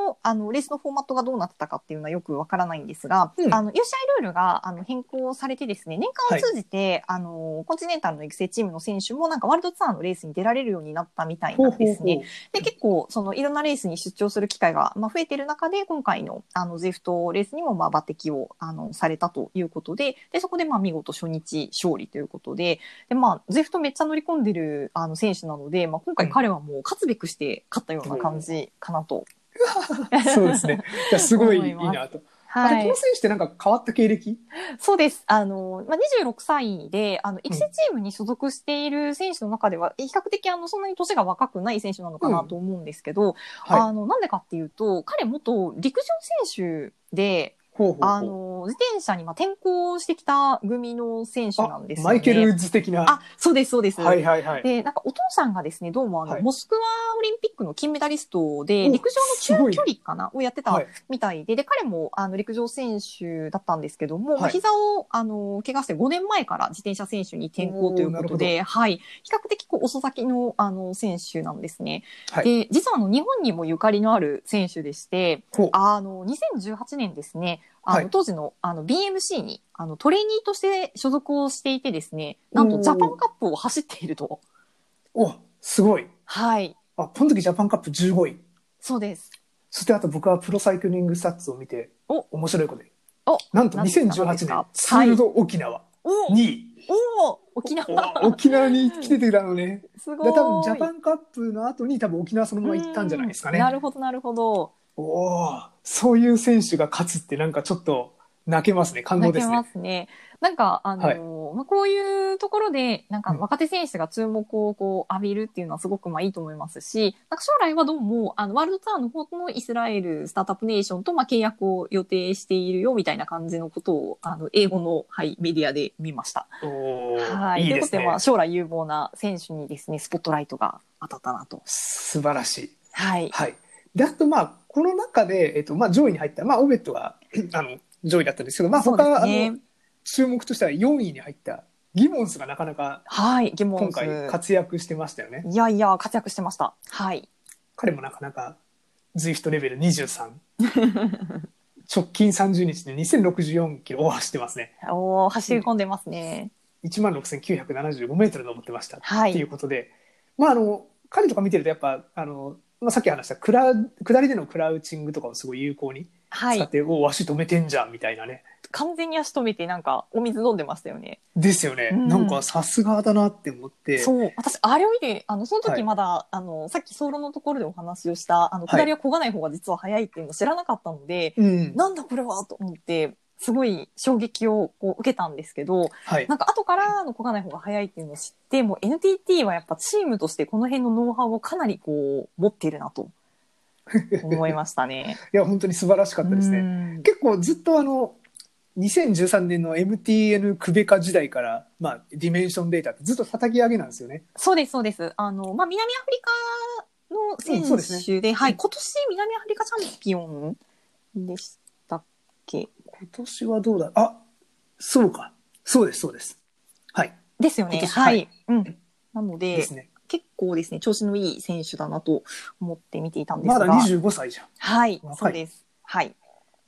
の、あの、レースのフォーマットがどうなってたかっていうのはよくわからないんですが、
うん
あの、UCI ルールが、あの、変更されてですね、年間を通じて、あの、コンチネンタルの育成チームの選手も、なんかワールドツアーのレースに出られるようになったみたい
ほ
な
うんほ
で
う
す
ほ
ね。
う。
で、結構、その、いろんなレースに出張する機会が、まあ、増えてる中で、今回の、あの、ZWIFT レースにも、まあ、抜擢を、あの、されたということで、で、そこで、まあ、見事初日勝利ということで、で、まあ、ZWIFT めっちゃ乗り込んでる、あの、選手なので、まあ、今回彼はもう、勝つべくして勝ったような感じかなと。
そうですね。いや、すごいい
思い
い
ます
なと。あ
は
れ、
い
この。選手ってなんか変わった経歴
そうです。あの、まあ、26歳で、あの、育成チームに所属している選手の中では、比較的、あの、そんなに年が若くない選手なのかなと思うんですけど、
はい。
あの、なんでかっていうと、彼元陸上選手で、
ほうほうほう。
あの、自転車にまあ転向してきた組の選手
あ
なんですよ
マ
ね。
イケル・ウッズ的な。
あ、そうです、そうです。
はいはいはい。
で、なんかお父さんがですね、どうもあの、
はい
モスクワオリンピックの金メダリストで、
お
陸上
すご
の
い
中距離かなをやってた
はい。
みたいで、で、彼も、あの、陸上選手だったんですけども、まあ
はい
膝を、あの、怪我して5年前から自転車選手に転向ということ
おーな
で、はい。比較的、こう、遅咲きの、あの、選手なんですね。
はい
で、実は、あの、日本にもゆかりのある選手でして、
ほう。
あの、2018年ですね、あの、
はい
当時の、あの、BMC に、あの、トレーニーとして所属をしていてですね、なん
お
と、
ー
ジャパンカップを走っていると。
お、すごい。
はい。
あ、この時ジャパンカップ15位。
そうです。
そしてあと僕はプロサイクリングスタッツを見て、
お
面白いことで。
お
なんと
何ですか何で
2018
す
年
か、
ツールド沖縄
お
2位。
おー沖縄
お沖縄に来ててたのね。
すご
で
い。
多分ジャパンカップの後に多分沖縄そのまま行ったんじゃないですかね。
うんなるほど、なるほど。
おーそういう選手が勝つってなんかちょっと泣けますね。感動
泣
で
け
す
ま
ね。
すね。なんか、あのー、まあ、こういうところで、なんか
うん
若手選手が注目をこう浴びるっていうのはすごくまあいいと思いますし、なんか将来はどうも、あの、ワールドツアーの方のイスラエルスタートアップネーションとまあ契約を予定しているよみたいな感じのことを、あの、英語の、はい、メディアで見ました。
おー
はい。
い
という
で
こと
す
で、
ね
まあ。将来有望な選手にですね、スポットライトが当たったなと。
素晴らしい。
はい。
はい。で、あとまあ、この中で、えっと、まあ上位に入った、まあオベットが、 あの、上位だったんですけど、まあ
そう
他、
です
あ
ね
の、。注目としては4位に入ったギモンスがなかなか
はい。疑問
今
数
回活躍してましたよね。
いやいや、活躍してました。はい。
彼もなかなか ZWIFT レベル23 直近30日で2064キロを走ってますね
おお、走り込んでますね。
1万6975メートル登ってましたっ
は
てい
い。
うことで、まああの彼とか見てるとやっぱあの、まあ、さっき話したクラ下りでのクラウチングとかをすごい有効に
は
使っ
い。
て、おお足止めてんじゃんみたいなね
完全に足止めて、なんか、お水飲んでましたよね。
ですよね、
うん
なんかさすがだなって思って
そう。私、あれを見て、あの、その
は
時
い
まだ、あの、さっき走路のところでお話をした、あの、
はい
下りは漕がない方が実は早いっていうのを知らなかったので、
うん
なんだこれはと思って、すごい衝撃をこう受けたんですけど、
はい
なんか後からの漕がない方が早いっていうのを知って、もう NTT はやっぱチームとしてこの辺のノウハウをかなりこう持ってるなと思いまし たね。
いや本当に素晴らしかったですね、
ね。
結構ずっとあの2013年の MTN クベカ時代から、まあ、ディメンションデータってずっと叩き上げなんですよね。
そうです、そうです。あの、まあ、南アフリカ
うん
の
そう
選
ですね
手で、はい、今年南アフリカチャンピオンでしたっけ
今年はどうだあそうかそうですそうです。はい、
ですよね。
今年
は
はい
い。うん。なので
ですね。
結構ですね、調子のいい選手だなと思って見ていたんです
ま
が。
だ25歳じゃん。
はい
若い、
そうです。はい。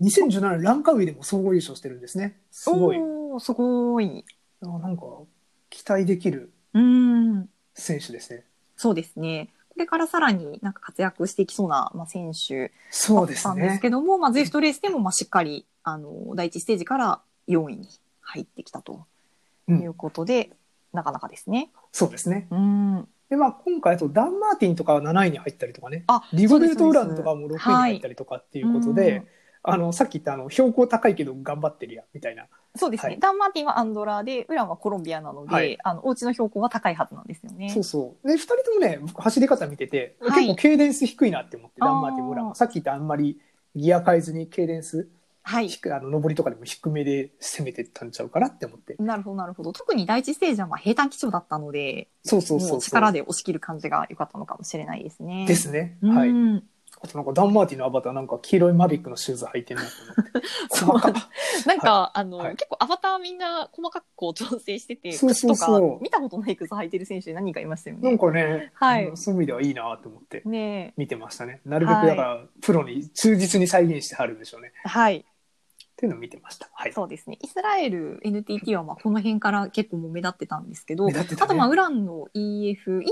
2017年ランカウイでも総合優勝してるんですね。すごい。
おーすごい。
あなんか期待できる
うん。
選手ですね。
そうですね。これからさらになんか活躍していきそうな、まあ、選手
そうです
なんです
ね。
けども、まあ、ゼフトレースでも、まあ、しっかり、あの、第一ステージから4位に入ってきたと
う、
いうんことで、なかなかですね。
そうですね。
うん。
で、まあ、今回、あと、ダン・マーティンとかは7位に入ったりとかね、
あ、
リゴベルト・
そう
ウ
です
ランとかも6位に入ったりとかっていうこと
はいうん
で、あの、さっき言った、あの、標高高いけど頑張ってるやん、みたいな。
そうですね。
はい
ダン・マーティンはアンドラで、ウランはコロンビアなので、
はい
あの、お家の標高は高いはずなんですよね。
そうそう。で、2人ともね、僕走り方見てて、
はい
結構、ケイデンス低いなって思って、
あー
ダン・マーティン・ウランも。さっき言った、あんまりギア変えずに、ケイデンス、
はい。
低あの、上りとかでも低めで攻めてったんちゃうかなって思って。
なるほど、なるほど。特に第一ステージはまあ平坦基調だったので、
そうそうそうそ
も
う。
う力で押し切る感じが良かったのかもしれないですね。
ですね。
うん
はい。あとなんかダン・マーティンのアバターなんか黄色いマビックのシューズ履いてるなと
そう
思って。細か
なんか、あの、
はい
結構アバターみんな細かくこう調整してて、
そうそうそう
靴とか見たことない靴履いてる選手何人かいましたよ
なん
ね。
かね、
はい
うんそういう意味ではいいなと思って
ね
見てましたね。なるべくだから、プロに忠実に再現してはるんでしょうね。
えはい。
っていうのを見てました。はい。
そうですね。イスラエル NTT はまあこの辺から結構もう目立ってたんですけど、
目立ってたね
あとまあウランの EF、EF も、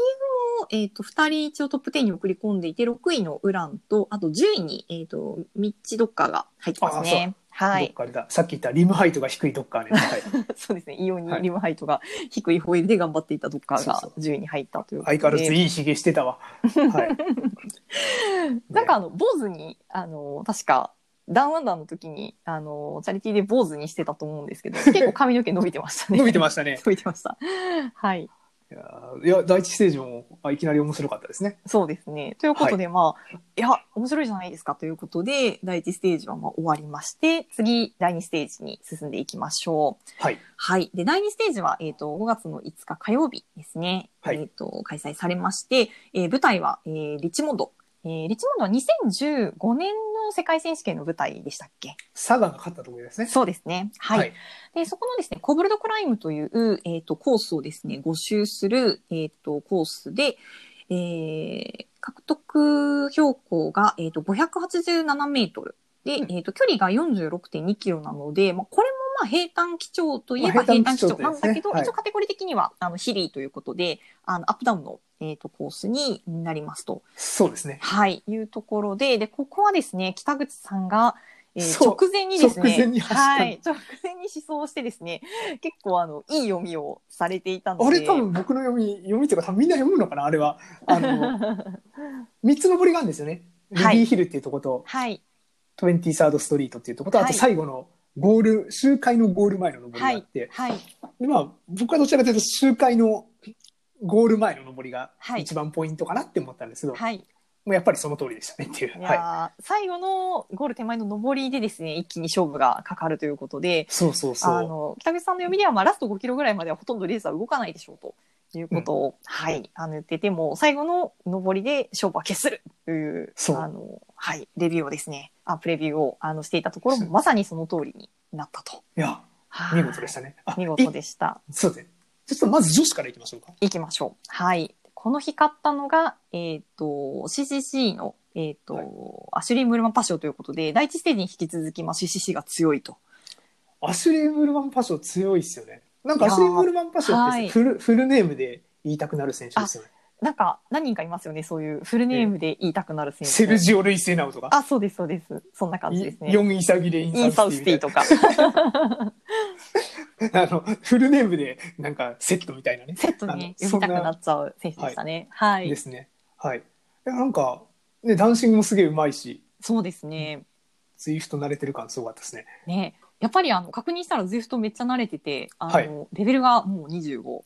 えっと2人一応トップ10に送り込んでいて、6位のウランと、あと10位に、えっとミッチ・ドッカーが入ってますね。は
どっ
い。
かあれだ。さっき言ったリムハイトが低いどっかね。はい、
そうですね。イオン
は
に
い
リムハイトが低いホイールで頑張っていたドッカー
そ
が
う
10位に入ったということ
相
で。
変わらずいいひげしてたわ。はい。
なんかあの、坊主に、あの、確か、ダウンアンダーの時に、あの、チャリティーで坊主にしてたと思うんですけど、結構髪の 毛伸びてましたね。
伸びて
ま
ましたね
し。た。伸びてました。はい。
いやーいや、第一ステージもあいきなり面白かったですね。
そうですね。ということで、まあ、いや、面白いじゃないですかということで、第1ステージはまあ終わりまして、次、第2ステージに進んでいきましょう。
はい。
はい。で、第2ステージは、えっ、と、5月の5日火曜日ですね。
はい
えっ、と、開催されまして、えー舞台は、えーリッチモンド。えーリッチモンドは2015年の世界選手権の舞台でしたっけ
サガが勝ったところですね。
そうですね。はい。
はい
で、そこのですね、コブルドクライムという、えっ、と、コースをですね、5周する、えっ、と、コースで、えー獲得標高が、えっ、と、587メートル。で、
うん
えっ、と、距離が46.2キロなので、まあ、これもまあ、平坦基調といえば
まあ
平
平坦
坦基
基
調
調
なんだ
と
けど、
いうですねはい
一応カテゴリー的には、あの、ヒリーということで、あの、アップダウンの、えっ、と、コースになりますと。
そうですね。
はい、いうところで、で、ここはですね、北口さんが、えー
そう
直前にですね、
直前に走った
はい、直前に思想してですね、結構あの、いい読みをされていたので。
あれ多分僕の読み、読みというか多分みんな読むのかなあれは。あ の、3つ登りがあるんですよね。ルビ
はい
ーヒルっていうとこと、
はい、
23rd ストリートっていうとこと、あ
は
と
い
最後のゴール、周回のゴール前の登りがあって、
はい、
でまあ僕はどちらかというと周回のゴール前の登りが
はい
一番ポイントかなって思ったんですけど、
はい。
もうやっぱりその通りでしたねっていう。
いや
はい
ー、最後のゴール手前の上りでですね、一気に勝負がかかるということで、
そうそうそ
あ
う。
の、北口さんの読みでは、まあ、ラスト5キロぐらいまではほとんどレースは動かないでしょうと。いうことを、はい、あの、言ってても、最後の上りで勝負は決するという、
そう
あの、はい、レビューをですね、あ、プレビューを、あの、していたところも、まさにその通りになったと。
いや、
はい
見事でしたね。あ
見事
い
でした。
そうですね。ちょっとまず女子からいきましょうか。
いきましょう。はい。この日買ったのが、えっ、と、CCC の、えっ、と、
はい
アシュリー・ムールマンパショーということで、第一ステージに引き続き、まあ、CCC が強いと。
アシュリー・ムールマン・パショー強いですよね。なんかアシュリー・ムールマン・パショーっ
い
て
やー
フル,、フルネームで言いたくなる選手ですよね。
なんか、何人かいますよね、そういうフルネームで言いたくなる選手。
セルジオ・ルイス・エナウとか。
あ、そうです、そうです。そんな感じですね。
4イサギでイ
イン
ン
サ
サ
ウ
ウ
ス
ス
テ
テ
ィ
ィ
と
と
か。
あのフルネームでなんかセットみたいなね
セットに
あの
読みたくなっちゃう選手でしたね。はい。
ですねはいいやなんかねダンシングもすげえうまいし
そうですね。
ツイフト慣れてる感すごかったですね
ね。やっぱりあの確認したら ZWIFT めっちゃ慣れてて、あの、
はい
レベルがもう25。
お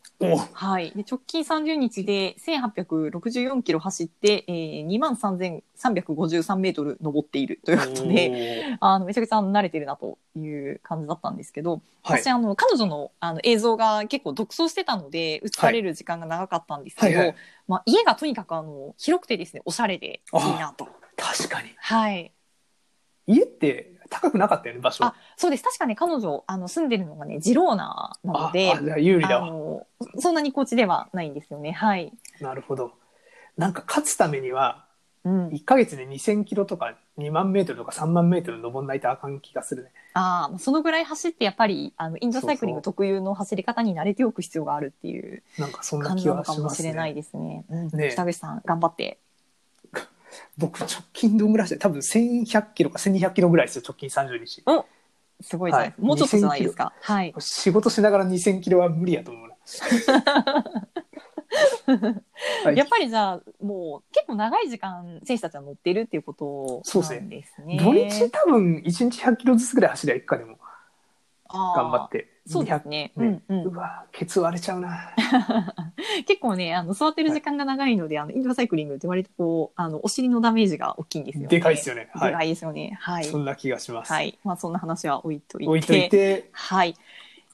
はい。で、直近30日で1864キロ走って、えー、23,353メートル登っているということで、
ね
あの、めちゃくちゃ慣れてるなという感じだったんですけど、
はい
私、あの、彼女のあの映像が結構独走してたので、映される時間が長かったんですけど、
はいはい
まあ、家がとにかくあの、広くてですね、おしゃれでいいなと。
確かに
はい。
家って高くなかったよね場所
あ、そうです。確かね、彼女、あの、住んでるのがね、ジローナなので、
あじゃあ有利だ
あ
わ
の、そんなに高地ではないんですよね。はい。
なるほどなんか勝つためには
うん。
1か月で2000キロとか2万メートルとか3万メートル登んないとあかん気がするね。
ああ、そのぐらい走って、やっぱり、あの、インドサイクリン
そうそう
グ特有の走り方に慣れておく必要があるっていう
なんかそんな
感じ
気
なの
は
か
し
も
ます
しれな
ね。
いですね。うん
ね
北口さん、頑張って。
僕、直近どんぐらい走って多分1100キロか1200キロぐらいですよ、直近30日。
すごいじゃない、
はい
もうちょっとじゃないですか。はい。
仕事しながら2000キロは無理やと 思うな。はい
やっぱりじゃあ、もう結構長い時間、選手たちは乗ってるっていうことなんですね。
土日多分1日100キロずつぐらい走りゃいいかでも頑張
頑
って
そうですね。
200ね
うんう
200
ん
うわケツ割れちゃうな
結構ね、あの、座ってる時間が長いので、あの、インドアサイクリングって割とこう、あの、お尻のダメージが大きいんですよね。
でかいです
よ。
よね
でか
はい
いですよね。はい
そ。んな気がします
はい。まあ、そんな話は置いといて。
置いといて
はい。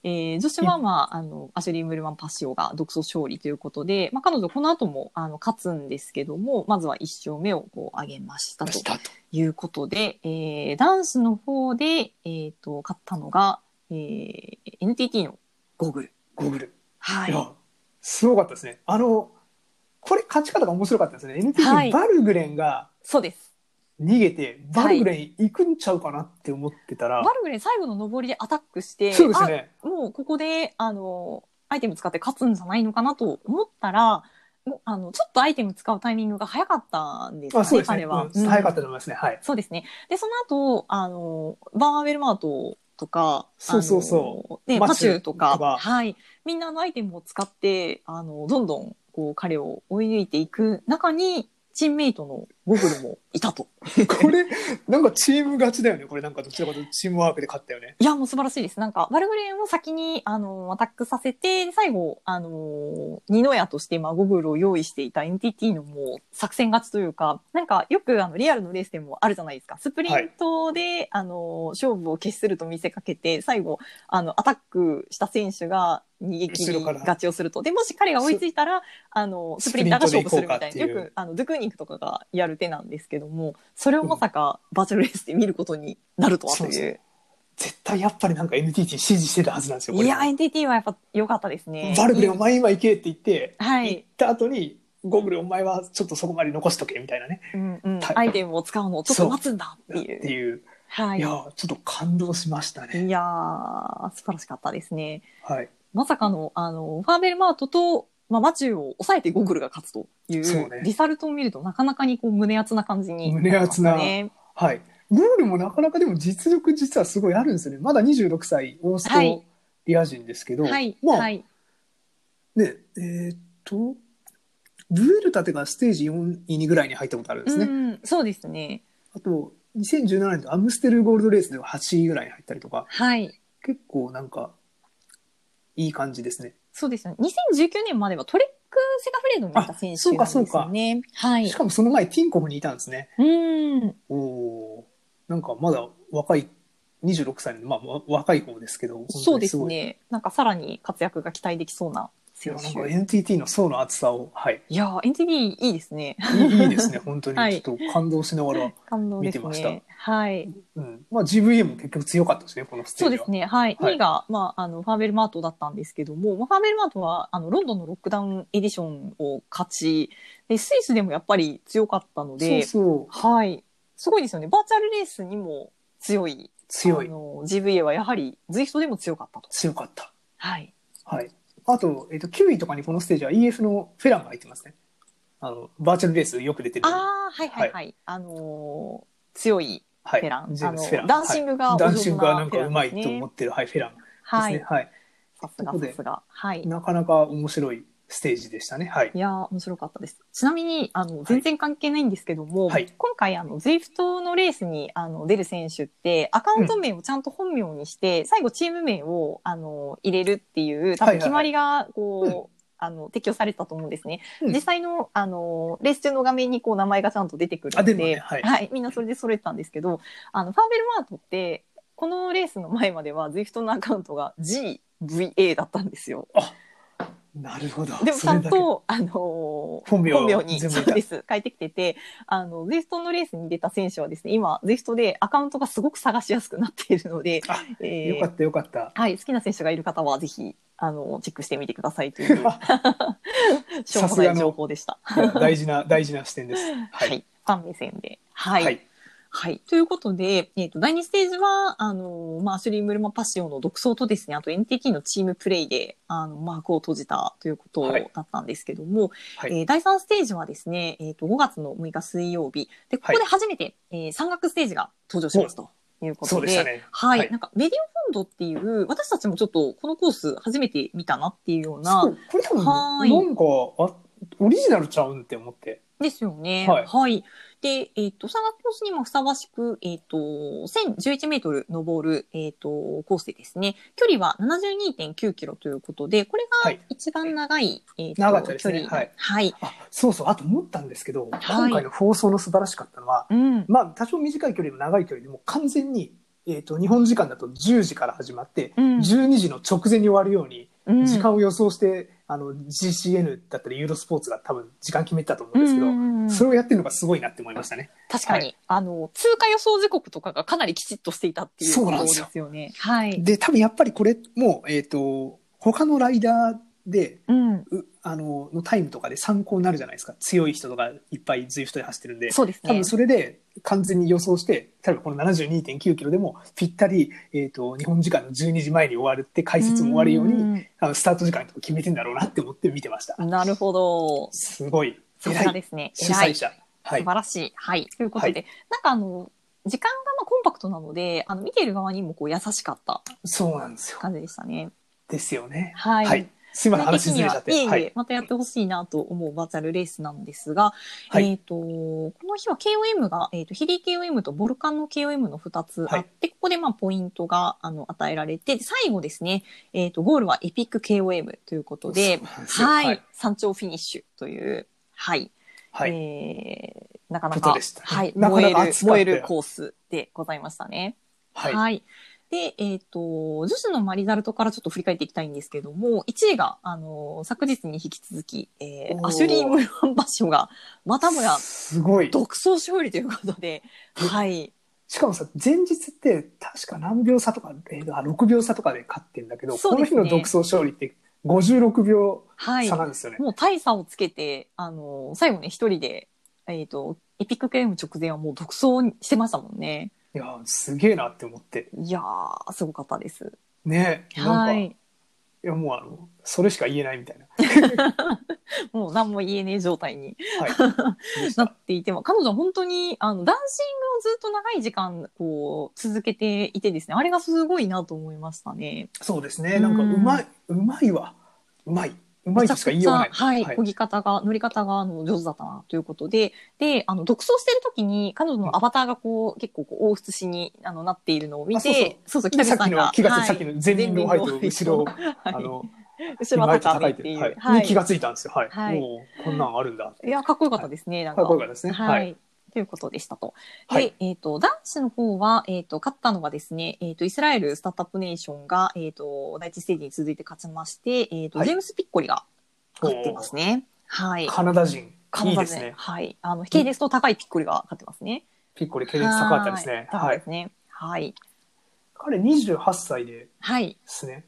えー、女子は、まあ、あの、アシュリー・ムルマン・パシオが独走勝利ということで、まあ、彼女この後も、あの、勝つんですけども、まずは一勝目をこう、上げましたと
したと
いうことで、えー、男子の方で、えっ、と、勝ったのが、えー、NTT のゴーグル。
ゴーグル
はいい。
やすごかったですねあのこれ勝ち方が面白かったですね NTT
はい
バルグレンが
そうです。
逃げてバルグレン行くんちゃうかなって思ってたら
バルグレン最後の上りでアタックして、
そうですね
あもうここで、あの、アイテム使って勝つんじゃないのかなと思ったら、もうあの、ちょっとアイテム使うタイミングが早かったんですか
あ
ね、
そうですね
彼は。。
うん早かったたと思いますねはい
そうですね。で、その後、あの、バーウェルマートとか、。
そうそうそう
ね、
マ
パ
チ
チ
ュ
ューとか、
とか
はい。みんなあのアイテムを使って、あの、どんどん、こう、彼を追い抜いていく中に、チームメイトのゴブルもいたと。
これなんかチーム勝ちだよねこれなんかどちらかというとチームワークで勝ったよね
いや、もう素晴らしいです。なんか、バルグレンを先に、あの、アタックさせて、最後、あの、二の矢として、まあ、ゴブルを用意していた NTT のもう、作戦勝ちというか、なんか、よく、あの、リアルのレースでもあるじゃないですか。スプリントで、あの、勝負を決すると見せかけて、最後、あの、アタックした選手が逃げ切
後
り
ろから
勝ちをすると。で、もし彼が追いついたら、あの、スプリンターが勝負するみたいな。
スプリントで行こうかっていう
よく、あの、ドゥクーニンクとかがやる手なんですけども、それをまさか、バーチャルレースで見ることになるとはと
そうそ
いう
う。絶対やっぱりなんか NTT 支持してたはずなんですよこ
い
れ
や、NTT はやっぱ良かったですね。
バルグレンお
い
前今行けって言って、
いは
行っ
い。
た後にゴーグルお前はちょっとそこまで残しとけみたいなね
うんうん
はい。
アイテムを使うのをちょっと待つんだって
っ
いう。
ていう、、
はいい。い
や
や
ーちょっと感動しましたね
ー、素晴らしかったですね。
はい
まさかの、あの、ファーベルマートと、まあ、マチューを抑えてゴーグルが勝つという、
そうね
リサルトを見るとなかなかにこう胸熱な感じに
胸熱な
りましたね
はいゴーグルもなかなかでも実力実はすごいあるんですよねまだ26歳オーストリア人ですけど、
はい。
まあ、
はい。
ねえーっとブエルタテがステージ4位にぐらいに入ったことあるんですね、
うん、そうですね。
あと2017年のアムステルゴールドレースでは8位ぐらいに入ったりとか
はい。
結構なんかいい感じですね
そうですよね。2019年まではトレックセガフレードにいた選手なんです
あそうかそう
よ
か
ね。はい
し。かもその前ティンコフにいたんですね
うん。
おおーなんかまだ若い26歳のまあわ若い方ですけど本当に
そうです
ごい
ね。なんかさらに活躍が期待できそうない
や
選
なんか
手。
NTT の層の厚さをはい
いやー、NTT いいですね。
いいいいです ね本当に、
はい
ちょっ と感動しながら、
感動です
見てま
ね。はい。
うん、まあ GVA も結局強かったですねこのステ
そ
ー
う
ジ
で
は
すね。はい。
はい
2位が、まあ、あの、ファーベルマートだったんですけども、まあ、ファーベルマートは、あの、ロンドンのロックダウンエディションを勝ち、で、スイスでもやっぱり強かったので、
そうそう
はい。すごいですよね。バーチャルレースにも強い。
強
あ
い
の、GVA はやはり、ズイフトでも強かったと。
強かった
はい。
はいあと,、えっと9位とかにこのステージは EF のフェランが入ってますねあのバーチャルレースよく出てる
ああ、はいはいはい。あのー強い
はい
フェラン
ジェームス
あの
フェラン
ダンシングが
はい
お上手な
ダンシングがなんかうまいと
フェランですね
思ってるはいフェランですね
はい。
はい
さすが
ここで
さすが。はい。
なかなか面白いステージでしたね。はい
い。やー、面白かったです。ちなみに、あの、全然関係ないんですけども、
はい
今回、あの、ゼイフトのレースに、あの、出る選手って、アカウント名をちゃんと本名にして、最後チーム名を、あの、入れるっていう、多
はいはいはい
分決まりが、こう、あの、適用されてたと思うんですね。
うん
実際の、あの、レース中の画面に、こう、名前がちゃんと出てくるの
あ出
で、
るのねはい
みんなそれで揃えてたんですけど、あの、ファーベルマートって、このレースの前までは、ゼイフトのアカウントが GVA だったんですよ。
なるほど。
でもちゃん
それだ
と、あのー
本名を
に、
全部入れ
そう
た
です、変えてきてて、あの、ゼフトのレースに出た選手はですね、今、ゼフトでアカウントがすごく探しやすくなっているので、
あけ
えー
よかったよか った。
はい、好きな選手がいる方は、ぜひ、あの、チェックしてみてくださいという、しょうもない情報でした。
大事な大事な視点です。は。
はいい、ファン目線で。はい。
はい
はい。ということで、えっ、と、第2ステージは、あのまあ、アシュリー・ムルマ・パシオの独走とですね、あと NTT のチームプレイで、あの、マークを閉じたということ
はい
だったんですけども、
はい
えー第3ステージはですね、えっ、と、5月の6日水曜日、で、ここで初めて、えー山岳ステージが登場しますというこ
そう
とで、
でしたね。
はい、
はい
なんか、メディオフォンドっていう、私たちもちょっと、このコース初めて見たなっていうような
そ、うこれ多分
はい
なんかあオリジナルちゃうんって思って。
ですよね。は。
はいい
で、えっ、と、山岳コースにもふさわしく、えっ、と、1011メートル登る、えっ、と、コースでですね、距離は72.9キロということで、これ
は
が
い
一番長い、えっ、と、
長かったです
距
ね
離。
はい
はい。
あそうそうあと思ったんですけど、
はい
今回の放送の素晴らしかったのは、
うん。
まあ、多少短い距離でも長い距離でも完全に、えー、と日本時間だと10時から始まって、
うん
12時の直前に終わるように
うん
時間を予想して、あの GCN だったりユーロスポーツが多分時間決めてたと思うんですけど、
うんうんうん
それをやってるのがすごいなって思いましたね。
確かに、
は
あの、通過予想時刻とかがかなりきちっとしていたっていう
そ
こ
うな
と
ん
で
ですよ
すよね。はい。
で多分やっぱりこれもう、えー、と他のライダーで
うん。
うあののタイムとかで参考になるじゃないですか強い人とかいっぱい ZWIFT で走ってるんで
そうです
多
ね
分。それで完全に予想して例えばこの72.9キロでもぴったり、えー、と日本時間の12時前に終わるって解説も終わるように
に。
あのスタート時間とか決めてんだろうなって思って見てました。
なるほど。
すごい
さ
偉
すが
い
ですね。
主
偉い
催者。は
素
い、
晴らしい。はい。ということで、なんかあの、時間がまあコンパクトなので、あの、見ている側にもこう優しかった
そうなんですよ。
感じでしたね。
ですよね。
はい。
はい。すいません、
まあ
話ずれちゃっ
いえ
て。
いえ
はい。
またやってほしいなと思うバーチャルレースなんですが、
はい
えっ、と、この日は KOM が、えっ、と、ヒリー KOM とボルカンの KOM の2つあって、
はい
ここでまあ、ポイントが、あの、与えられて、で最後ですね、えっ、と、ゴールはエピック KOM ということで
そう、なんですよ
はい、
はい。
山頂フィニッシュという、はい。
はい。
えーなかな
こ
か、
とでした
はい、
なか
燃
な
える
か熱かったよ
燃えるコースでございましたね。
はい。
で、えっ、と、女子のマリザルトからちょっと振り返っていきたいんですけども、1位が、あの、昨日に引き続き、えー
おー
アシュリー・ムルハンバッショが、またもや、
すごい。
独走勝利ということで、はい。
しかもさ、前日って確か何秒差とか、えーと、あ6秒差とかで勝ってんだけど、
そう
こ
で
の
す
日
ね
の独走勝利って56秒
はい。
差なんですよね。
もう大差をつけて、あの、最後ね、一人で、えっ、と、エピックゲーム直前はもう独走してましたもんね。
いやー、すげえなって思って。
いやー、すごかったです。
ねなんか、、
はいい。
やもうあの、それしか言えないみたいな。
もう何も言えねえ状態に
はい。でし
な
た
っていても、彼女は本当に、あの、ダンシングをずっと長い時間、こう、続けていてですね、あれがすごいなと思いましたね。
そうですね。なんか、うまい、うまいわ。うまい。うまいとしか言いようがない。
めちゃくちゃはい、漕ぎ方が、乗り方が、あの、上手だったな、ということで、で、あの、独走してる時に、彼女のアバターがこう、結構こう、大写しにあのなっているのを見
あそう
て、そうそう、北口
さっ
さ
き
ん
の
が、
気がつい
はい
さっきの前輪のハイと後ろ、あ
はい
の、
後ろは高め
高
っ
い
てい
て、
う。
はい、
はい
に気がついたんですよ。はい。
はい
もう、こんなんあるんだって。
いや、かっこよかったですね、なん
かっ
か。
こよかったですね。
は
はい
い。ということでしたと。で、
はい
えっ、と、男子の方は、えっ、と、勝ったのがですね、えっ、と、イスラエルスタートアップネーションが、えっ、と、第一ステージに続いて勝ちまして、えっ、と、
はい
ジェームス・ピッコリが勝ってますね。はい。
カナダ人。いいです
ね
ね。
はい。あの、系列の高いピッコリが勝ってますね。
ピッコリ経歴高かったですね。
はい高か
は
った
い
で。すね。はい。
彼28歳で
はい。
すね。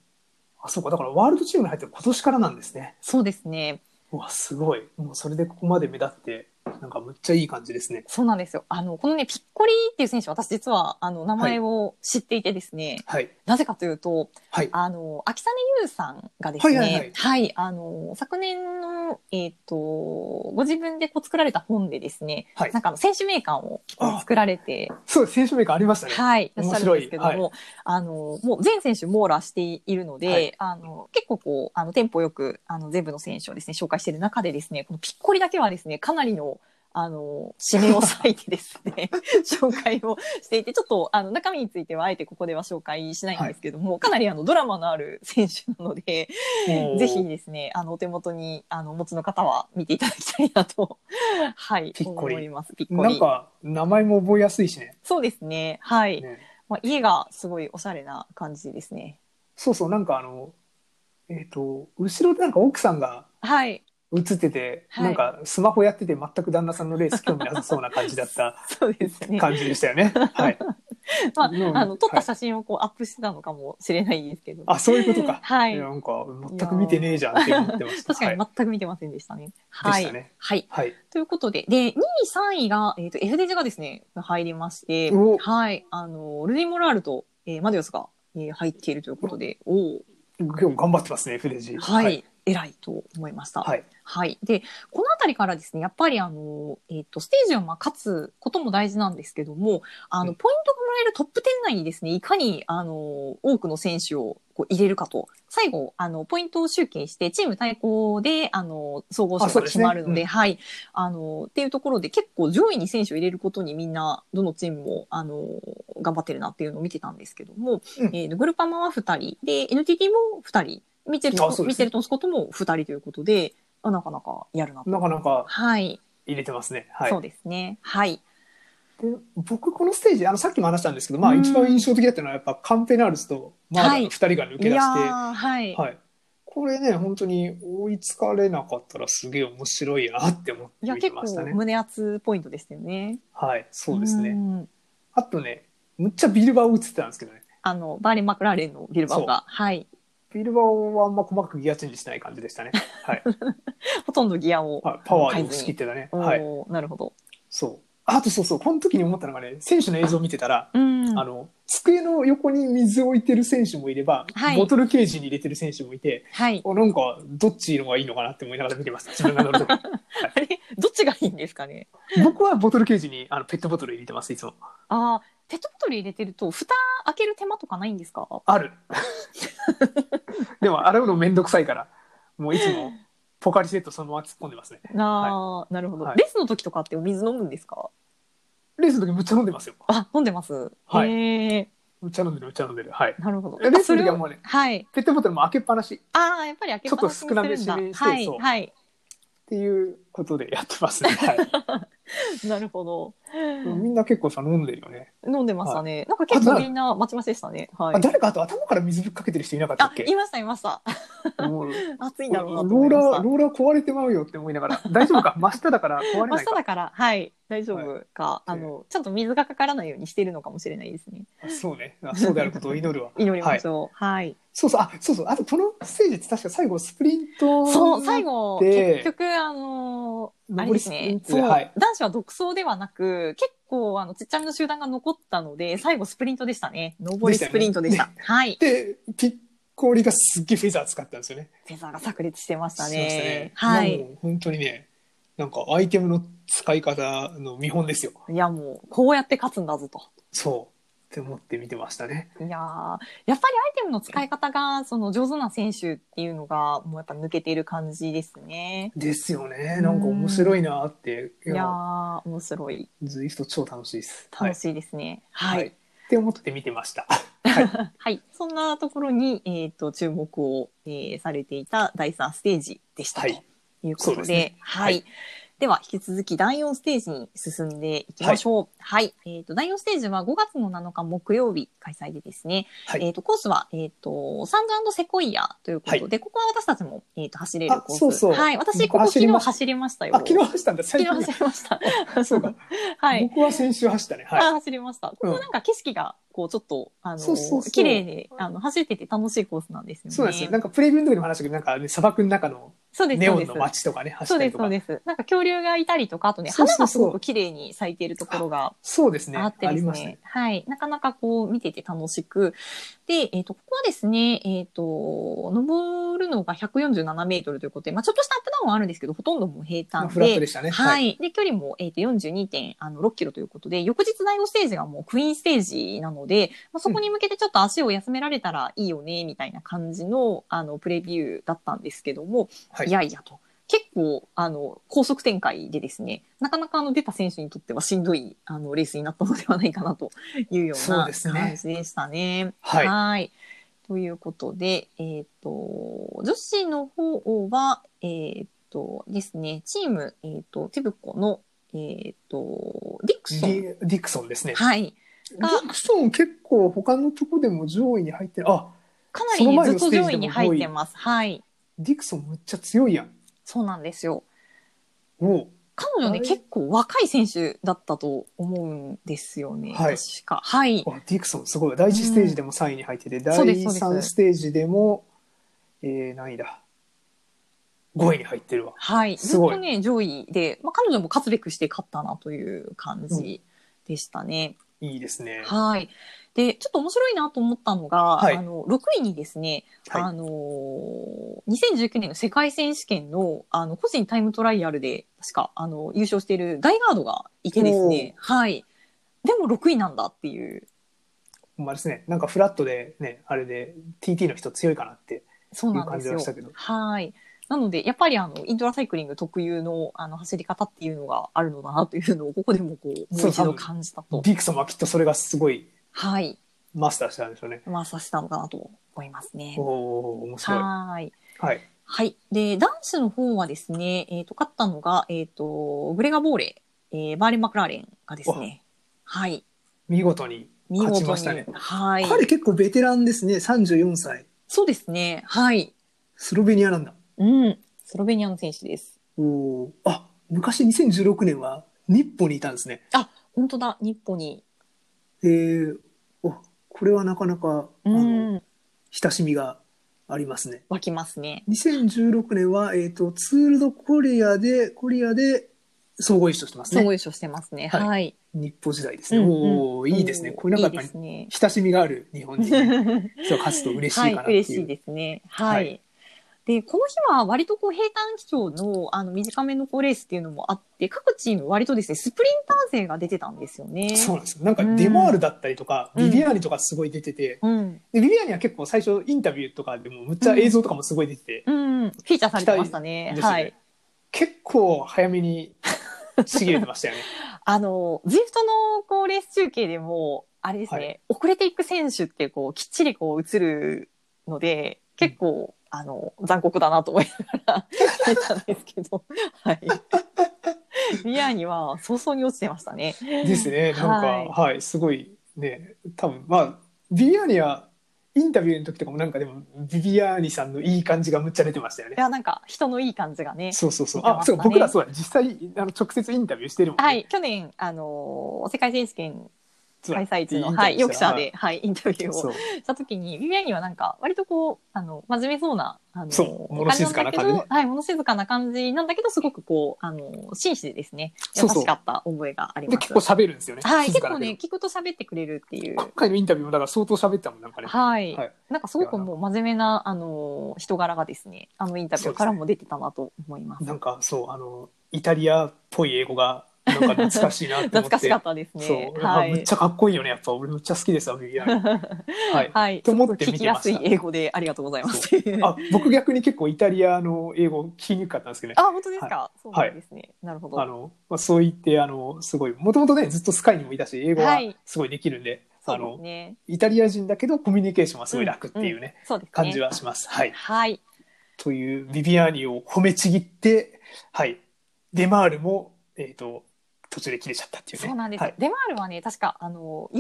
あ、そうか。だからワールドチームに入って今年からなんですね。
そうですね。
うわ、すごい。もうそれでここまで目立って、なんかむっちゃいい感じですね。
そうなんですよ。あの、このね、ピッコリっていう選手、私実は、あの、名前を知っていてですね、
はい。
なぜかというと、
はい。
あの、秋雨優さんがですね、は
はいいはいはい
あの、昨年の、えっ、と、ご自分でこう作られた本でですね、
はい
なんかあの選手名鑑を
あ
作られて、
そう、選手名鑑ありましたね。
はい、いらっしゃるんですけども、
面白いは
あの、もう全選手網羅しているので、
はい
あの、結構こう、あの、テンポよく、あの、全部の選手をですね、紹介している中でですね、このピッコリだけはですね、かなりの、あの、締めを割いてです ね、紹介をしていて、ちょっと、あの、中身については、あえてここでは紹介しないんですけども、かなりあの、ドラマのある選手なので、
もう
ぜひですね、あの、お手元に、あの、お持ちの方は見ていただきたいなと、 はい、
ピッコリ
思います。ピッコ
な
リ
ん。か、名前も覚えやすいしね。
そうですね、はい。
ね
まあ、家がすごいおしゃれな感じですね。
そうそう、なんかあの、えっ、と、後ろでなんか奥さんが
はい。
映ってて、
はい
なんかスマホやって て全く旦那さんのレース興味なさそうな感じだった
そうですね。
感じでしたよね。はい。
まあ、
うん
あの撮っ
は
た
い
写真をこうアップしてたのかもしれないですけど、
あそういうことか。
はい
いやなんか全く見てねえじゃんって思ってました。
確か
は
に
い。
全く見てませんでしたね。
で
は
した
い。
ね。
はい。
はい。
ということで、で、2位、3位が、えっ、と、F デジがですね、入りまして
お、
はい。あの、ルディ・モラールと、えーマデオスが、えー入っているということで、おー
今日も頑張ってますね、フレジ。
はい、。偉いと思いました。
はい。
はい。で、このあたりからですね、やっぱりあの、えっ、と、ステージをまあ勝つことも大事なんですけども、あ
う
の、
ん
ポイントがもらえるトップ10内にですね、いかに、あの、多くの選手をこう入れるかと、最後、あの、ポイントを集計して、チーム対抗で、あの、総合
あ
賞
そう
が
です
決
ね
まるので、
うん
はい。あの、っていうところで、結構上位に選手を入れることにみんな、どのチームも、あの、頑張ってるなっていうのを見てたんですけども、
うん
えーグルパマは2人、で、NTT も2人、ミッチェル
あそ
と、
うですね
ミッチェルとスコットも2人ということで、あなかなかやるなと。
なかなか
はい、
入れてますね。はい
そう。ですね。はい。
で僕このステージあのさっきも話したんですけど、まあ、
うん
一番印象的だったのはやっぱカンペナールスとマーダーの2人が抜け出して、はい
ーはい。
これね本当に追いつかれなかったらすげえ面白いなって思
い
っ
や、
て
結
見ました
構
ね。
胸熱ポイントでしたよね。
はい、そうですね、
ん
あとねむっちゃビルバオ映ってたんですけどね
あの、バーレン・マクラーレンのビルバオが、はい。
ビルバオはあんま細かくギアチェンジしない感じで したね。はい、
ほとんどギアを。
はいパワーで押し切ってたね。はい、
おーなるほど。
そうあとそうそうこの時に思ったのがね選手の映像を見てたら
うん。
あの机の横に水を置いてる選手もいれば、
はい
ボトルケージに入れてる選手もいて
はい。
おなんかどっちのがいいのかなって思いながら見て ます自分が乗る時
あれ、どっちがいいんですかね。
僕はボトルケージにあのペットボトル入れてますいつも
ああ、ペットボトル入れてると、蓋開ける手間とかないんですか
あるでも洗うのめんどくさいからもういつもポカリセットそのまま突っ込んでますね
ああ、なるほど。
はい
レースの時とかってお水飲むんですか
レースの時むっちゃ飲んでますよ
あ、飲んでます。
はい
へえ、
むっちゃ飲んでるむっちゃ飲んでるはい
なるほど。
レース
そ
の
れ
時は
を
もうね
はい。
ペットボトルも開けっぱなしっ
ああ、やっぱり開けっぱなしにするんだ。
ちょっと少なめにして
はい、
そう
はい。
ていうことでやって ますね、はい、
なるほど。
みんな結構さ飲んでるよね、
飲んでましたね。なんか結構みんな待ちませでしたね。はい
あ。誰かあと頭から水ぶっかけてる人いなかった
あ
っけ、
いました、い ました。
もう
暑いだろうなと
ロ
思
ー
い
ラ
ま
ー
し
ローラー壊れてまうよって思いながら大丈夫か真下だから壊
た。
れ
真
ない
下
か
だから、はい、大丈夫か、
はい
あの、ちゃんと水がかからないようにしてるのかもしれないですね。
あそうねあそうであることを祈るわ
祈りましょう。はい。
そうそうあそうそうあとこのステージって確か最後スプリント
そう、最後、
で
結局、あのーあれ
残
で
り
す
スプリ
ね
ン。ト
そう、
ではい
男子は独走ではなく、結構、あの、ちっちゃめの集団が残ったので、最後スプリントでしたね。上りスプリントでした。はい。
でピッコリがすっげえフェザー使ったんですよね
フェザーが炸裂してました
しました
ね。は。
はいいもう本当にねなんかアイテムの使い方の見本ですよ
いや、もう、こうやって勝つんだぞと。
そうって思って見てましたね
いやーやっぱりアイテムの使い方が、その、上手な選手っていうのが、もうやっぱ抜けている感じですね。
ですよねなんか面白いなって
いやー面白い。
ずいっと超楽しいです
楽しいですね。はい。はい
って思って見てました。
はい、そんなところに、えー、と注目を、えーされていた第3ステージでした
は
と
い
いうこと
そう
で,、
ですね
はい
はい
では引き続き第4ステージに進んでいきましょう。はいえー、と第4ステージは5月の7日木曜日開催でですね、
はい
えー、とコースは、えー、とサンズセコイアということで、ここは私たちも、えー、と走れるコー
あ
ス
そうそう
はい、私
僕
ここ
走
昨
り
日
ま
走りましたよ。
あ、昨日走ったんだ。
昨
最近。
日走りました。
そうか。
はい、
僕は先週走ったね。
あ
は
走りました。ここなんか景色が、こう、ちょっと、あ
そうそう
の
そう、
綺麗で、あの、走ってて楽しいコースなんですよ
い。
ね。
そうなんですよ。なんかプレビューの時にも話したけど、なんかね砂漠の中の
そうです、
ネ
そう
オ
で
ン
す
の。街とかね、走
そ
った
うで
りと
す、そう
か。
です。なんか恐竜がいたりとか、あとね、
そうそう
花
そう
がすごく綺麗に咲いているところが
そうですね。
あ
あ
ってで
り
す
ました
ね
ね。。
はい。なかなかこう、見てて楽しく。で、えっ、と、ここはですね、えっ、と、登るのが147メートルということで、まあちょっとしたアップダウンはあるんですけど、ほとんどもう平
まあ
坦
フラットでしたね。
は。い。で、距離も、えー、と42.6キロということで、翌日第5ステージがもうクイーンステージなので、まあ、そこに向けてちょっと足を休められたらいいよね、みたいな感じの、あの、プレビューだったんですけども、、
はいい
やいやと。結構、あの、高速展開でですね、なかなかあの出た選手にとってはしんどい、あの、レースになったのではないかなというよう
そう
な
ですね
感じでしたね。
はい。
はい。ということで、えっ、と、女子の方は、えっ、とですね、チーム、えっ、と、ティブコの、えっ、と、ディクソン。
ディディクソンですね。
はい。
ディクソン結構他のとこでも上位に入ってる。あ、
かな
その
り
前
ずっ
の
と
ステージでも
上位に入ってます。はい。
ディクソンむっちゃ強いやん。
そうなんですよ。
おう
彼女ね、
はい
結構若い選手だったと思うんですよね。
はい
確か。はい。
わディクソンすごい第1ステージでも3位に入ってて、第
そうですそうです
3ステージでも、えー、何位だ5位に入ってるわ
はい。ず
す
っ
ごい
とね、上位で、まあ、彼女も勝つべくして勝ったなという感じでしたね。
いいですね
はい。で、ちょっと面白いなと思ったのが、
はい
あの、6位にですね、
はい
あのー2019年の世界選手権の、あの、個人タイムトライアルで、確か、あの、優勝しているガイガードがいてですね、はい。でも6位なんだっていう、
ほんまですねなんかフラットでねあれで TT の人強いかなって
そうなんです
いう感じは
よ
したけど。
はい。なので、やっぱりあの、インドラサイクリング特有の、あの、走り方っていうのがあるのだなというのを、ここでもこう、も
そうう
一
多
度
分
感じたと。
ディクソンはきっとそれがすごい
はい。
マスターしたんでしょうね
まあ、させたのかなと思いますね
お。お面白い
はい。
はい
はい。で、男子の方はですね、えっ、と、勝ったのが、えっ、と、グレガ・ボーレ、えーバーレン・マクラーレンがですね、はい。
見事に
見事に。
勝ちましたね
はい。
彼結構ベテランですね34歳
そうですね。はい。
スロベニアなんだ
うん。スロベニアの選手です。
おおあ昔2016年は日本にいたんですね
本当だ、日本に。
えー、おこれはなかなかあ
う
の
ん。
親しみがありますね。
湧きますね。
2016年は、えー、とツール・ド・コリアでコリアで総合優勝してます
総
ね
合優勝してますね。
はい
はい。
日本時代ですね、
うんうん
おおいいですねこれなんか
いい
や
で
っぱ
すね
り。親しみがある日本人が勝つと嬉しいかなって
はい、嬉
い、
しいうですね。はい。
はい
で、この日は割とこう平坦基調のあの短めのこうレースっていうのもあって、各チーム割とですね、スプリンター勢が出てたんですよね。
そうなんですよなんかデマールだったりとか、
うん
ビビアーニとかすごい出てて、
うん。
でビビアーニは結構最初インタビューとかでもむっちゃ映像とかもすごい出てて、
うん。フィーチャーされてましたね。
ですよね
はい。
結構早めにちぎれてました よね。
あの、ズイフトのこうレース中継でも、あれですね、
は
遅れていく選手ってこうきっちりこう映るので、結構、あの、残酷だなと思いながら 見たんですけど、はい。ビアーニは早々に落ちてましたね。
ですね。なんか、
はい
はい、すごいね、多分まあ、ビビアーニは、インタビューの時とかもなんかでも、ビビアーニさんのいい感じがむっちゃ出てましたよね
い。や、なんか人のいい感じがね。
そうそうそう。
出てま
あ、
した
そ
ね
う、僕らそうだ。実際、あの、直接インタビューしてるもんね。
はい、去年、あのー世界選手権
そうだ
開催地の、
インタビューした
はい、ヨークシャーで、はい、インタビュー
そ
を
う。
した時に、ビビアンにはなんか、割とこう、あの、真面目そうな、あのー
そう物静かな感じね
なんだけどはい、物静かな感じなんだけど、すごくこう、あのー紳士でですね、
そ
優
うそう
しかった覚えがあり
で、
ます
結構。喋るんですよね。
はい、
静
結
かだ
構
けど
ね、聞くと喋ってくれるっていう。
今回のインタビューもだから相当喋ってたもん、なんかね。
はい、
はい
なんかすごくもう真面目な、あのー人柄がですね、あのインタビューからも出てたなと思います。
なんか、そう、あの、イタリアっぽい英語が、なんか懐かしいなって思
懐
って。
かしかったですね。
そう、
は
あ
い。
むっち ゃかっこいいよね。やっぱ、俺むっちゃ好きですわ、ビビアーニ。はい。
はい。
と思って
す
見
ごく聞き
て
や
ますした
い英語でありがとうございます。あ
あ、僕逆に結構イタリアの英語聞きにくかったんですけどね。
本当ですか、そうなんですね。なるほど。
あの、まあ、そう言って、あの、すごい、もともとね、ずっとスカイにもいたし、英語は
はい
すごいできるんで、
そ
あ
うです
の、
ね。
イタリア人だけどコミュニケーションはすごい楽っていうね、
そうですね。
感じ。はします。はい。
はい。
というビビアーニを褒めちぎって、はい。デマールも、えっ、と、途中で切れちゃったっていうね。
そうなんです、
はい。
デマールはね、確か、あの、UAE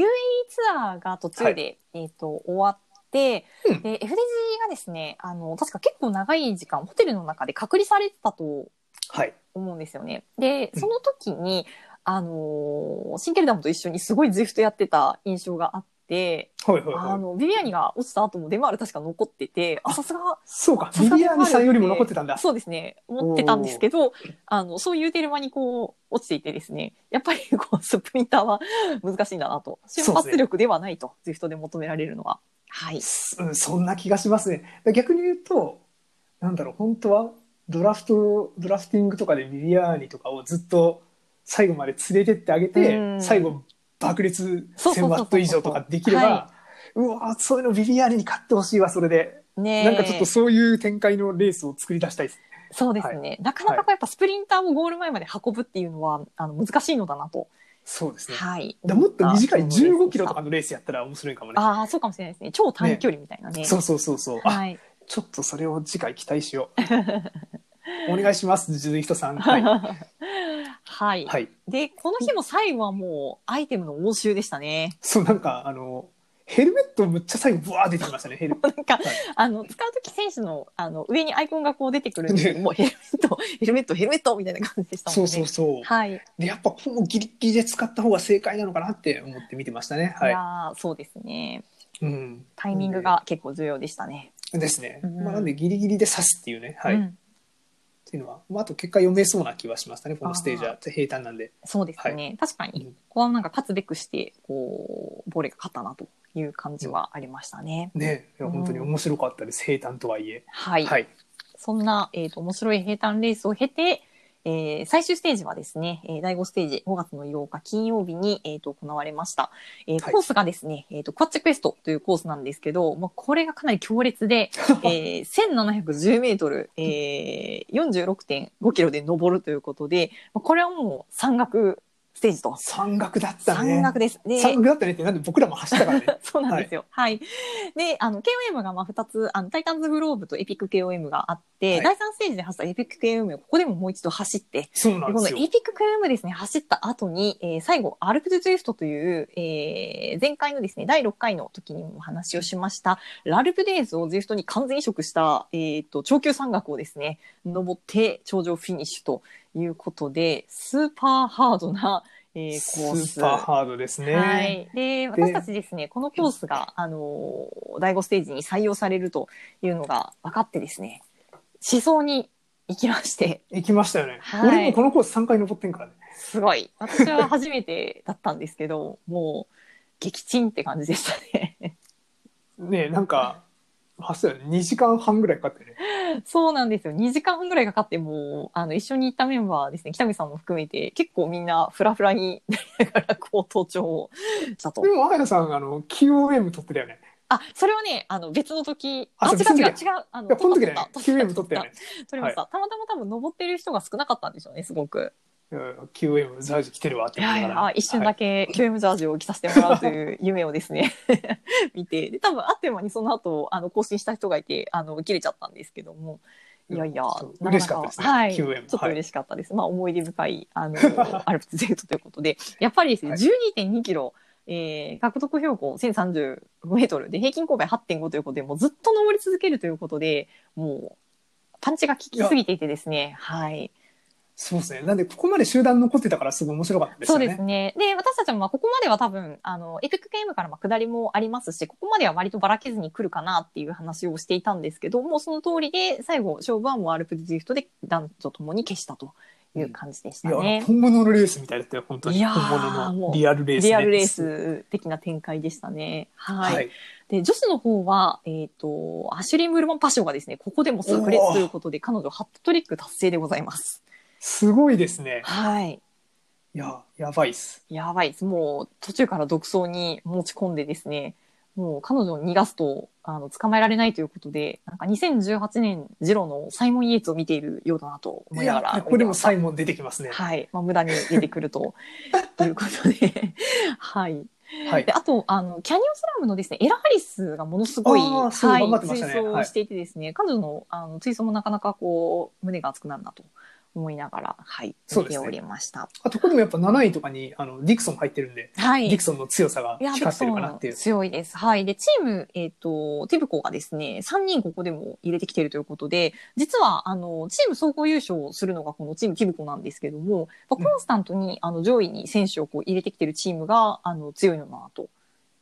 ツアーが途中で、えっ、と、終わって、
うん
で、FDG がですね、あの、確か結構長い時間、ホテルの中で隔離されてたと
はい。
思うんですよね。で、
うん
その時に、あの、シンケルダムと一緒にすごいズイフトやってた印象があって、
はいはい
あ
はい。
の、ビビアニが落ちた後もデマール確か残ってて、あ、
あ
さすが、
そうか。
さす
ビ
が
ビアーニさんよりも
デマール
残ってたんだ。
そうですね、持ってたんですけど、あの、そういうテル間にこう、落ちていてですね、やっぱりこう、スプリンターは難しいんだなと。
そうです
瞬
ね
発力ではないと、ズイフトで求められるのは。はい。
すうんそんな気がしますね。逆に言うと、なんだろう、本当はドラフト、ドラフティングとかでビビアーニとかをずっと最後まで連れてってあげ
う
て、
ん
最後、爆裂
そう
1000
そうそうそう
ワット以上とかできれ
は
ば、うわそういうのビビアーニに勝ってほしいわ、それで。
ねえ
なんかちょっとそういう展開のレースを作り出したいです。
そうですね、なかなかこうやっぱスプリンターをゴール前まで運ぶっていうのは、あの、難しいのだなと。
そうですね。
はい。
だもっと短い
思ったそうです
15キロとかのレースやったら面白いかもね。
ああ、そうかもしれないですね。超短距離みたいなね。
そうそうそうそう。あ
はい。
ちょっとそれを次回期待しよう。 お願いします、ジュイヒト さん。はい。
はい。
はい
で、この日も最後はもう、アイテムの応酬でしたね。
そう、なんか、あの、ヘルメットむっちゃ最後ブワー出てきましたねヘル
なんか、
い
あの、使うとき選手の、あの、上にアイコンがこう出てくるんで、もうヘルメット、ヘルメット、ヘルメットみたいな感じでしたもん
そ
ね。
うそうそう
はい。
でやっぱこのギリギリで使った方が正解なのかなって思って見てましたね
い、
はい
やーそうですね。
うん
タイミングが結構重要でしたね。
ですね、
うん
まあ、なんでギリギリで刺すっていうねはい、
う
っ
ん
ていうのは、まあ、あと結果読めそうな気はしましたねこのステージは平坦なんで
そうですね。確かに、
うん
ここはなんか勝つべくして、こう、ボレが勝ったなという感じはありましたね。
ねいや
うん
本当に面白かったです平坦とはいえ
はい。
はい
そんな、えっ、と、面白い平坦レースを経て、えー最終ステージはですね、えー第5ステージ、5月の8日金曜日に、えー、と行われました。えー
はい
コースがですね、えーと、クワッチクエストというコースなんですけど、まあ、これがかなり強 烈で、えー1710メートル、えー46.5キロで登るということで、まあ、これはもう山岳ステージと。
山岳だったね
山岳です。で
山岳だったねってなんで僕らも走ったから ね
そうなんですよ。はい。で、あの、KOM がまあ2つ、あの、タイタンズグローブとエピック KOM があって、
はい
第3ステージで走ったエピック KOM をここでももう一度走って、
そうな
で
ん
こ
で
のエ
す
ピ
よ
ック KOM ですね、走った後に、えー最後、アルプスツイフトという、えー前回のですね、第6回の時にもお話をしました、ラルプデーズをズイフトに完全移植した、えっ、と、長級山岳をですね、登って頂上フィニッシュということで、スーパーハードな、えー
ス
コース。
ーパーハードですね、
はい。で、私たちですね、このコースが、あのー、第5ステージに採用されるというのが分かってですね、思想に行きまして、
行きましたよね、
はい
俺もこのコース3回登ってんからね
すごい。私は初めてだったんですけど、もう、撃沈って感じでし たね。
ねなんか走ったよね2時間半ぐらいかかってね
そうなんですよ。2時間半ぐらいかかって、もう、あの、一緒に行ったメンバーですね、北見さんも含めて、結構みんなフラフラになりながら、こう、登頂をしたと
で。もあやさんあの QOM 取ってたよね
あ、それはね、あの、別の時、
あ
あ、違
そうう別の
違う違
時
う
だ、
あの
いや、この時だ
撮
よね
った撮
QOM 取
った
ったよね
取りました、たまたま多分登ってる人が少なかったんでしょうねすごく
うん QOM ザージ来てるわって
い
思い
やい
ながら
やあ一瞬だけ QM ジャージを着させてもらうという夢をですね 見てで多分あっという間にその後あの更新した人がいてあの切れちゃったんですけどもいやいや
そう
なな
嬉しかったですね
はい、ちょ
QM
っと
はい
嬉しかったです、まあ思い出深いあ のアルプスゼートということでやっぱりですね、
はい
12.2キロえー、獲得標高1035メートルで平均勾配8.5ということでもうずっと登り続けるということでもうパンチが効きすぎていてですねはい
そうですねなんでここまで集団残ってたからすごい面白かったです
そ
よ
う
ね
ですね。で、私たちもまあここまでは多分、あの、エピックゲームからまあ下りもありますし、ここまでは割とばらけずに来るかなっていう話をしていたんですけど、もうその通りで、最後、勝負はもうアルプディフトで男女ともに消したという感じでした
いや
ね。
本物のレースみたいだったよ本当
い
に
やー
本物
も
の
う
リアルレースね、
リアルレース的な展開でしたね。はい。
はい
で、女子の方は、えっ、と、アシュリー・ムールマン・パショがですね、ここでも炸裂ということで、彼女ハットトリック達成でございます。
すごいですね
はい。
いややばいっす
やばいです。もう途中から独走に持ち込んでですね、もう彼女を逃がすと、あの、捕まえられないということで、なんか2018年、ジロのサイモン・イエーツを見ているようだなと思
い
いなが
や
ら。
これでもサイモン出てきますね
はい。まあ、無駄に出てく ると、ということで、はい。
はい
で、あと、あの、キャニオンスラムのですね、エラ・ハリスがものすごい、
あーそう
はい、
頑張ってま
追
したね
走をしていてですね、彼女の、あの、追走もなかなかこう、胸が熱くなるなと思いながら、はい、
そう
見
です
て
ね
おりました。
あとこれもやっぱ7位とかにあのディクソン入ってるんで
はい。
ディクソンの強さが
いや、で
光
も
っ
そ
て
う
るか
な
な
の
っていう。
強いです。はい。で、チーム、えっ、と、ティブコがですね、3人ここでも入れてきているということで、実は、あの、チーム総合優勝するのがこのチームティブコなんですけども、まあ
うん
コンスタントに、あの、上位に選手をこう入れてきているチームが、あの、強いのだな、と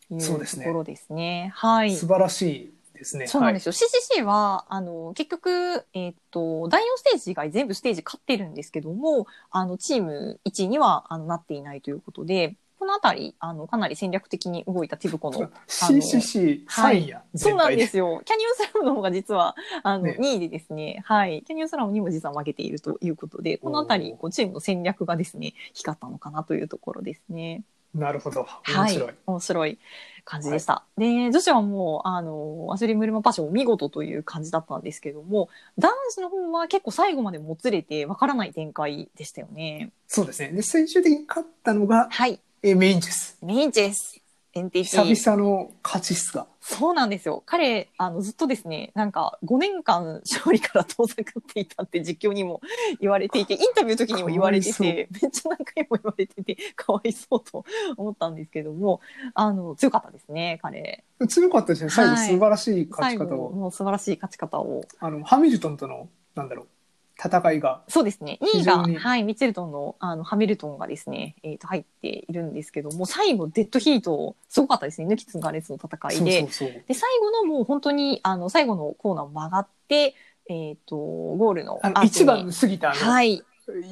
いう
そうです
と
ね
ころですね。はい。
素晴らしいですね。
そうなんですよ。CCC は、あの、結局、えっ、と、第4ステージ以外全部ステージ勝ってるんですけども、あの、チーム1位にはあのなっていないということで、このあたり、あの、かなり戦略的に動いたティブコ
はい
の。あの
CCC
はい
3位や、。
そうなんですすよ。キャニオンスラムの方が実は、あの、
ね
2位でですね、はい。キャニオンスラムにも実は負けているということで、このあたり
おー、
こうチームの戦略がですね、光ったのかなというところですね。
なるほど。面
は
白い。
い。面白い感じでした。で、女子はもう、あの、アシュリー・ムルマパションお見事という感じだったんですけども、男子の方は結構最後までもつれて、わからない展開でしたよね。
そうですね。で、最終的に勝ったのが、
はい。
えーメインチェス。
メインチェス。 NTT
久々の勝ちっすか。
そうなんですよ彼あのずっとですねなんか5年間勝利から遠ざかっていたって実況にも言われていてインタビューの時にも言われて
かわい
てめっちゃ何回も言われててかわいそうと思ったんですけどもあの強かったですね彼
強かったですね。最後
はい
素晴らしい勝ち
最後
方
の
を。
もう素晴らしい勝ち方を
あの、ハミルトンとの、なんだろう、戦いが。
そうですね2
非
位が
常に、
はい、ミッチェルトンのあのハミルトンがですね、えー、と入っているんですけども最後デッドヒートすごかったですね抜きつがれつの戦い
そう
で。
そうそう。
で最後のもう本当にあの最後のコーナーを曲がって、えー、とゴールの
あの、
アーチ
一
に
番過ぎた、あの、
はい、
い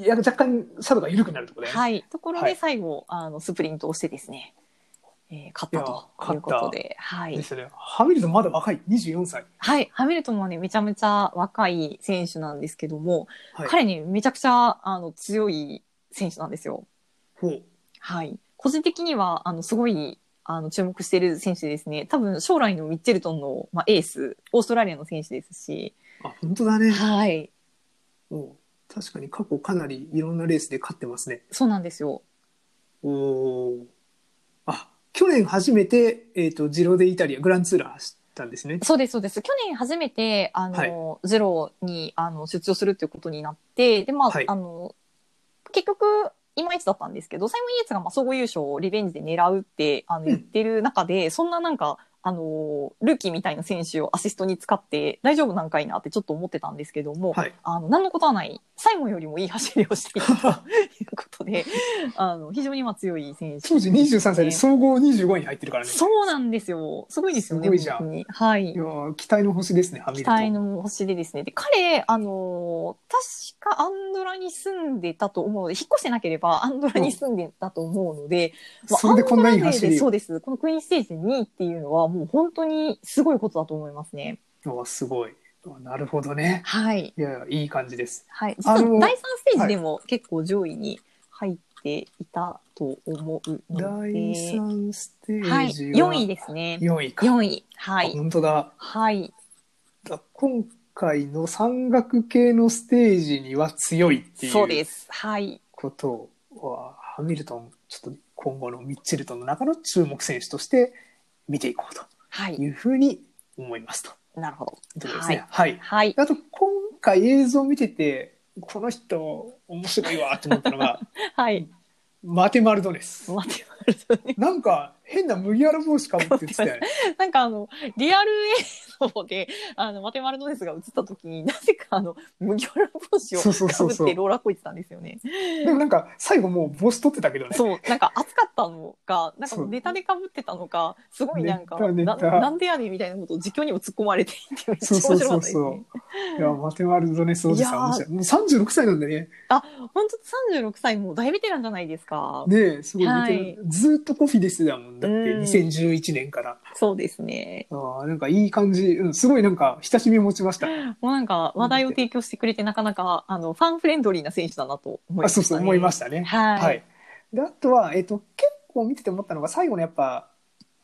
や若干、サドが緩くなるところで、ね。
はい、ところ
は
で
い
最後、あのスプリントをしてですね、えー勝った
いや
ということで、は
で
い
すよね。ハミルトンまだ若い、24歳。
はい、ハミルトンはねめちゃめちゃ若い選手なんですけども、
はい。
彼ねめちゃくちゃあの強い選手なんですよ。
ほう
はい、個人的にはあのすごいあの注目している選手ですね多分将来のミッチェルトンの、まあ、エースオーストラリアの選手ですし、
あ、本当だね。
はい、
お確かに過去かなりいろんなレースで勝ってますね。
そうなんですよ。
おお。あ、去年初めて、えっ、と、ジロデイタリア、グランツーラー走ったんですね。
そうです、そうです。去年初めて、あの、ゼロに、あの、出場するということになって、で、まあ、
はい
あの、結局、いまいちだったんですけど、サイモン・イエーツが、まあ、総合優勝をリベンジで狙うって、あ
ん
の、言ってる中で、そんななんか、あの、ルーキーみたいな選手をアシストに使って、大丈夫なんかいなってちょっと思ってたんですけども、
はい。
あの、何のことはない、サイモンよりもいい走りをしていたということ で、あの、非常にまあ強い選手。
当時23歳で
そ
総合25位に入ってるからね。
そうなんですよ。すごいですよね、
すごいじゃん
本当に。はい
いや。ー期待の星ですね、ハミル
期
トン。
待の星でですね。で、彼、あのー確かアンドラに住んでたと思うので、引っ越してなければアンドラに住んでたと思うので、まあ
それでこんなにいい
アンドラ勢
走
で
り。
そうです。このクイーンステージで2位っていうのは、もう本当にすごいことだと思いますね。
おすごい。なるほどね。
はい。
いや、いい感じです。
はい。実
あの
は第3ステージでも結構上位に入っていたと思う
第
ので、
3ステ
は
ー
い。
ジは、
4位ですね。
4位か。
4位。はい。
本当だ。
はい。
だ今回の山岳系のステージには強いって
そう
い
で
う
す。はい。
ことは、ハミルトン、ちょっと今後のミッチェルトンの中の注目選手として見ていこうと
はい。
いうふうに思いますと。
なるほど。
いうところですね。はい。
はい。
あと、今回映像見てて、この人、面白いわと思ったの が、
はい。
マテマルドネス。
待って待って 待っ
なんか変な麦わら帽子かぶって言ってたよね。
てなんかあの、リアル映像で、あの、マテマルノデスが映った時に、なぜかあの、麦わら帽子を
そうそう
か
そう
ぶっ
そ
て
う。
ローラーこいてたんですよね。
でもなんか最後もう帽子取ってたけどね。
そう、なんか暑かったのか、なんか
そう
ネタでかぶってたのか、すごいなんか、
ネタ
な
ネタ
なんでやねんみたいなことを実況にも突っ込まれていて、めっち
そ
ゃ
う
面
そう
白
そう
かったですね
そ。う。いや、マテマルドネスおじさん
いやー
面白い。もう36歳なんでね。
本当36歳もう大ベテランじゃないですか。
ねえすごい似てる。ずーっとコフィデスだもん。だって
うん
2011年から。
そうですね。
ああ、なんかいい感じ。うん、すごいなんか親しみを持ちました。
もうなんか話題を提供してくれて、なかなか、あの、ファンフレンドリーな選手だなと思いま
あ、
した、ね。
そうそう、思いま
し
したね。
はい
はい。で、あとは、えっと、結構見てて思ったのが、最後のやっぱ、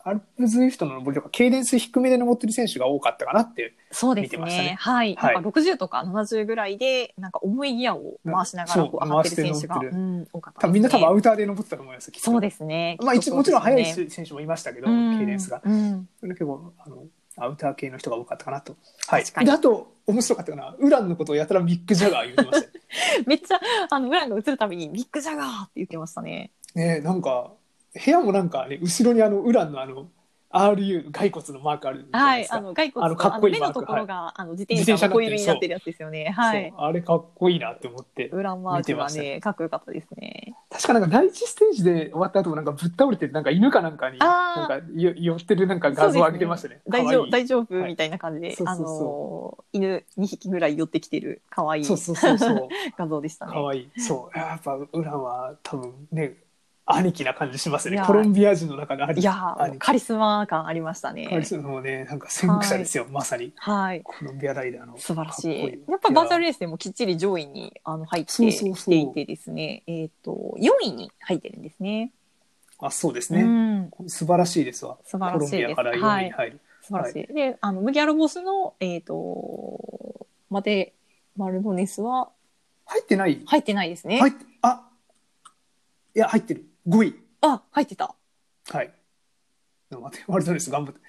アルプズイフトの登りとか、ケイデンス低めで登ってる選手が多かったかなっていう。
そうで
見て
す
ました
ね。
ね
はい。
はい
なんか60とか70ぐらいで、なんか重いギアを回しながら
うん
こう
そう
上がってる選手が、
回して乗
うん、多かっ
多
たですね、
分みんな多分アウターで登ってたと思います。きっと
そうですね。
まあ、一もちろん速い
きっとそう
選手もいましたけど、
ですね、
ケイデンスが。
うんうん
結構あのアウター系の人が多かったかなと。はい、
確かに
であと面白かったかなウランのことをやたらミック・ジャガー言ってましたよ
めっちゃ、あの、裏が映るたびに、ビッグジャガーって言ってましたね。
ねえなんか部屋もなんかね後ろにあのウランのあの RU 骸骨のマークあるじゃな
はい
で
い。
すか。
あの、骸
あの
骨の
かっこいい
あの目の
マー
と
ク
ころが、あの、自転車のホイールになってるやつですよね。はい
そ。うあれかっこいいなって思って
ウランマークが
見てま
ね、かっこよかったですね。
確かなんか第一ステージで終わった後もなんかぶっ倒れてなんか犬かなんかにな
あー
んかよ寄ってるなんか画像を上げてましたねか
大丈
わい
夫、
い
大丈夫
はい
みたいな感じで、
そうそう
あの、犬2匹ぐらい寄ってきてる、可愛い
そうそうそう そう
画像でしたね。
可愛いそうやっぱウランは多分ね兄貴な感じします
い
ね
やー
コロンビア人の中の兄
い
貴
やー、もうカリスマ感ありましたね。
カリスマもね、なんか先駆者ですよ、まさに。
はい。
コロンビアライダーの。
素晴らし
かっ
い。
こいい
やっぱバーチャル
い
レースでもきっちり上位にあの入って
そうそうそう
きていてですね、えっ、と、4位に入ってるんですね。
やあ、そうです
う
ね。
ん。
素晴らしいですわ。
素
コ
晴ら
ロ
し
ン
いで
ビ
す。
アから4
は
位に
い。
入る。
素晴らしい。で、あの、麦わらボスの、えっ、と、マテマルドネスは
入ってない
入ってないですね。
入って、あいや、入ってる。5位。
あ、入ってた。
はい。のマテマルドネス頑張って。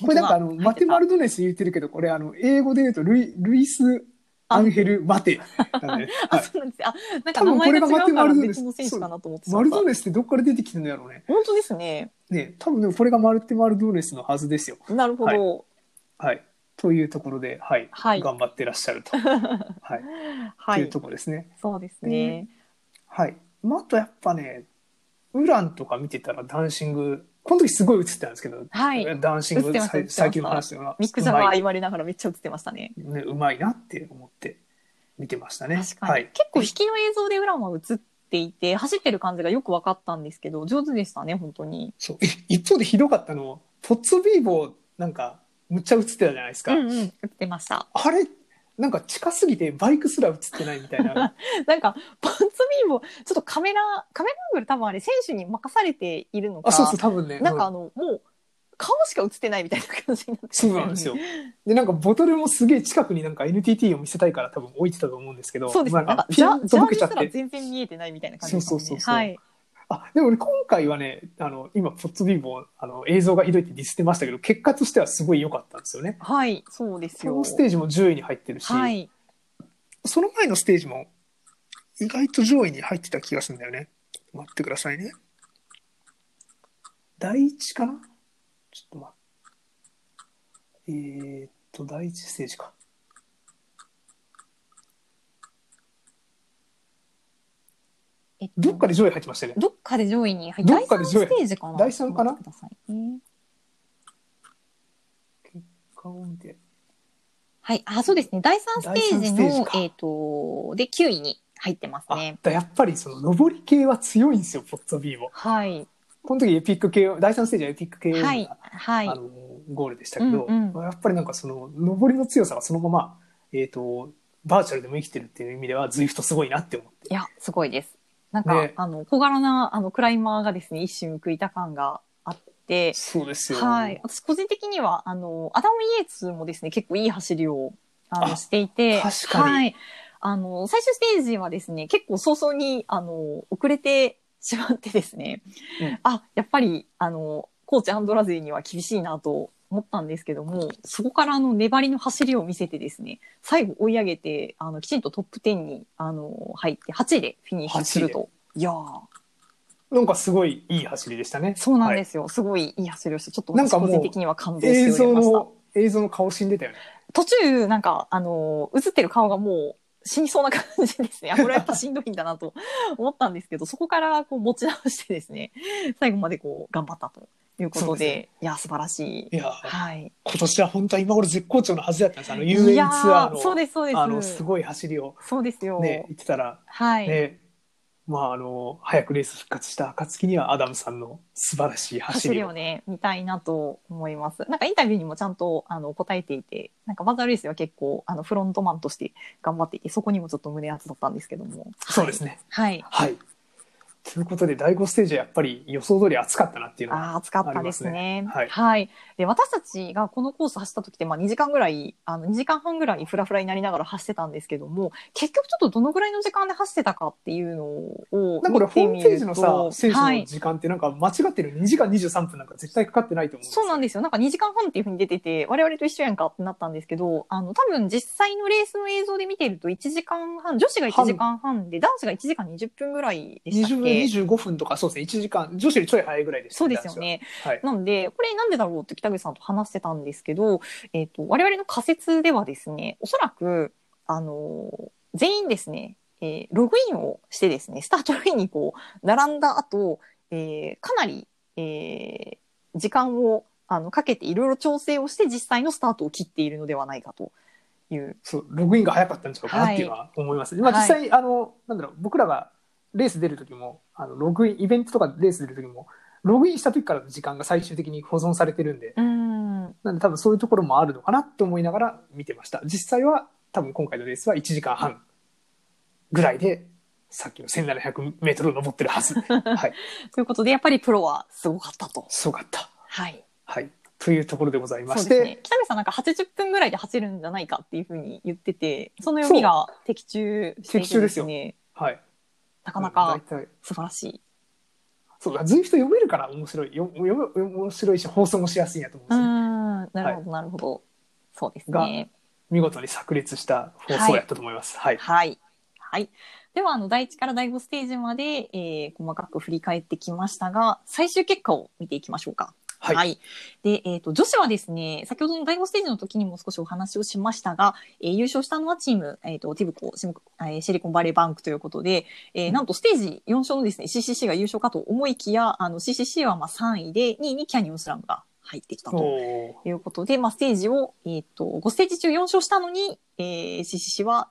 これなんかあの、マテマルドネス言ってるけど、これあの、英語で言うとルイ、ルイス・アンヘル・マ テなんで、
あ、
はい
そうなんですね。あ、
多
なんか
分
名
こ
前が違
れがマテ
うか
マ
ら
ルドネス
別の選手かなと思って
マルド
本
ネスってどっから出てきてるんだろうね。
当ですね。
ね、多分でもこれがマルテマルドネスのはずですよ。
なるほど。
はい。というところで、はい。
はい
頑張ってらっしゃる と。はい。
は
とい。
いう
ところですね。
そうですね。
はい。まあ、あとやっぱね、ウランとか見てたらダンシング、この時すごい映ってたんですけど、
はい。
ダンシン
映っ
グ
てました映っ
最
てました
最近の話だから、
ミック・ジャガー言われながらめっちゃ映ってましたね。
うまいね、うまいなって思って見てましたね。
確かに。
はい。
結構引きの映像でウランは映っていて、走ってる感じがよく分かったんですけど、上手でしたね、本当に。
そう。い一方でひどかったの、トッツォビーボーなんか、むっちゃ映ってたじゃないです
う
か。
んうん、映ってました。
あれ、なんか近すぎてバイクすら映ってないみたい な。
なんか、パンツビーも、ちょっとカメラ、カメラアングル多分あれ、選手に任されているのか、
あ、そうそう、多分ね。
なんか
う
あの、もう、顔しか映ってないみたいな感じになって
そうなんですよ。。で、なんかボトルもすげえ近くになんか NTT を見せたいから多分置いてたと思うんですけど、
そうですね。
ま
な
あ
んか、ジャ
ピン
ージ
と
ャー
ぼ
ニ
け
ー
ちゃっ
すら
て。
全然見えてないみたいな感じです
そ
ね。
うそうそうそう
はい。
あ、でも俺今回はね、あの、今、ポッツビーボー、あの、映像がひどいってディスってましたけど、結果としてはすごい良かったんですよね。
はい、そうです
こ
よ。
のステージも10位に入ってるし、
はい。
その前のステージも意外と上位に入ってた気がするんだよね。待ってくださいね。第一かなちょっと待って。えーっと、第一ステージか。
えっと
どっかで上位入ってましたよね。
どっかで上位に入
どっかで上位
第三ステージかな
第三かな
ちょっと待ってくださいね
顔見て。
はい。あ、そうですね。第三ステ
第
ージ
三ステージ
の
か、
えっと、で、9位に入ってます
あ、
ね。
だやっぱりその上り系は強いんですよ、ポッツォビーも。
はい。
この時エピック系、第3ステージはエピック系が、
はい。はい
あ。のゴールでしたけど、
うんう
やっぱりなんかその上りの強さがそのまま、えー、とバーチャルでも生きてるっていう意味では ZWIFT すごいなって思って
いや、すごいです。なんか、
ね
あの、小柄な、あの、クライマーがですね、一瞬報いた感があって、
そうですよ
はい。私、個人的には、あの、アダム・イエーツもですね、結構いい走りを、あ
あ
の、していて、
確かに
はい。あの、最終ステージはですね、結構早々に、あの、遅れてしまってですね、
うん
あ、やっぱり、あの、コーチアンドラゼイには厳しいなと思ったんですけども、そこからあの、粘りの走りを見せてですね、最後追い上げて、あの、きちんとトップ10に、あの、入って、8位でフィニッシュすると。いやー
なんかすごいいい走りでしたね、
そうなんですすよ。すごいいい走りをして、ちょっと
なん
私
かも
個
う
人的には感動して
はい
お
映
りました。
像の映像の顔死んでたよね
途中、なんか、あのー映ってる顔がもう死にそうな感じです ね。あ、これはやっぱしんどいんだなと思ったんですけど、そこからこう持ち直してですね、 最後までこう頑張ったというこ
そ
と
うで
で、
すね
いや、素晴らし
い
い。
や
はい。
今年は本当は今頃絶好調のはずだったんですあの遊
い
園ツ
や
アーの
そうです、そうです。
あのすごい走りを
そうですよ。
ね言ってたら
はい。
ね、まああの早くレース復活した暁にはアダムさんの素晴らしい走
走
り
り
を
をね、見たいなと思います。なんかインタビューにもちゃんとあの答えていて、なんかバザールイスは結構あのフロントマンとして頑張っていて、そこにもちょっと胸熱だったんですけども。
そうですね
はい。
はい。ということで、第5ステージはやっぱり予想通り暑かったなっていうのは。
ああ、暑かったですね。
ありますねはい
で、私たちがこのコース走った時って、まあ2時間ぐらい、あの2時間半ぐらいフラフラになりながら走ってたんですけども、結局ちょっとどのぐらいの時間で走ってたかっていうのを
なんかこれ
見
ホ
て
ー
み
ム
ると、
ページのさ、選手
は
の
い。
時間ってなんか間違ってる2時間23分なんか絶対かかってないと思うんですよ
そうなんですよ。なんか2時間半っていうふうに出てて、我々と一緒やんかってなったんですけど、あの、多分実際のレースの映像で見てると1時間半、女子が1時間半で、男子が1時間20分ぐらいでしたっ
20分、
け
25分とか、そうですね、1時間、女子よりちょい早いぐらいでした
そうですよね。。
男子ははい。
なので、これなんでだろうって北口さんと話してたんですけど、えっ、と、我々の仮説ではですね、おそらく、あのー全員ですね、えーログインをしてですね、スタートラインにこう、並んだ後、えーかなり、えー時間を、あの、かけていろいろ調整をして実際のスタートを切っているのではないかという。
そう、ログインが早かったんじゃないかなっていうのは思いますね。まあ実際、あの、なんだろう、僕らがレース出る時も、あの、ログイン、イベントとかレース出る時も、ログインした時からの時間が最終的に保存されてるんで、
うん。
なんで多分そういうところもあるのかなと思いながら見てました。実際は多分今回のレースは1時間半ぐらいで、さっきの1700メートルを登ってる はず。はい。
ということで、やっぱりプロはすごかったと。
すごかった。
はい。
はい。というところでございま
そう
し
です
て
ね、、北見さんなんか80分ぐらいで走るんじゃないかっていうふうに言ってて、その読みが的中していて
的中ですよ
ね。
はい。
なかな
うん
か
大体
素晴らしい。
そうだ、随筆読めるから面白い、よ読め面白いし、放送もしやすいんやと思うんですよ
ああ、なるほど、なるほど。そうですね。
見事に炸裂した放送やったと思います。はい。
はい。はい。では、あの、第1から第5ステージまで、えー細かく振り返ってきましたが、最終結果を見ていきましょうか。
はい。
で、えっ、と、女子はですね、先ほどの第5ステージの時にも少しお話をしましたが、えー優勝したのはチーム、えっ、と、ティブコ、シムコえーシリコンバレーバンクということで、えーなんとステージ4勝のですね、CCC が優勝かと思いきや、あの、CCC はまあ3位で、2位にキャニオンスラムが入ってきたと。
おー
ということで、まあ、ステージを、えっ、と、5ステージ中4勝したのに、えー、CCC は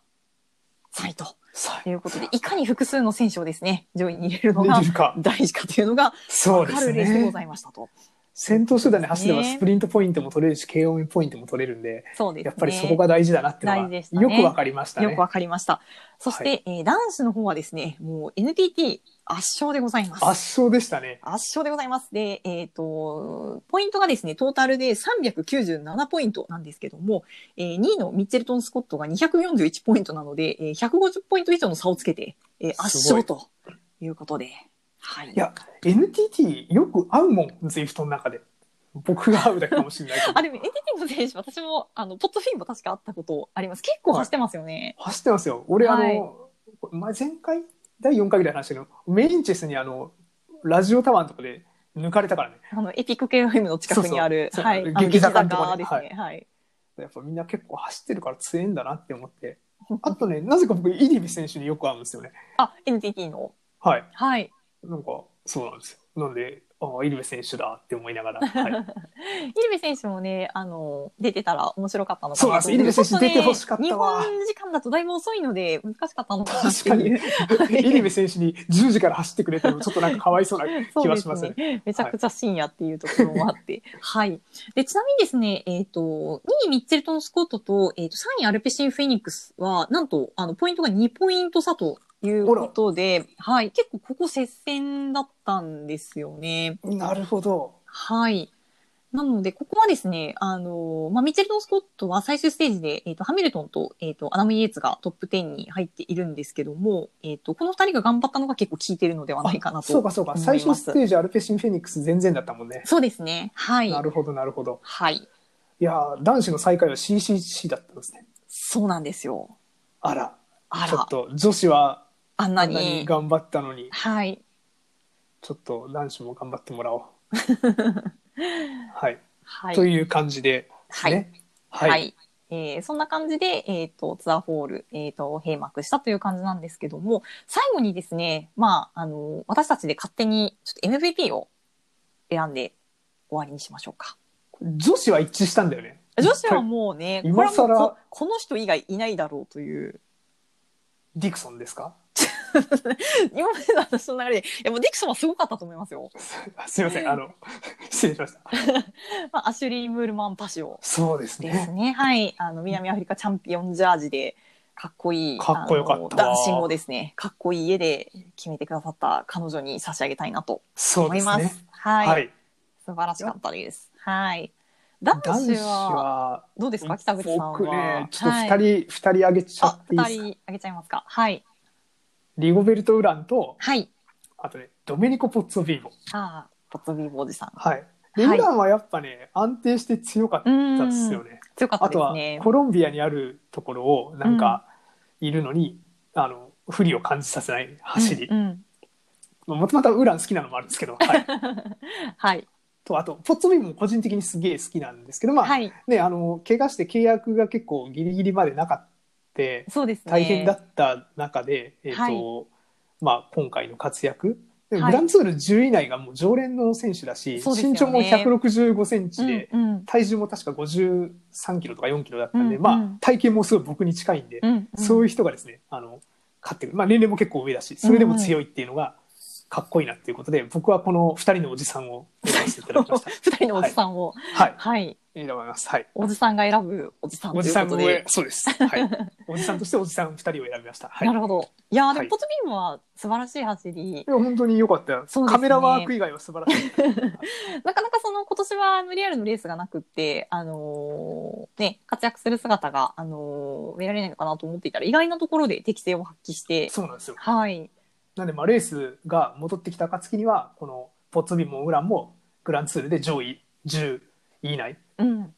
3位と
さあ
いうことで、いかに複数の選手をですね、上位に入れるの が
できるか。
大事かというのが、
そう
分
で
か
す
るレースで
ね
ご。ざいましたと。
先頭集団で走れば
ね
スプリントポイントも取れるし、KOM ポイントも取れるんで、
そうですね。
やっぱりそこが大事だなっての
大事でした
は、
ね
よくわかりましたね。
よくわかりました。そして、
は
えー男子の方はですね、もう NTT 圧勝でございます。
圧勝でしたね。
圧勝でございます。で、えっ、と、ポイントがですね、トータルで397ポイントなんですけども、えー、2位のミッチェルトン・スコットが241ポイントなので、えー、150ポイント以上の差をつけて、えー、圧
すご
勝
い
ということで。はい。
いや、NTT よく合うもん、ズイフトの中で。僕が合うだけかもしれないけ
あ、
ど。
でも NTT の選手、私も、あの、ポットフィンも確かあったことあります。結構走ってますよね。
走ってますよ。俺、あの、
はい
これ前前回第4回ぐらいの話だけど、メインチェスにあの、ラジオタワーのとこで抜かれたからね。
あの、エピック KOM の近くにある、
そうそう
はい。
そう
あの
激坂のとこね
ですね。はい。
やっぱみんな結構走ってるから強いんだなって思って。あとね、なぜか僕、イリビ選手によく合うんですよね。
あ、NTT の。
はい。
はい。
なんか、そうなんですよ。なんで、ああ、イリビ選手だって思いながら。はい、
イルベ選手もね、あの、出てたら面白かったのかなと
そうなんですイルベ選手
ちょとね
出てほしかったわ
日本時間だとだいぶ遅いので、難しかったのかなっ
確
て
かに
いう。、
イリビ選手に10時から走ってくれても、ちょっとなんかかわいそうな気はします
そう
ね
で。ね。めちゃくちゃ深夜っていうところもあって。はい、で、ちなみにですね、えっ、と、2位ミッチェルトン・スコットと、えっ、と、3位アルペシン・フェニックスは、なんと、あの、ポイントが2ポイント差ということで、はい。結構ここ接戦だったんですよね。
なるほど。
はい。なので、ここはですね、あのまあ、ミッチェルトン・スコットは最終ステージで、えっ、と、ハミルトンと、えっ、と、アナム・イエーツがトップ10に入っているんですけども、えっ、と、この二人が頑張ったのが結構効いてるのではないかなと。
そうかそうか。
思います
最初ステージアルペシンフェニックス全然だったもんね。
そうですね。はい。
なるほどなるほど。
はい。
いやー男子の最下位は CCC だったんですね。
そうなんですよ。
あら、
あ
ちょっ
ら、
と女子は
あん
あ
なん
なに
に。
頑張ったのに、
はい。
ちょっと男子も頑張ってもら おう。はい、
はい。
という感じでですね。
は、
はいい。
えーそんな感じで、えっとツアーホール、えっと閉幕したという感じなんですけども最後にですね、まあ、あの私たちで勝手にちょっと MVP を選んで終わりにしましょうか。
女子は一致したんだよね。
女子はもうね、これ
今
はもう
更
ここの人以外いないだろうという、
ディクソンですか
今までの私の流れで、いやもうディクソンはすごかったと思いますよ。
すいません、あの、失礼しました。
まあ、アシュリー・ムールマン・パシオ
そうです
で
ね
す。ね。はい。あの、南アフリカチャンピオンジャージで、かっこいい。
かっこよかったわ
あのダンシングをですね、かっこいい家で決めてくださった彼女に差し上げたいなと
そう
思
で
い
す
ます。
ね。
はい、
はい。
素晴らしかったです。はい。男
男
子
子
は、
は、
どうですか北口さんは。
僕ね、ちょっと二人、
はい、
二人上げちゃ
あ
っ、ていいで
二
すか
人あげちゃいますか。はい。
リゴベルト・ウランと、
はい。
あとね、ドメニコ・ポッツォ・ビーゴ。
ああ、ポッツビーボおじさん。
はい。で、
はい
ウランはやっぱね、安定して強かっ
う
た
ん。
ですよね。
強かった
あ
で
と
す
は
ね、。
コロンビアにあるところを、なんか、いるのに、あの、不利を感じさせない走り
う。んうん
まあもともとはウラン好きなのもあるんですけど、 はい。
はい。
と、あと、ポッツォ・ビーゴも個人的にすげえ好きなんですけど、まあ、
はい。
ね、あの、怪我して契約が結構ギリギリまでなかった。
そうですね。
大変だった中で、えーと
はい
まあ、今回の活躍で
はい
グランツール10位以内がもう常連の選手だし、
そうですよ
身
ね
長も165センチで、
うんうん
体重も確か53キロとか4キロだったんで、
うんう
ま
ん
あ、体型もすごい僕に近いんで、
うんうん
そういう人がですねあの勝ってくる、まあ、年齢も結構上だしそれでも強いっていうのがかっこいいなっていうことで、僕はこの2人のおじさんを選ばせていただきました。
二人のおじさんを、
はい、
はい、
選ばれます、はい
おじさんが選ぶおじさんと
お
い
じ
う
さ
こ
ん
と
も
で。
そうです、 はい、おじさんとしておじさん2人を選びました。はい
なるほど。いやーで
は
も、
い
ポツビームは素晴らしい走り
い。や本当に良かったよ、
そうです
カ
ね
メラワーク以外は素晴ら しい。
なかなかその、今年はあのリアルのレースがなくって、あのーね、活躍する姿が、あのー見られないのかなと思っていたら、意外なところで適性を発揮して、
そうなんですよ。
はい。
なんで、まあ、レースが戻ってきた暁には、このポッツビもウランもグランツールで上位10位以内
うん、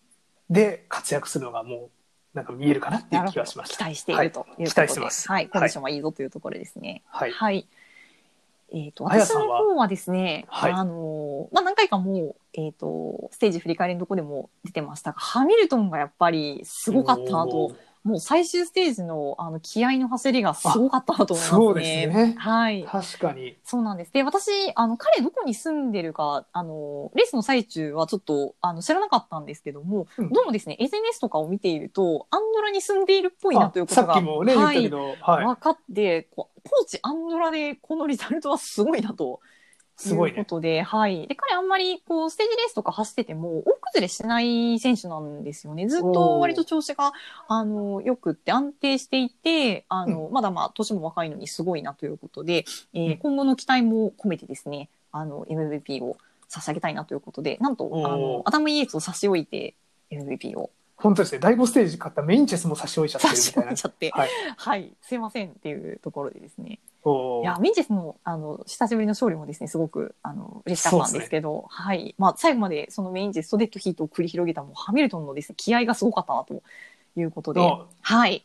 で活躍するのがもう、なんか見えるかなっていう気がしまし
期
た。
待しているということで、
期待してます
はい、コンディショ
は
ンはいいぞというところですね。
は
はいい。。えっ、と、
あや
私
さん
の
は
方はですね、
はい
あのー、まあ、何回かもう、えっ、と、ステージ振り返りのとこでも出てましたが、ハミルトンがやっぱりすごかったなと
お、
もう最終ステージの、あの、気合の走りがすごかったなと思いますね。
そうですね
はい
ー。確かに。
そうなんです。で、私、あの、彼どこに住んでるか、あの、レースの最中はちょっと、あの、知らなかったんですけども、
うん
どうもですね、SNS とかを見ていると、アンドラに住んでいるっぽいな
あ
ということ
さ
が、
っきもね、言っ
は
た
い
けど、はい。
分かって、こうコーチアンドラでこのリザルトはすごいなと。
すごいね
うことで、はい。で、彼あんまり、こう、ステージレースとか走ってても、大崩れしない選手なんですよね。ずっ
お
と
ー
割と調子が、あの、良くって安定していて、あの、まだまあ、年も若いのにすごいなということで、えー
うん
今後の期待も込めてですね、あの、MVP を差し上げたいなということで、なんと
お、ー
あの、アダム・イエーツを差し置いて、MVP を
本当ですね、第5ステージ買ったメインチェスも差し置いちゃって
差
るみ
した
い
置
な。
いちゃって、
はい
はい、すいませんっていうところでですね。
おー
いや、ミンチェスの、あの、久しぶりの勝利もですね、すごく、あの、嬉しかったんですけど、はい。まあ、最後まで、そのメインチェス、ソデットヒートを繰り広げた、もう、ハミルトンのですね、気合がすごかったな、ということで、
あ
はい。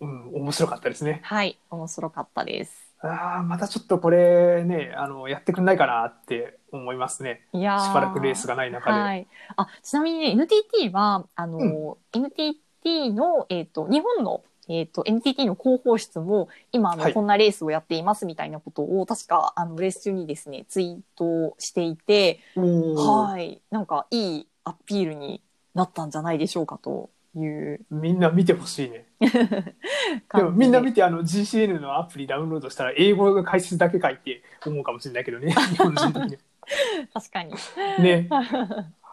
うん、面白かったですね。
はい。面白かったです。
ああ、またちょっとこれね、あの、やってくんないかなって思いますね。
いや
しばらくレース
が
がない中で。
はい。あ、ちなみにね、NTT は、あの、NTT の、えっ、と、日本の、えっ、と、NTT の広報室も、今、あの、
はい
こんなレースをやっています、みたいなことを、確か、あの、レース中にですね、ツイートしていて、
おー
はい、なんかいいアピールになったんじゃないでしょうかという
みんな見てほしいね。で
感
も
じ
みんな
で
見て、あの、GCN のアプリダウンロードしたら、英語の解説だけ書いて思うかもしれないけど ね、日本人的に
確かに
は。ね。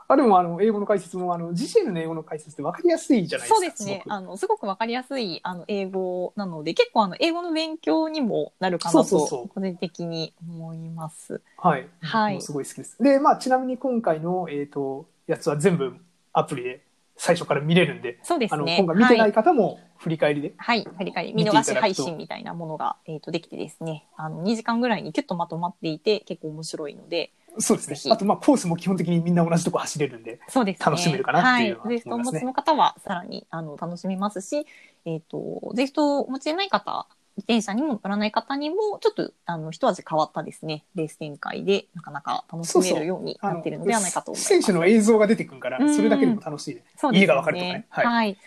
あ、でも、あの、英語の解説も、あの、GCN の英語の解説って分かりやすいじゃないですか。
そうですね
ごく
あのすごくわかりやすいあの英語なので結構あの英語の勉強にもなるかな
そうそうそ
と個人的に思います。
はい。
はい
もうすごい好きです。で、まあ、ちなみに今回の、えっ、と、やつは全部アプリで最初から見れるんで、
そうで
あ
す
の、
ね
今回見てな
はい
い方も振り返りで。
はい、振り返り、
見
見
てい
逃
ただくと
し配信みたいなものが、えっ、と、できてですね、あの、2時間ぐらいにキュッとまとまっていて、結構面白いので、
そうです
ぜ
ね。
ひ
あと、まあ、コースも基本的にみんな同じとこ走れるんで、
そうですね。
楽しめるかなっていうのは
はい。ゼフ
思
トお
います
持
ね
ちの方はさらにあの楽しめますし、えっ、と、ゼフトをお持ちでない方、自転車にも乗らない方にも、ちょっと、あの、一味変わったですね、レース展開で、なかなか楽し
そう
め
そう
るように
あ
なってるのではないかと思います。
選手の映像が出てくるから
う、ん
それだけでも楽しいね。
そうです
家
よ
がわかるとかねは
はいい。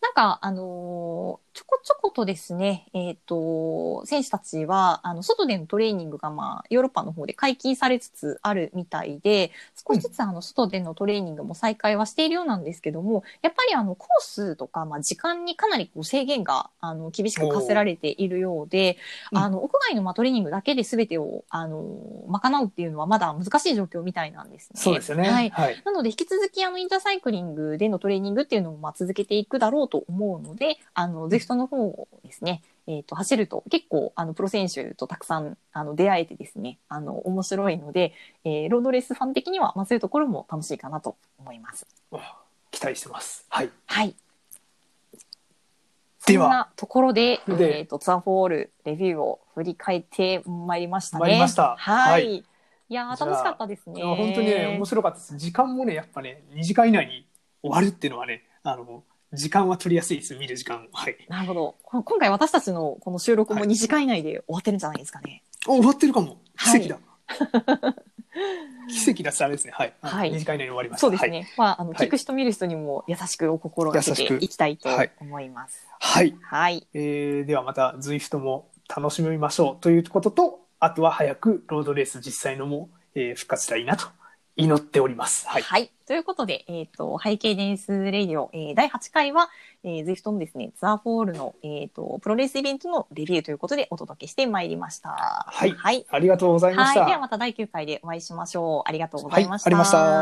なんか、あのーちょこちょことですね、えっ、と、選手たちは、あの、外でのトレーニングが、まあ、ヨーロッパの方で解禁されつつあるみたいで、少しずつ、あの、外でのトレーニングも再開はしているようなんですけども、やっぱり、あの、コースとか、まあ、時間にかなりこう制限が、あの、厳しく課せられているようで、
おーうん
あの、屋外の、まあ、トレーニングだけで全てを、あの、賄うっていうのは、まだ難しい状況みたいなんですね。
そうですよね。
はい。
はい。
なので、引き続き、あの、インターサイクリングでのトレーニングっていうのも、まあ、続けていくだろうと思うので、あの、ゼフトの方をですね、えっ、と、走ると、結構、あの、プロ選手とたくさん、あの、出会えてですね、あの、面白いので、えーロードレースファン的には、まあ、そういうところも楽しいかなと思います。
期待してます。はい。
はい。
で
そん
は、
なところで、
で
えっ、と、ツアーフォールレビューを振り返ってまいりましたね。
まいりました
はい。、
はい
や
じ
ー
ゃあ
楽しかったですね。
本当にね、面白かったです。時間もね、やっぱね、2時間以内に終わるっていうのはね、あの、時間は取りやすいです。見る時間を。はい。
なるほど。こ今回私たちのこの収録
は
も
い
2時間以内で終わってるんじゃないですかね。
あ終わってるかも。
は
奇
い
跡だ。奇跡だってあれですね。はい。あの
はい
二時間以内に終わりました。
そうです
はい。
ね。まあ、あの、
はい
聞く人見る人にも優しくお心がけ
優しく
ていきたいと
はい
思います。
はい
はい。
えーではまた ZWIFT も楽しみましょうということと、あとは早くロードレース実際のも、えー復活したらいいなと祈っております。は
はいい。。ということで、えっ、と、背景デンスレディオ、えー第8回は、えー、ZWIFT のですね、ツアーフォールの、えっ、と、プロレースイベントのレビューということでお届けしてまいりました。はい
ありがとうございまし
はい。では
た。
また第9回でお会いしましょう。ありがとうござ
はいい、
まし
あ
た。
りました。